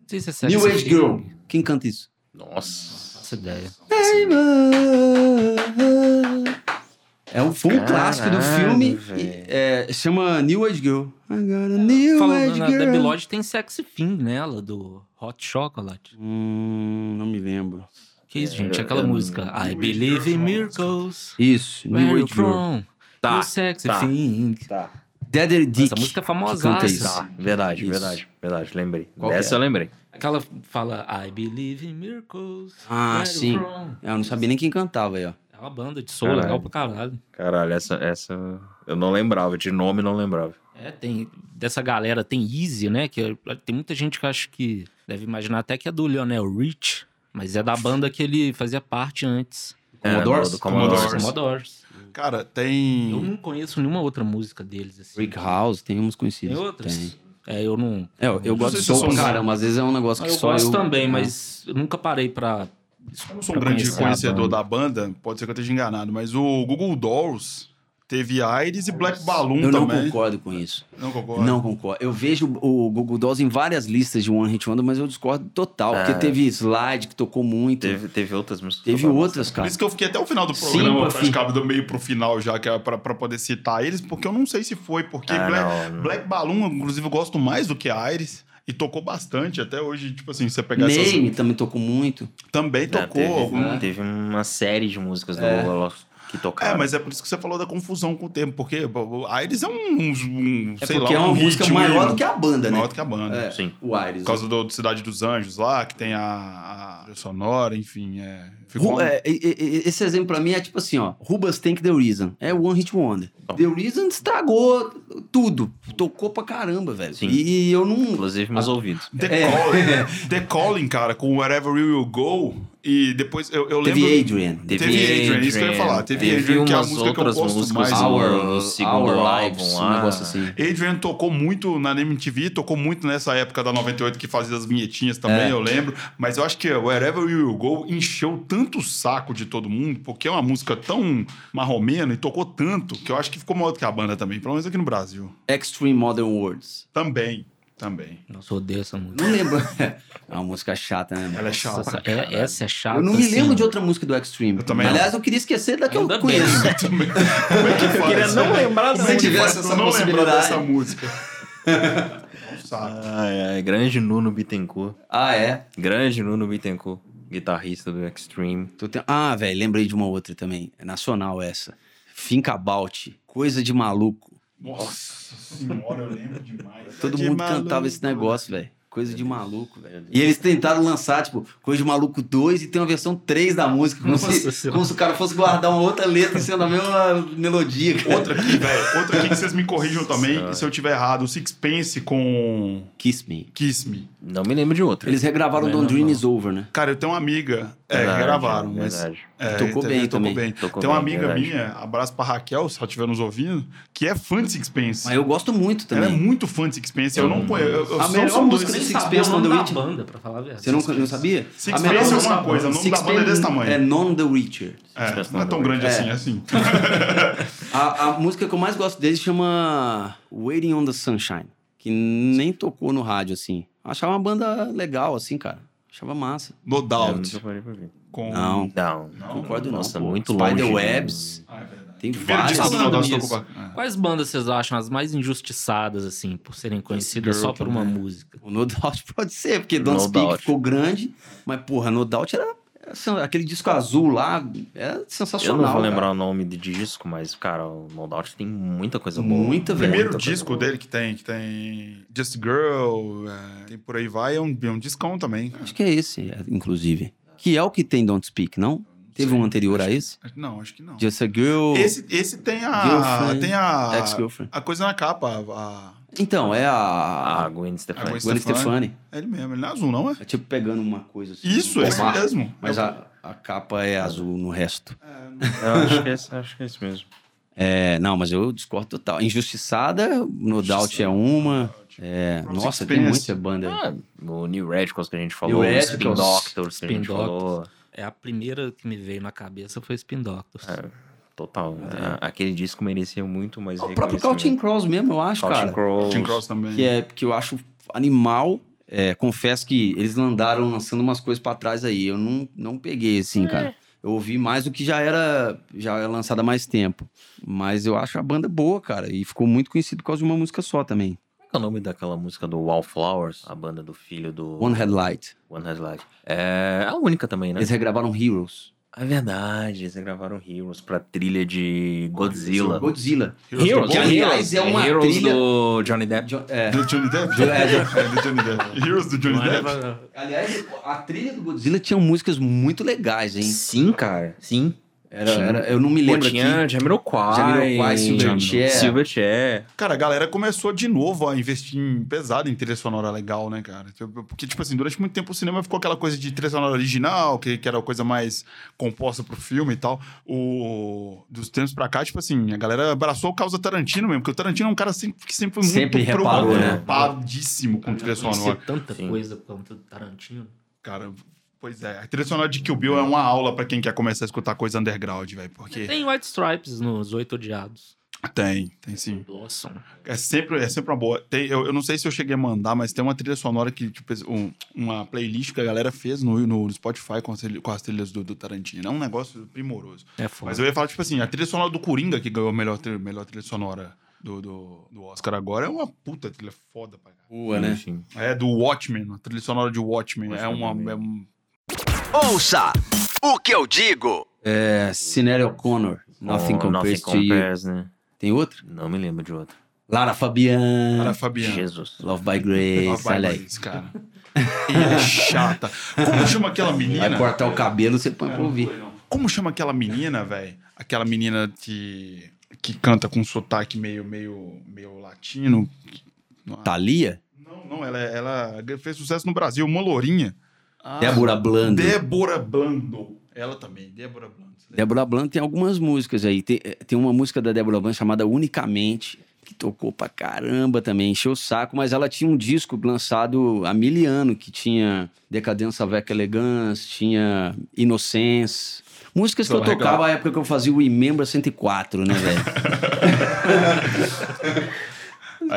Speaker 2: sei se é Sexy
Speaker 5: New Age
Speaker 2: Thing.
Speaker 5: Girl. Quem canta isso?
Speaker 6: Nossa.
Speaker 2: Essa ideia.
Speaker 5: É um, foi um
Speaker 6: Caralho,
Speaker 5: clássico do filme,
Speaker 6: velho.
Speaker 5: e, é, chama New Age Girl. I got a New
Speaker 2: Falando
Speaker 5: Age
Speaker 2: na
Speaker 5: Girl.
Speaker 2: Debiloid, tem Sexy Thing nela, do Hot Chocolate.
Speaker 5: Hum, não me lembro.
Speaker 2: Que isso, gente? Aquela música. I believe in miracles.
Speaker 5: Isso,
Speaker 2: Where
Speaker 5: New
Speaker 2: you
Speaker 5: Age Girl.
Speaker 2: from?
Speaker 6: Tá,
Speaker 2: You sexy
Speaker 6: tá.
Speaker 2: thing.
Speaker 6: Tá.
Speaker 5: Dead Dick.
Speaker 2: Essa música é
Speaker 5: canta
Speaker 2: famosaça.
Speaker 5: isso.
Speaker 6: Tá, verdade,
Speaker 5: Isso.
Speaker 6: verdade, verdade. Lembrei.
Speaker 5: Qual que
Speaker 6: Essa
Speaker 5: é?
Speaker 6: eu lembrei.
Speaker 2: Aquela fala I believe in miracles.
Speaker 5: Ah,
Speaker 2: where you
Speaker 5: sim.
Speaker 2: from?
Speaker 5: Eu não sabia nem quem cantava aí, ó.
Speaker 2: É uma banda de soul
Speaker 6: Caralho.
Speaker 2: legal pra caralho.
Speaker 6: Caralho, essa, essa eu não lembrava. De nome não lembrava.
Speaker 2: É, tem. Dessa galera tem Easy, né? Que é- tem muita gente que acho que deve imaginar até que é do Lionel Rich, mas é da banda que ele fazia parte antes. é
Speaker 5: Commodores?
Speaker 6: do- do Commodores.
Speaker 3: Commodores.
Speaker 2: Commodores.
Speaker 3: Cara,
Speaker 2: Eu
Speaker 3: tem.
Speaker 2: não conheço nenhuma outra música deles. Assim.
Speaker 5: Uhum. Rick House, tem uns
Speaker 2: Tem
Speaker 5: conhecidos.
Speaker 2: outras? É, eu não.
Speaker 5: É, eu, eu gosto
Speaker 3: sei
Speaker 5: de
Speaker 3: se eu
Speaker 5: soul
Speaker 3: sou
Speaker 5: pra
Speaker 3: um-
Speaker 5: caramba, às vezes é um negócio que
Speaker 2: Ah, eu
Speaker 5: só
Speaker 2: gosto
Speaker 5: eu... né?
Speaker 2: também, mas eu nunca parei pra.
Speaker 3: Eu não sou um
Speaker 2: pra
Speaker 3: grande
Speaker 2: conhecer a
Speaker 3: conhecedor
Speaker 2: banda.
Speaker 3: da banda, pode ser que eu esteja enganado, mas o Google Dolls teve Aires e Black Balloon
Speaker 5: Eu não
Speaker 3: Um também.
Speaker 5: concordo com isso.
Speaker 3: Não concordo.
Speaker 5: Não concordo. Eu vejo o Google Dolls em várias listas de One Hit Wonder, mas eu discordo total.
Speaker 2: É.
Speaker 5: Porque teve Slide, que tocou muito. Teve,
Speaker 6: Teve, teve outras músicas.
Speaker 5: outras,
Speaker 3: Por
Speaker 5: cara.
Speaker 3: isso que eu fiquei até o final do
Speaker 5: Tá. Sim,
Speaker 3: programa,
Speaker 5: Puffy.
Speaker 3: praticamente do meio pro final já, que é pra, pra poder citar eles, porque eu não sei se foi, porque
Speaker 6: Ah,
Speaker 3: Black,
Speaker 6: não, não.
Speaker 3: Black Balloon, inclusive, eu gosto mais do que Aires. E tocou bastante, até hoje, tipo assim, você pegar essas...
Speaker 5: Name também tocou muito.
Speaker 3: Também
Speaker 6: É,
Speaker 3: tocou.
Speaker 6: teve,
Speaker 3: algum-
Speaker 5: um
Speaker 6: teve uma série de músicas do Lost que tocaram.
Speaker 3: É, mas é por isso que você falou da confusão com o tempo, porque pô, o Aires é um, um-
Speaker 5: É
Speaker 3: sei lá,
Speaker 5: porque é uma
Speaker 3: um
Speaker 5: música
Speaker 3: ritmo
Speaker 5: maior
Speaker 3: aí,
Speaker 5: do que a banda, né?
Speaker 3: maior do que a banda.
Speaker 5: É,
Speaker 6: Sim.
Speaker 5: O Aires.
Speaker 3: Por causa do, do Cidade dos Anjos lá, que tem a, a sonora, enfim, é...
Speaker 5: Ru- é, e- e- e- esse exemplo pra mim é tipo assim, ó. Rubas Tank The Reason. É o One Hit Wonder. The Reason estragou tudo. Tocou pra caramba, velho.
Speaker 6: Sim.
Speaker 5: E, e eu não.
Speaker 6: Inclusive
Speaker 3: Ah,
Speaker 6: meus ouvidos.
Speaker 3: The,
Speaker 5: É. <laughs>
Speaker 3: Calling, né? The Calling, cara, com Wherever You Will Go, e depois eu, eu lembro...
Speaker 5: Teve Adrian. né?
Speaker 3: Teve Adrian, isso que eu ia falar. Teve Adrian, que é a música que eu gosto mais.
Speaker 6: no-
Speaker 5: Our,
Speaker 6: no segundo
Speaker 5: Our
Speaker 6: álbum ah.
Speaker 5: Lives,
Speaker 6: lá.
Speaker 5: um negócio assim.
Speaker 3: Adrian tocou muito na MTV, tocou muito nessa época da 98 que fazia as vinhetinhas
Speaker 5: É.
Speaker 3: também, eu lembro. Mas eu acho que Wherever You Will Go encheu tanto o saco de todo mundo, porque é uma música tão marromena e tocou tanto, que eu acho que ficou maior do que a banda também, pelo menos aqui no Brasil.
Speaker 5: Extreme Modern Words.
Speaker 3: Também, também.
Speaker 2: Nossa, eu odeio essa música.
Speaker 5: Não lembro. <laughs> é uma música chata, né? mano?
Speaker 3: Ela é chata. <laughs>
Speaker 2: Essa, é- essa é chata.
Speaker 5: Eu não me
Speaker 2: assim.
Speaker 5: lembro de outra música do Extreme.
Speaker 3: Eu também não.
Speaker 5: Aliás, eu queria esquecer da que eu
Speaker 2: Ainda bem.
Speaker 5: conheço.
Speaker 6: <laughs>
Speaker 3: Como é que faz?
Speaker 4: Queria não lembrar da
Speaker 5: Se
Speaker 4: onde
Speaker 5: tivesse
Speaker 3: um Eu
Speaker 5: essa
Speaker 3: não lembro dessa
Speaker 5: possibilidade. <laughs>
Speaker 3: música. É um saco.
Speaker 6: Ai, ai, grande Nuno Bittencourt.
Speaker 5: Ah, é?
Speaker 6: Grande Nuno Bittencourt, guitarrista do Extreme.
Speaker 5: Tô te- Ah, velho, lembrei de uma outra também. É nacional essa. Finca About. Coisa de maluco.
Speaker 3: Nossa senhora, eu lembro demais.
Speaker 5: Todo
Speaker 3: Tá De
Speaker 5: mundo
Speaker 3: maluco.
Speaker 5: cantava esse negócio, velho. Coisa de maluco, velho. E eles tentaram lançar, tipo, Coisa de Maluco 2 e tem uma versão 3 da música. Como,
Speaker 2: Nossa
Speaker 5: se,
Speaker 2: Senhora.
Speaker 5: como se o cara fosse guardar uma outra letra sendo a mesma melodia, cara.
Speaker 3: Outra aqui, velho. Outra aqui que vocês me corrijam também, se eu tiver errado. O Sixpence com
Speaker 5: Kiss Me.
Speaker 3: Kiss Me.
Speaker 6: Não me lembro de outra.
Speaker 5: Eles regravaram
Speaker 2: Também
Speaker 5: Don't
Speaker 2: não
Speaker 5: Dream Is Over, né?
Speaker 3: Cara, eu tenho uma amiga. É,
Speaker 6: Verdade,
Speaker 3: gravaram, mas.
Speaker 6: verdade.
Speaker 3: É,
Speaker 5: Tocou bem também.
Speaker 6: Tocou
Speaker 3: Tem uma
Speaker 6: bem,
Speaker 3: amiga
Speaker 6: verdade.
Speaker 3: minha, abraço pra Raquel, se ela estiver nos ouvindo, que é fã de Sixpence.
Speaker 5: Mas eu gosto muito
Speaker 3: Ela é
Speaker 5: também. Hum.
Speaker 3: muito fã de Sixpence. Eu, não conheço. Eu, eu
Speaker 5: A
Speaker 3: sou-
Speaker 5: melhor
Speaker 3: são dois-
Speaker 5: música
Speaker 2: Eu nem
Speaker 5: Six
Speaker 2: sabia
Speaker 5: Pence
Speaker 2: o nome
Speaker 5: on the
Speaker 2: da
Speaker 5: Witch.
Speaker 2: banda, pra falar a verdade.
Speaker 5: tipo, Você não, não sabia?
Speaker 3: Sixpence
Speaker 5: A
Speaker 3: é
Speaker 5: melhor música-
Speaker 3: alguma coisa, o nome da
Speaker 5: Sixpence
Speaker 3: banda é desse tamanho.
Speaker 5: É Non The Reacher.
Speaker 3: É, não é tão grande
Speaker 5: É.
Speaker 3: assim, é assim.
Speaker 5: A, a música que eu mais gosto deles chama Waiting on the Sunshine, que nem tocou no rádio, assim. Eu Achava uma banda legal, assim, cara. Achava massa.
Speaker 3: <laughs> No
Speaker 6: É,
Speaker 3: Doubt.
Speaker 6: nunca parei pra ver.
Speaker 3: Com...
Speaker 5: Não,
Speaker 6: Não,
Speaker 5: concordo não.
Speaker 6: Nossa,
Speaker 5: pô.
Speaker 6: muito longe.
Speaker 5: Spider Webs.
Speaker 3: Ah, é verdade.
Speaker 5: Tem
Speaker 3: Primeiro
Speaker 5: várias.
Speaker 3: disco do No Doubt
Speaker 2: bandas.
Speaker 3: tocou pra- é.
Speaker 2: Quais bandas vocês acham as mais injustiçadas, assim, por serem conhecidas só por uma música?
Speaker 5: O No Doubt <laughs> pode ser, porque Don't
Speaker 6: No
Speaker 5: Speak
Speaker 6: Doubt.
Speaker 5: ficou grande, mas, porra, No Doubt era... era Aquele disco azul lá é
Speaker 6: eu
Speaker 5: sensacional.
Speaker 6: não vou
Speaker 5: cara.
Speaker 6: lembrar o nome de disco, mas, cara, o No Doubt tem muita coisa boa.
Speaker 5: Muita,
Speaker 3: O
Speaker 5: velho.
Speaker 3: primeiro
Speaker 6: Muita coisa
Speaker 3: disco
Speaker 6: boa.
Speaker 3: dele que tem, que tem Just Girl, é, tem por aí vai, é um, é um discão também. cara.
Speaker 5: Acho que é esse, é, inclusive. Que é o que tem Don't Speak, não? Teve um anterior a esse?
Speaker 3: Não, acho que não.
Speaker 5: Just a Girl,
Speaker 3: Esse, esse tem a.
Speaker 5: Girlfriend,
Speaker 3: Tem a.
Speaker 5: Ex-Girlfriend.
Speaker 3: A coisa na capa. a- a-
Speaker 5: Então, é
Speaker 6: Ah,
Speaker 5: a...
Speaker 6: Gwen Stefani.
Speaker 3: Gwen
Speaker 5: Gwen
Speaker 3: Stefani.
Speaker 5: Stefani.
Speaker 3: é ele mesmo, ele não é azul, não é?
Speaker 5: É tipo pegando uma coisa assim.
Speaker 3: Isso,
Speaker 5: um
Speaker 3: é isso
Speaker 5: formato,
Speaker 3: mesmo.
Speaker 5: Mas a, a capa é azul no resto.
Speaker 6: Eu acho que é esse, acho que é esse mesmo.
Speaker 5: É, não, mas eu discordo total. Injustiçada, No Doubt é uma. É,
Speaker 3: From
Speaker 5: nossa,
Speaker 3: Sixpence.
Speaker 5: tem muita banda.
Speaker 6: Ah, o New Radicals que a gente falou,
Speaker 5: New
Speaker 6: o Spin
Speaker 5: Radicals,
Speaker 6: Doctors que a
Speaker 2: Spin
Speaker 6: gente falou.
Speaker 2: É a primeira que me veio na cabeça foi Spin Doctors.
Speaker 6: Total. né? Aquele disco merecia muito mais
Speaker 5: É. o próprio Counting Crows mesmo, eu acho,
Speaker 6: Counting
Speaker 5: cara.
Speaker 6: né? Crows.
Speaker 3: Tim Cross também.
Speaker 5: Que, é, que eu acho animal. É, confesso que eles andaram lançando umas coisas pra trás aí. Eu não, não peguei, assim, cara. Eu ouvi mais o que já era já era lançado há mais tempo. Mas eu acho a banda boa, cara. E ficou muito conhecido por causa de uma música só também.
Speaker 6: Como é que é o nome daquela música do Wallflowers? A banda do filho do
Speaker 5: One Headlight.
Speaker 6: One Has Light. É a única também, né?
Speaker 5: Eles regravaram Heroes.
Speaker 6: É verdade, eles gravaram Heroes pra trilha de Godzilla.
Speaker 5: Godzilla.
Speaker 6: Heroes,
Speaker 5: que, aliás, é uma
Speaker 6: Heroes
Speaker 5: trilha-
Speaker 6: do Johnny Depp.
Speaker 5: Jo- é.
Speaker 3: Do Johnny Depp? <laughs>
Speaker 5: É,
Speaker 3: É, do Johnny Depp. Heroes do
Speaker 2: é
Speaker 3: Johnny Depp.
Speaker 5: Aliás, a trilha do Godzilla tinha músicas muito legais, hein?
Speaker 6: Sim, cara. Sim.
Speaker 5: Era, era- eu não me lembro
Speaker 4: Botinha,
Speaker 5: aqui.
Speaker 4: Jamiroquai.
Speaker 5: Jamiroquai, Silverchair.
Speaker 6: Silverchair.
Speaker 3: Cara, a galera começou de novo a investir em pesado em trilha sonora legal, né, cara? Porque, tipo assim, durante muito tempo o cinema ficou aquela coisa de trilha sonora original, que, que era a coisa mais composta pro filme e tal. O... Dos tempos pra cá, tipo assim, a galera abraçou o causa Tarantino mesmo, porque o Tarantino é um cara sempre- que sempre foi muito
Speaker 5: Sempre reparou, né?
Speaker 3: preocupadíssimo com trilha sonora.
Speaker 2: tanta
Speaker 6: Sim.
Speaker 2: coisa por conta do Tarantino.
Speaker 3: Cara, pois é. A trilha sonora de Kill Bill é uma aula pra quem quer começar a escutar coisa underground, velho, porque...
Speaker 2: Tem White Stripes nos Oito Odiados.
Speaker 3: Tem, tem sim.
Speaker 2: Dawson.
Speaker 3: É sempre, é sempre uma boa. Tem- eu, eu não sei se eu cheguei a mandar, mas tem uma trilha sonora que, tipo, um- uma playlist que a galera fez no, no Spotify com as, trilha- com as trilhas do, do Tarantino. É um negócio primoroso.
Speaker 2: É foda.
Speaker 3: Mas eu ia falar, tipo assim, a trilha sonora do Coringa, que ganhou a melhor, tri- melhor trilha sonora do, do, do Oscar agora, é uma puta trilha foda pra caralho.
Speaker 5: Boa, né?
Speaker 6: Sim.
Speaker 3: É do Watchmen, a trilha sonora de Watchmen. É
Speaker 6: Watchmen
Speaker 3: uma.
Speaker 6: também.
Speaker 3: é um-
Speaker 1: Ouça o que eu digo.
Speaker 5: É, Cinério O'Connor. Nothing
Speaker 6: Oh,
Speaker 5: Compares to You.
Speaker 6: Compares, né?
Speaker 5: Tem outro?
Speaker 6: Não me lembro de outro.
Speaker 5: Lara Fabian.
Speaker 3: Cara, Fabiano.
Speaker 6: Jesus.
Speaker 5: Love by Grace.
Speaker 3: Ela vai
Speaker 5: olha
Speaker 3: fazer
Speaker 5: aí.
Speaker 3: isso, cara. Ele é chata. Como chama aquela menina?
Speaker 5: Vai cortar o cabelo, você põe pra ouvir.
Speaker 3: Como chama aquela menina, velho? Aquela menina que, que canta com sotaque meio, meio, meio latino.
Speaker 5: Thalia?
Speaker 3: Não, não, ela, é, ela fez sucesso no Brasil, uma lourinha.
Speaker 5: Débora Blando.
Speaker 3: Débora Blando. Ela também, Débora Blando.
Speaker 5: Débora Blando tem algumas músicas aí. Tem, eh, tem uma música da Débora Blando chamada Unicamente, que tocou pra caramba também, encheu o saco, mas ela tinha um disco lançado há mil anos, que tinha Decadência Veca Elegance, tinha Inocência. Músicas que eu
Speaker 3: Pô, legal.
Speaker 5: tocava na época que eu fazia o Imembra 104, né, <laughs> velho?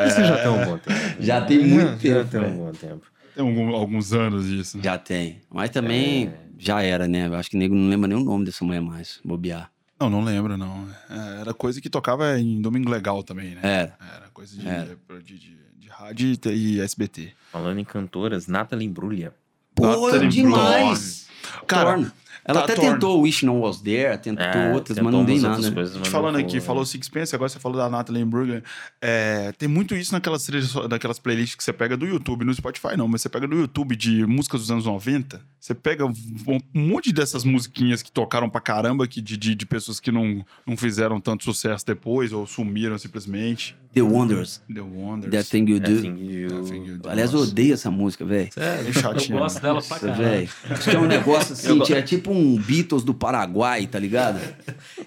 Speaker 6: Isso já tem um bom tempo.
Speaker 5: <laughs> Já tem muito
Speaker 6: Já
Speaker 5: tempo,
Speaker 6: tem
Speaker 5: velho.
Speaker 6: um bom tempo.
Speaker 3: Tem algum- alguns anos disso. né?
Speaker 5: Já tem. Mas também
Speaker 2: É.
Speaker 5: já era, né? Eu acho que o nego não lembra nem o nome dessa mulher mais, bobear.
Speaker 3: Não, não lembro, não. É, Era coisa que tocava em Domingo Legal também, né?
Speaker 5: Era.
Speaker 3: Era coisa de, de, de- de rádio e e SBT.
Speaker 6: Falando em cantoras, Nathalie Imbruglia.
Speaker 5: Pô,
Speaker 3: Natalie
Speaker 5: demais!
Speaker 3: é Cara,
Speaker 5: Torn. Ela
Speaker 3: tá,
Speaker 5: até
Speaker 3: Torn.
Speaker 5: tentou Wish No Was There, tentou
Speaker 6: É,
Speaker 5: outras,
Speaker 6: tentou
Speaker 5: mas não dei
Speaker 6: umas
Speaker 5: nada.
Speaker 6: outras coisas,
Speaker 3: A
Speaker 6: mas
Speaker 3: gente
Speaker 6: não
Speaker 3: falando
Speaker 6: rolou,
Speaker 3: aqui,
Speaker 6: né?
Speaker 3: falou Sixpence, agora você falou da Natalie Brugler. É, tem muito isso naquelas, trilhas- naquelas playlists que você pega do YouTube, no Spotify não, mas você pega do YouTube de músicas dos anos 90, você pega um monte dessas musiquinhas que tocaram pra caramba que, de, de, de pessoas que não, não fizeram tanto sucesso depois ou sumiram simplesmente.
Speaker 5: The Wonders,
Speaker 3: The Wonders.
Speaker 5: That Thing You
Speaker 6: É,
Speaker 5: Do.
Speaker 6: assim, eu-
Speaker 5: Aliás, eu odeio essa música, velho.
Speaker 3: É
Speaker 2: <laughs> Eu
Speaker 3: chatinho.
Speaker 2: gosto dela pra
Speaker 5: Nossa,
Speaker 2: caralho.
Speaker 5: velho. Acho que é
Speaker 2: <laughs>
Speaker 5: um negócio assim, é tipo um Beatles do Paraguai, tá ligado?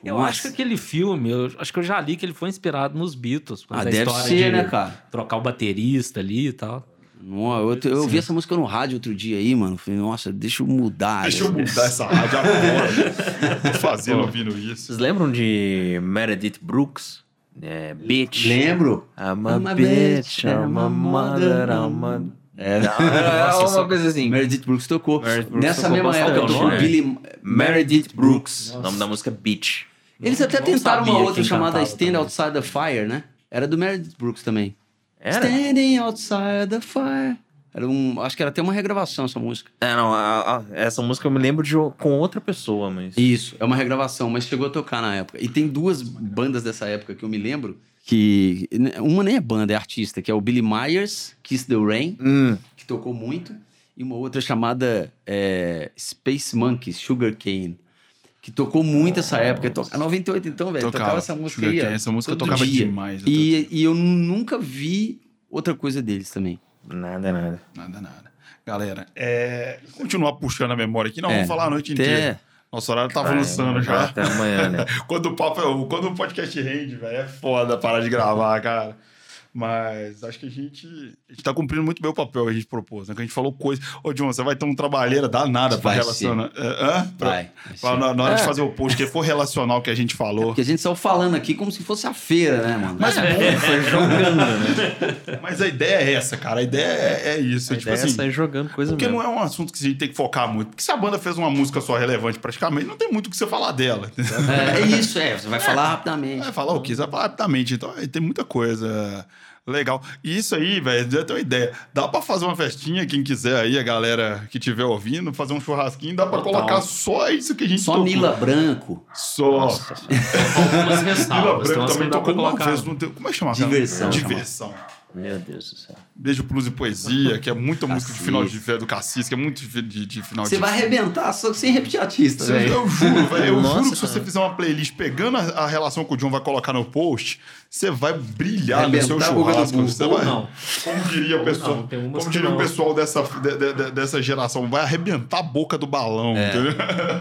Speaker 2: Eu
Speaker 5: Nossa.
Speaker 2: acho que aquele filme, eu acho que eu já li que ele foi inspirado nos Beatles. por
Speaker 5: Ah,
Speaker 2: causa da
Speaker 5: deve
Speaker 2: história
Speaker 5: ser,
Speaker 2: de
Speaker 5: né, cara?
Speaker 2: Trocar o baterista ali e tal.
Speaker 5: Não, eu, eu ouvi essa música no rádio outro dia aí, mano. Falei, nossa, deixa eu mudar.
Speaker 3: Deixa eu
Speaker 5: né?
Speaker 3: mudar essa rádio agora.
Speaker 6: <laughs>
Speaker 3: Tô fazendo ouvindo isso.
Speaker 6: Vocês lembram de Meredith Brooks? É, bitch.
Speaker 5: Lembro?
Speaker 6: I'm
Speaker 5: I'm a
Speaker 6: a bitch,
Speaker 5: bitch,
Speaker 6: I'm a mother, I'm <laughs> a...
Speaker 5: É.
Speaker 6: Nossa,
Speaker 4: É
Speaker 6: só-
Speaker 4: uma coisa assim.
Speaker 5: Meredith Brooks tocou.
Speaker 6: Meredith Brooks
Speaker 5: Nessa
Speaker 6: tocou
Speaker 5: mesma
Speaker 6: bastante,
Speaker 5: época, tocou
Speaker 6: né?
Speaker 5: Billy...
Speaker 6: Meredith Brooks.
Speaker 5: assim.
Speaker 6: O nome da música é Bitch.
Speaker 5: Eles até
Speaker 2: Não
Speaker 5: tentaram
Speaker 2: sabia
Speaker 5: uma outra
Speaker 2: quem
Speaker 5: chamada
Speaker 2: cantava
Speaker 5: Stand
Speaker 2: também.
Speaker 5: Outside the Fire, né? Era do Meredith Brooks também.
Speaker 6: Era?
Speaker 5: Standing Outside the Fire. Era um, acho que era até uma regravação essa música.
Speaker 6: É, não, a- a- essa música eu me lembro de o- com outra pessoa, mas...
Speaker 5: Isso, é uma regravação, mas chegou a tocar na época. E tem duas bandas dessa época que eu me lembro, que uma nem é banda, é artista, que é o Billy Myers, Kiss the Rain,
Speaker 6: Hum,
Speaker 5: que tocou muito, e uma outra chamada é, Space Monkeys, Sugar Cane, que tocou muito essa época. Toca, 98 então, velho, tocava, essa música aí, ó,
Speaker 3: Sugarcane, Essa música
Speaker 5: todo
Speaker 3: tocava
Speaker 5: dia.
Speaker 3: demais.
Speaker 5: E, e eu nunca vi outra coisa deles também.
Speaker 6: nada, nada.
Speaker 3: Nada, nada. Galera, é... continuar puxando a memória aqui, não,
Speaker 5: É,
Speaker 3: vamos falar a noite inteira. Nosso horário tá avançando
Speaker 6: Vai,
Speaker 3: já.
Speaker 6: Até amanhã,
Speaker 3: <laughs>
Speaker 6: né?
Speaker 3: Quando o, papo é- quando o podcast rende, velho, é foda parar de gravar, cara. Mas acho que a gente, a gente tá cumprindo muito bem o papel que a gente propôs, né? Que a gente falou coisa. Ô, John, você vai ter um trabalheira danada pra
Speaker 5: Vai
Speaker 3: relacionar. É, hã? Pra-
Speaker 5: Vai.
Speaker 3: pra- na, na hora de fazer o post, que for relacionar o que a gente
Speaker 6: É
Speaker 3: falou.
Speaker 5: Porque a gente saiu falando aqui como se fosse a feira, né, mano?
Speaker 3: Mas,
Speaker 6: jogando, né?
Speaker 3: mas a ideia é essa, cara. A ideia é, é isso.
Speaker 6: A
Speaker 3: É, tipo
Speaker 6: ideia é
Speaker 3: assim,
Speaker 6: sair jogando coisa
Speaker 3: Porque
Speaker 6: mesmo.
Speaker 3: não é um assunto que a gente tem que focar muito. Porque se a banda fez uma música só relevante praticamente, não tem muito o que você falar dela. entendeu?
Speaker 5: É, é isso, é. Você vai falar rapidamente.
Speaker 3: Vai É, falar o que? Você vai falar rapidamente. Então, aí tem muita coisa legal. E isso aí, velho, já tem uma ideia. Dá pra fazer uma festinha, quem quiser aí, a galera que estiver ouvindo, fazer um churrasquinho, dá pra colocar só isso que a gente
Speaker 5: Só
Speaker 3: tocou.
Speaker 5: Nila Branco,
Speaker 3: Só.
Speaker 2: <laughs> Algumas
Speaker 3: Nila
Speaker 2: ressalvas. tem
Speaker 3: Branco
Speaker 2: umas que
Speaker 3: também
Speaker 2: não dá
Speaker 3: tocou
Speaker 2: pra
Speaker 3: uma
Speaker 2: colocar.
Speaker 3: vez. Não é- tem... Como é que chama?
Speaker 5: Diversão.
Speaker 3: Diversão.
Speaker 6: Meu Deus do céu.
Speaker 3: Beijo Plus e Poesia, que é muita música de
Speaker 5: Cassis.
Speaker 3: final de fé do Cassis, que é muito de, de- de final
Speaker 5: Você
Speaker 3: de
Speaker 5: vai arrebentar só que sem repetir artista,
Speaker 3: Cê-
Speaker 5: velho.
Speaker 3: Eu juro, velho. Eu
Speaker 6: Nossa,
Speaker 3: juro que se você
Speaker 6: cara.
Speaker 3: fizer uma playlist pegando a, a relação que o John vai colocar no post, você vai brilhar no
Speaker 5: Arrebentar
Speaker 3: seu
Speaker 5: a boca do
Speaker 3: churrasco.
Speaker 5: burro.
Speaker 3: Você
Speaker 2: Ou
Speaker 3: vai-
Speaker 2: não.
Speaker 3: Como diria o
Speaker 2: Ou
Speaker 3: pessoal,
Speaker 2: não, tem umas
Speaker 3: como
Speaker 2: que
Speaker 3: diria o
Speaker 2: não.
Speaker 3: pessoal dessa, de- de- de- dessa geração, vai arrebentar a boca do balão, entendeu? <laughs>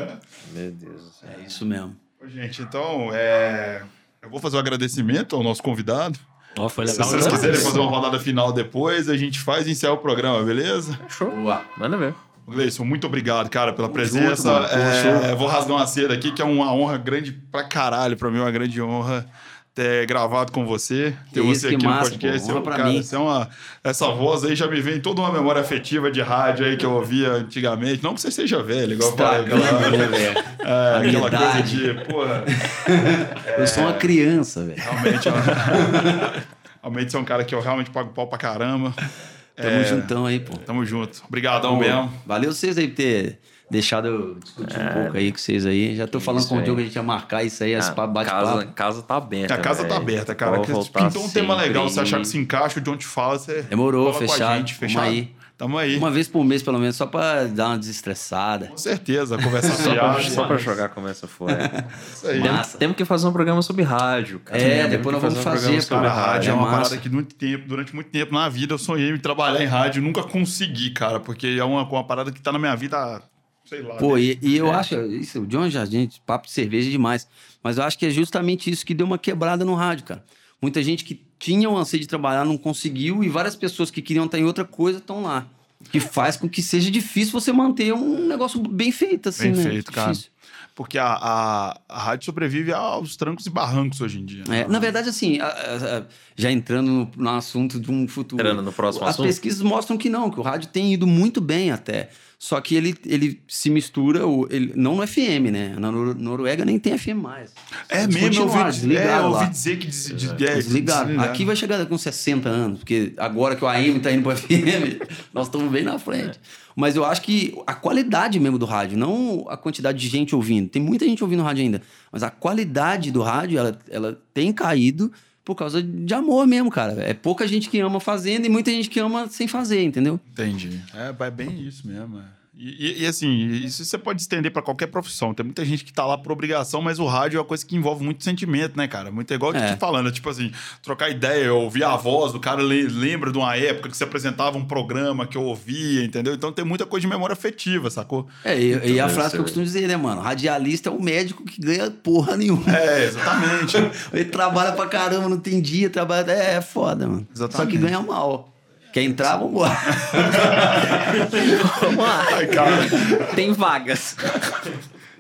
Speaker 6: Meu Deus do céu.
Speaker 5: É isso mesmo.
Speaker 3: Ô, Gente, então, é, eu vou fazer um agradecimento ao nosso convidado.
Speaker 5: um
Speaker 2: Ó, foi
Speaker 3: Se
Speaker 2: legal.
Speaker 3: vocês quiserem fazer uma rodada final depois, a gente faz e encerra o programa, beleza?
Speaker 5: Boa.
Speaker 4: Manda ver.
Speaker 3: Gleison, muito obrigado, cara, pela
Speaker 5: junto,
Speaker 3: presença.
Speaker 5: mano. Pô,
Speaker 3: É, vou rasgar uma seda aqui, que é uma honra grande pra caralho. Pra mim, é uma grande honra ter gravado com você, ter
Speaker 5: Que isso,
Speaker 3: você
Speaker 5: que
Speaker 3: aqui no
Speaker 5: massa,
Speaker 3: podcast.
Speaker 5: pô, honra
Speaker 3: Eu,
Speaker 5: pra
Speaker 3: cara,
Speaker 5: mim.
Speaker 3: você é uma- essa voz aí já me vem toda uma memória afetiva de rádio aí que eu ouvia antigamente. Não que você seja velho, igual eu falei.
Speaker 5: Estragando, né,
Speaker 3: Aquela,
Speaker 5: velho?
Speaker 3: é, aquela coisa
Speaker 5: verdade.
Speaker 3: de, porra,
Speaker 5: Eu sou uma criança, velho.
Speaker 3: realmente. é uma- Realmente você é um cara que eu realmente pago pau pra caramba.
Speaker 5: Tamo
Speaker 3: É.
Speaker 5: juntão aí, pô.
Speaker 3: Tamo junto. Obrigadão mesmo.
Speaker 5: Valeu vocês aí por ter deixado eu discutir um pouco aí com vocês aí. Já tô falando
Speaker 6: É. isso,
Speaker 5: com o Diogo,
Speaker 6: velho.
Speaker 5: a gente ia marcar isso aí, esse
Speaker 6: Ah,
Speaker 5: papo
Speaker 6: casa,
Speaker 5: bate-papo.
Speaker 6: casa tá aberta.
Speaker 3: A casa tá
Speaker 5: Então, é
Speaker 6: velho.
Speaker 3: aberta, cara.
Speaker 6: Pode
Speaker 3: Que
Speaker 6: voltar
Speaker 3: pintou um tema
Speaker 6: sempre
Speaker 3: legal, você achar
Speaker 6: aí.
Speaker 3: que se encaixa, o John te fala, você.
Speaker 5: Demorou,
Speaker 3: cola com a
Speaker 5: fechado.
Speaker 3: gente,
Speaker 5: Vamos
Speaker 3: fechado?
Speaker 5: aí.
Speaker 3: Tamo aí.
Speaker 5: Uma vez por mês, pelo menos, só pra dar uma desestressada.
Speaker 3: Com certeza, conversar
Speaker 6: Só pra,
Speaker 3: fiado.
Speaker 6: só pra jogar começa
Speaker 3: <laughs>
Speaker 6: fora.
Speaker 3: Isso aí.
Speaker 5: Dá-
Speaker 4: Temos,
Speaker 5: Massa.
Speaker 4: temos que fazer um programa sobre rádio, cara.
Speaker 5: É,
Speaker 4: Temos
Speaker 5: depois
Speaker 4: que
Speaker 5: nós vamos
Speaker 4: um programa
Speaker 5: fazer,
Speaker 4: sobre
Speaker 3: Cara, a
Speaker 5: cara,
Speaker 3: rádio é
Speaker 5: é
Speaker 3: uma
Speaker 5: massa.
Speaker 3: parada que muito tempo, durante muito tempo na vida eu sonhei em trabalhar em rádio, nunca consegui, cara, porque é uma, uma parada que tá na minha vida, há, sei lá. né?
Speaker 5: Pô, e, e
Speaker 6: É.
Speaker 5: eu acho, isso, o John Jardim, esse papo de cerveja é demais. Mas eu acho que é justamente isso que deu uma quebrada no rádio, cara. Muita gente que tinha o anseio de trabalhar não conseguiu, e várias pessoas que queriam estar em outra coisa estão lá. Que faz com que seja difícil você manter um negócio bem feito, assim,
Speaker 3: Bem
Speaker 5: né?
Speaker 3: feito, cara.
Speaker 5: Difícil.
Speaker 3: Porque a, a, a rádio sobrevive aos trancos e barrancos hoje em dia. né?
Speaker 5: É, na verdade, assim, a- a- a- já entrando no, no assunto de um futuro.
Speaker 6: Entrando no próximo
Speaker 5: As
Speaker 6: assunto.
Speaker 5: pesquisas mostram que não, que o rádio tem ido muito bem até. Só que ele, ele se mistura, o- ele, não no FM, né? Na Nor- Noruega nem tem FM mais.
Speaker 3: É
Speaker 5: Eles
Speaker 3: mesmo, eu
Speaker 5: continuaram,
Speaker 3: ouvi, é,
Speaker 5: desligaram
Speaker 3: eu ouvi
Speaker 5: lá.
Speaker 3: dizer que des, des, é,
Speaker 5: Desligaram.
Speaker 3: desligaram.
Speaker 5: Aqui vai chegar com 60 anos, porque agora que o AM tá <laughs> indo para FM, nós estamos bem na frente. Mas eu acho que a qualidade mesmo do rádio, não a quantidade de gente ouvindo. Tem muita gente ouvindo rádio ainda, mas a qualidade do rádio, ela, ela tem caído por causa de amor mesmo, cara. É pouca gente que ama fazendo e muita gente que ama sem fazer, entendeu?
Speaker 3: Entendi. É, é bem isso mesmo. é. E, e- e, assim, isso você pode estender pra qualquer profissão. Tem muita gente que tá lá por obrigação, mas o rádio é uma coisa que envolve muito sentimento, né, cara? Muito é igual de
Speaker 5: É.
Speaker 3: te falando, é tipo assim, trocar ideia, ouvir a voz do cara, le- lembra de uma época que você apresentava um programa que eu ouvia, entendeu? Então tem muita coisa de memória afetiva, sacou?
Speaker 5: É, e, e a
Speaker 6: deve
Speaker 5: frase
Speaker 6: ser.
Speaker 5: que eu costumo dizer, né, mano? Radialista é o médico que ganha porra nenhuma.
Speaker 3: É,
Speaker 4: <laughs>
Speaker 3: exatamente.
Speaker 5: Ele trabalha pra caramba, não tem dia, trabalha. É, é foda, mano. Só
Speaker 3: Exatamente.
Speaker 5: que ganha mal. Quer entrar, vambora.
Speaker 4: Vamos lá.
Speaker 3: Ai, cara.
Speaker 4: Tem vagas.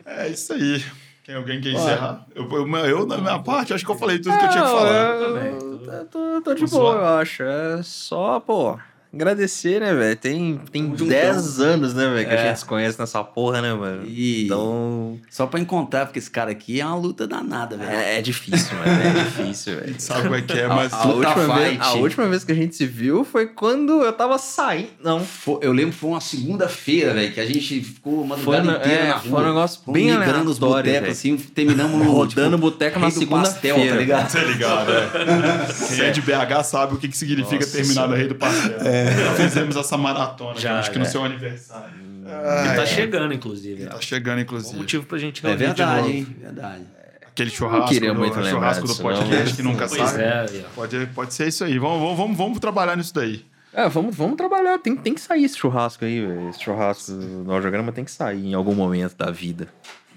Speaker 3: É isso aí. Tem alguém quer encerrar? Eu, eu, eu, na minha parte, acho que eu falei tudo que eu tinha que
Speaker 4: Não,
Speaker 3: falar.
Speaker 4: Eu, eu tô, tô de
Speaker 3: Vamos
Speaker 4: boa,
Speaker 3: lá.
Speaker 4: eu acho. É só, pô, agradecer, né, velho? Tem, tem 10
Speaker 6: anos, né, velho? Que
Speaker 5: É.
Speaker 6: a gente se conhece nessa porra, né, mano?
Speaker 5: E
Speaker 6: Então.
Speaker 5: só pra encontrar, porque esse cara aqui é uma luta danada, velho.
Speaker 6: É, é difícil, mano. É difícil,
Speaker 3: A
Speaker 6: velho.
Speaker 3: gente sabe como é que
Speaker 4: <laughs>
Speaker 3: é, mas.
Speaker 5: a-
Speaker 4: A última,
Speaker 5: Puta
Speaker 4: vez,
Speaker 5: fight.
Speaker 4: a última vez que a gente se viu foi quando eu tava saindo. Não.
Speaker 5: Fo- Eu lembro que <laughs> foi uma segunda-feira, velho, que a gente ficou uma
Speaker 4: Foi,
Speaker 5: madrugada
Speaker 4: na- é,
Speaker 5: inteira na
Speaker 4: foi um
Speaker 5: rua.
Speaker 4: negócio
Speaker 5: Fomos
Speaker 4: bem
Speaker 5: migrando os
Speaker 4: aleatório,
Speaker 5: botecos,
Speaker 4: velho.
Speaker 5: assim, terminamos no,
Speaker 4: Rodando
Speaker 5: tipo,
Speaker 4: boteca na
Speaker 5: rei do pastel,
Speaker 4: segunda-feira.
Speaker 5: tá ligado?
Speaker 3: Tá <laughs> ligado, é. Quem é de BH sabe o que, que significa terminar no Rei do Pastel. Já fizemos essa maratona,
Speaker 2: Já,
Speaker 3: acho que
Speaker 2: já.
Speaker 3: no seu aniversário.
Speaker 2: Ele tá chegando, inclusive.
Speaker 3: né? Tá
Speaker 2: ó.
Speaker 3: chegando,
Speaker 2: Bom
Speaker 3: inclusive.
Speaker 2: motivo pra gente
Speaker 5: É
Speaker 2: reunir de novo.
Speaker 5: verdade, hein? Verdade.
Speaker 3: Aquele churrasco,
Speaker 6: queria
Speaker 3: do,
Speaker 6: muito lembrar
Speaker 3: churrasco do
Speaker 6: disso,
Speaker 3: podcast
Speaker 6: não,
Speaker 3: que nunca
Speaker 2: Pois
Speaker 3: sai.
Speaker 2: é, aí, ó.
Speaker 3: Pode, pode ser isso aí. Vamos, vamos, vamos, vamos trabalhar nisso daí.
Speaker 6: É, vamos, vamos trabalhar. Tem, tem que sair esse churrasco aí, velho. Esse churrasco no audiograma tem que sair em algum momento da vida.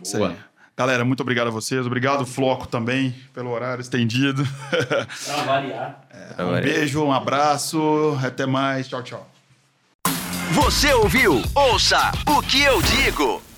Speaker 3: Isso aí. Galera, muito obrigado a vocês. Obrigado, Floco, também, pelo horário estendido.
Speaker 2: Pra variar.
Speaker 3: Um beijo, um abraço. Até mais. Tchau, tchau.
Speaker 1: Você ouviu? Ouça o que eu digo.